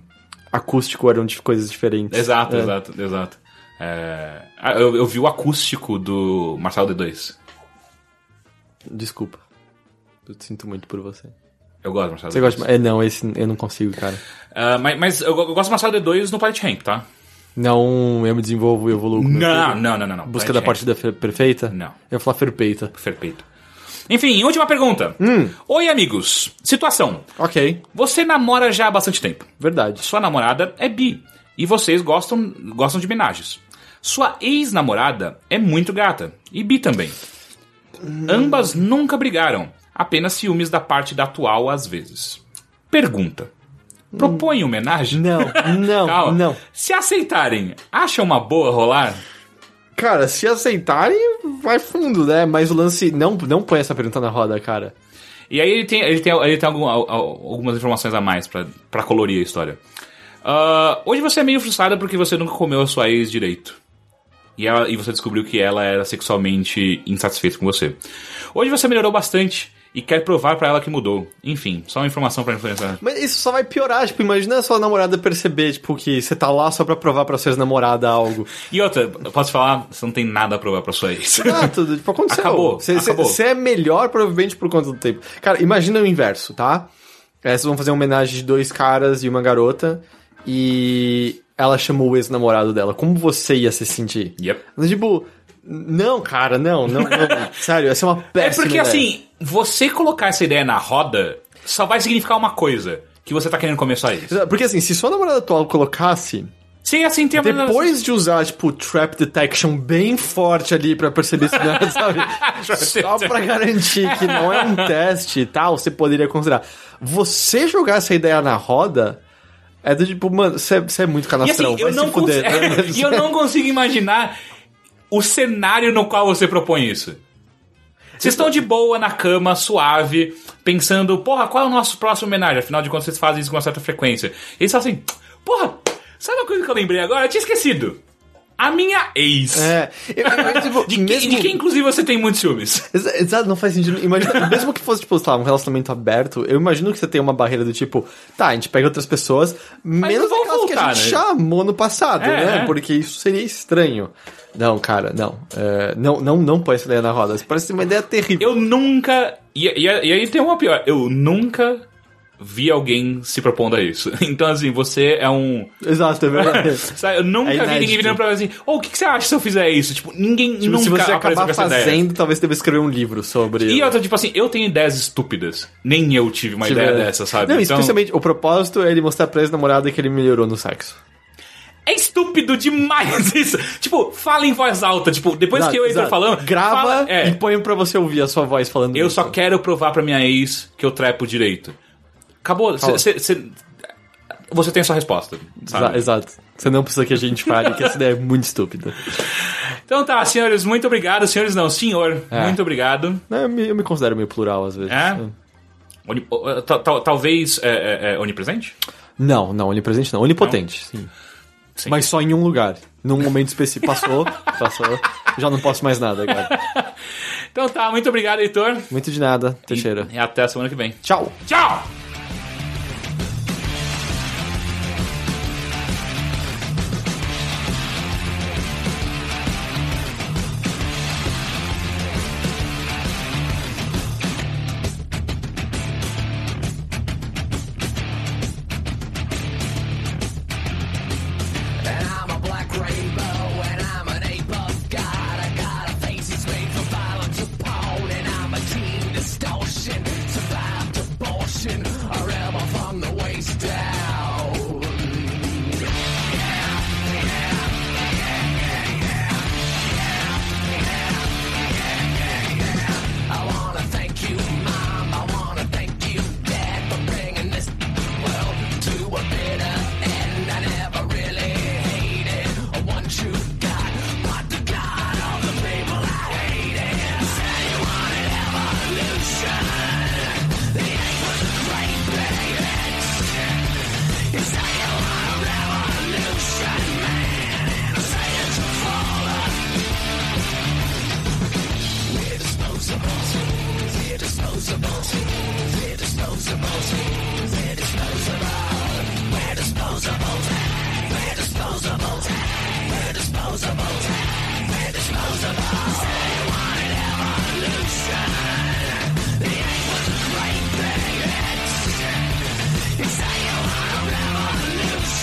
S2: acústico eram de coisas diferentes.
S1: Exato,
S2: É.
S1: exato, exato. É, ah, eu, eu vi o acústico do Marcelo D2.
S2: Desculpa. Eu sinto muito por você.
S1: Eu gosto do Marcelo
S2: Você
S1: D2.
S2: gosta de... É, não, esse eu não consigo, cara.
S1: Ah, mas, mas eu, eu gosto do Marcelo D2 no Planet Ramp, tá?
S2: Não, eu me desenvolvo e evoluo. com meu
S1: Não,
S2: filho.
S1: não, não, não. não.
S2: Busca
S1: Planet
S2: da
S1: Hemp.
S2: partida fe- perfeita?
S1: Não.
S2: Eu vou falar perfeita.
S1: Perfeito. Enfim, última pergunta.
S2: Hum.
S1: Oi, amigos. Situação.
S2: Ok,
S1: Você namora já há bastante tempo.
S2: verdade.
S1: Sua namorada é bi. E vocês gostam, gostam de homenagens. Sua ex-namorada é muito gata. E bi também. Ambas nunca brigaram. Apenas ciúmes da parte da atual às vezes. Pergunta. Propõe homenagem?
S2: Não, não,
S1: Calma.
S2: não.
S1: Se aceitarem, acha uma boa rolar?
S2: Cara, se aceitarem, vai fundo, né? Mas o lance. Não, não põe essa pergunta na roda, cara.
S1: E aí ele tem, ele tem, ele tem algum- al- al- algumas informações a mais pra pra colorir a história. Ah, hoje você é meio frustrada porque você nunca comeu a sua ex direito. E, ela- e você descobriu que ela era sexualmente insatisfeita com você. Hoje você melhorou bastante e quer provar pra ela que mudou. Enfim, só uma informação pra influenciar.
S2: Mas isso só vai piorar, tipo, imagina a sua namorada perceber, tipo, que você tá lá só pra provar pra sua ex-namorada algo.
S1: E outra, eu posso falar, você não tem nada a provar pra sua ex.
S2: Exato, tipo, aconteceu.
S1: Acabou,
S2: Você- Você
S1: acabou.
S2: você é melhor, provavelmente, por conta do tempo. Cara, imagina o inverso, tá? É, vocês vão fazer uma homenagem de dois caras e uma garota, e ela chamou o ex-namorado dela. Como você ia se sentir?
S1: Yep.
S2: Tipo, não, cara, não, não, não. Sério, essa é uma
S1: É
S2: péssima
S1: porque
S2: ideia.
S1: assim, você colocar essa ideia na roda só vai significar uma coisa: que você tá querendo começar isso.
S2: Porque assim, se sua namorada atual colocasse,
S1: Sim, assim tem a
S2: depois de usar, tipo, trap detection bem forte ali pra perceber se não é, sabe? Só pra garantir que não é um teste e tal, você poderia considerar. Você jogar essa ideia na roda é do tipo, mano, você é- você é muito
S1: E
S2: canastrão,
S1: assim, eu
S2: vai
S1: não,
S2: se fuder. né?
S1: cons- e eu não consigo imaginar o cenário no qual você propõe isso. Vocês estão de boa na cama, suave, pensando, porra, qual é o nosso próximo homenagem? Afinal de contas, vocês fazem isso com uma certa frequência. E eles falam assim, porra, sabe uma coisa que eu lembrei agora? Eu tinha esquecido. A minha ex.
S2: É, eu- eu- tipo,
S1: De, que-
S2: mesmo-
S1: de quem, inclusive, você tem muitos ciúmes.
S2: Exa- Exato, não faz sentido. Imagina, mesmo que fosse, tipo, sei lá, um relacionamento aberto, eu imagino que você tem uma barreira do tipo, tá, a gente pega outras pessoas,
S1: não
S2: menos
S1: vão
S2: aquelas que a
S1: voltar,
S2: gente
S1: né?
S2: chamou no passado,
S1: É,
S2: né?
S1: é.
S2: Porque isso seria estranho. Não, cara, não. É, não, não, não põe essa ideia na roda. Isso Parece uma ideia terrível.
S1: Eu nunca. E, e- e aí tem uma pior. Eu nunca vi alguém se propondo a isso. Então, assim, você é um.
S2: Exato, é verdade.
S1: Sabe, eu nunca
S2: É
S1: vi ninguém
S2: inédito.
S1: virando pra mim assim, ou o que, que você acha se eu fizer isso? Tipo, ninguém
S2: Tipo,
S1: nunca
S2: se você
S1: apareceu com
S2: acabar
S1: essa
S2: fazendo,
S1: ideia.
S2: talvez deva escrever um livro sobre.
S1: E outra, tipo assim, eu tenho ideias estúpidas. Nem eu tive uma
S2: Tipo,
S1: ideia
S2: é.
S1: dessa, sabe?
S2: Não,
S1: Então,
S2: especialmente, o propósito é ele mostrar pra ex-namorada que ele melhorou no sexo.
S1: É estúpido demais isso. Tipo, fala em voz alta. Tipo, depois
S2: Exato,
S1: que eu entro
S2: exato.
S1: falando.
S2: Grava
S1: fala- é,
S2: e põe pra você ouvir a sua voz falando
S1: Eu
S2: isso.
S1: só quero provar pra minha ex que eu trepo direito. Acabou.
S2: Tá
S1: Cê- cê- cê- você tem a sua resposta. Sabe?
S2: Exa- Exato. Você não precisa que a gente fale que essa ideia é muito estúpida.
S1: Então tá, senhores, muito obrigado. Senhores não, senhor,
S2: É.
S1: muito obrigado.
S2: Não, Eu me, eu me considero meio plural às vezes.
S1: É? Oni- o- tal- tal- talvez é, é, é, onipresente?
S2: Não, não, onipresente não. Onipotente, sim.
S1: Sim.
S2: Mas só em um lugar. Num momento específico. Passou, passou. Já não posso mais nada, cara.
S1: Então tá, muito obrigado, Heitor.
S2: Muito de nada, Teixeira.
S1: E até a semana que vem.
S2: Tchau!
S1: Tchau!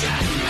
S9: They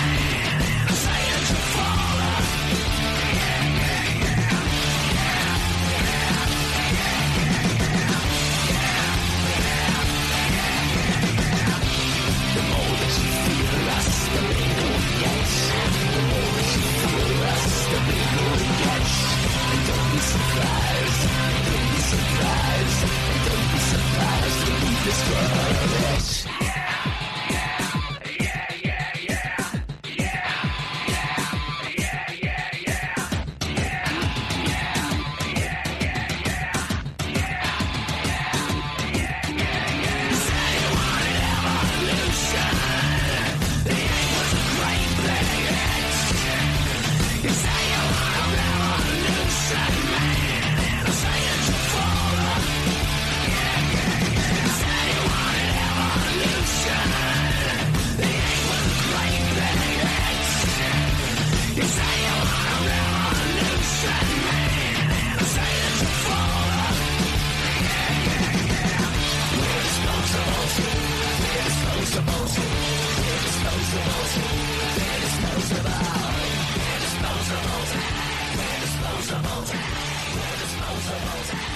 S5: disposable. We're disposable.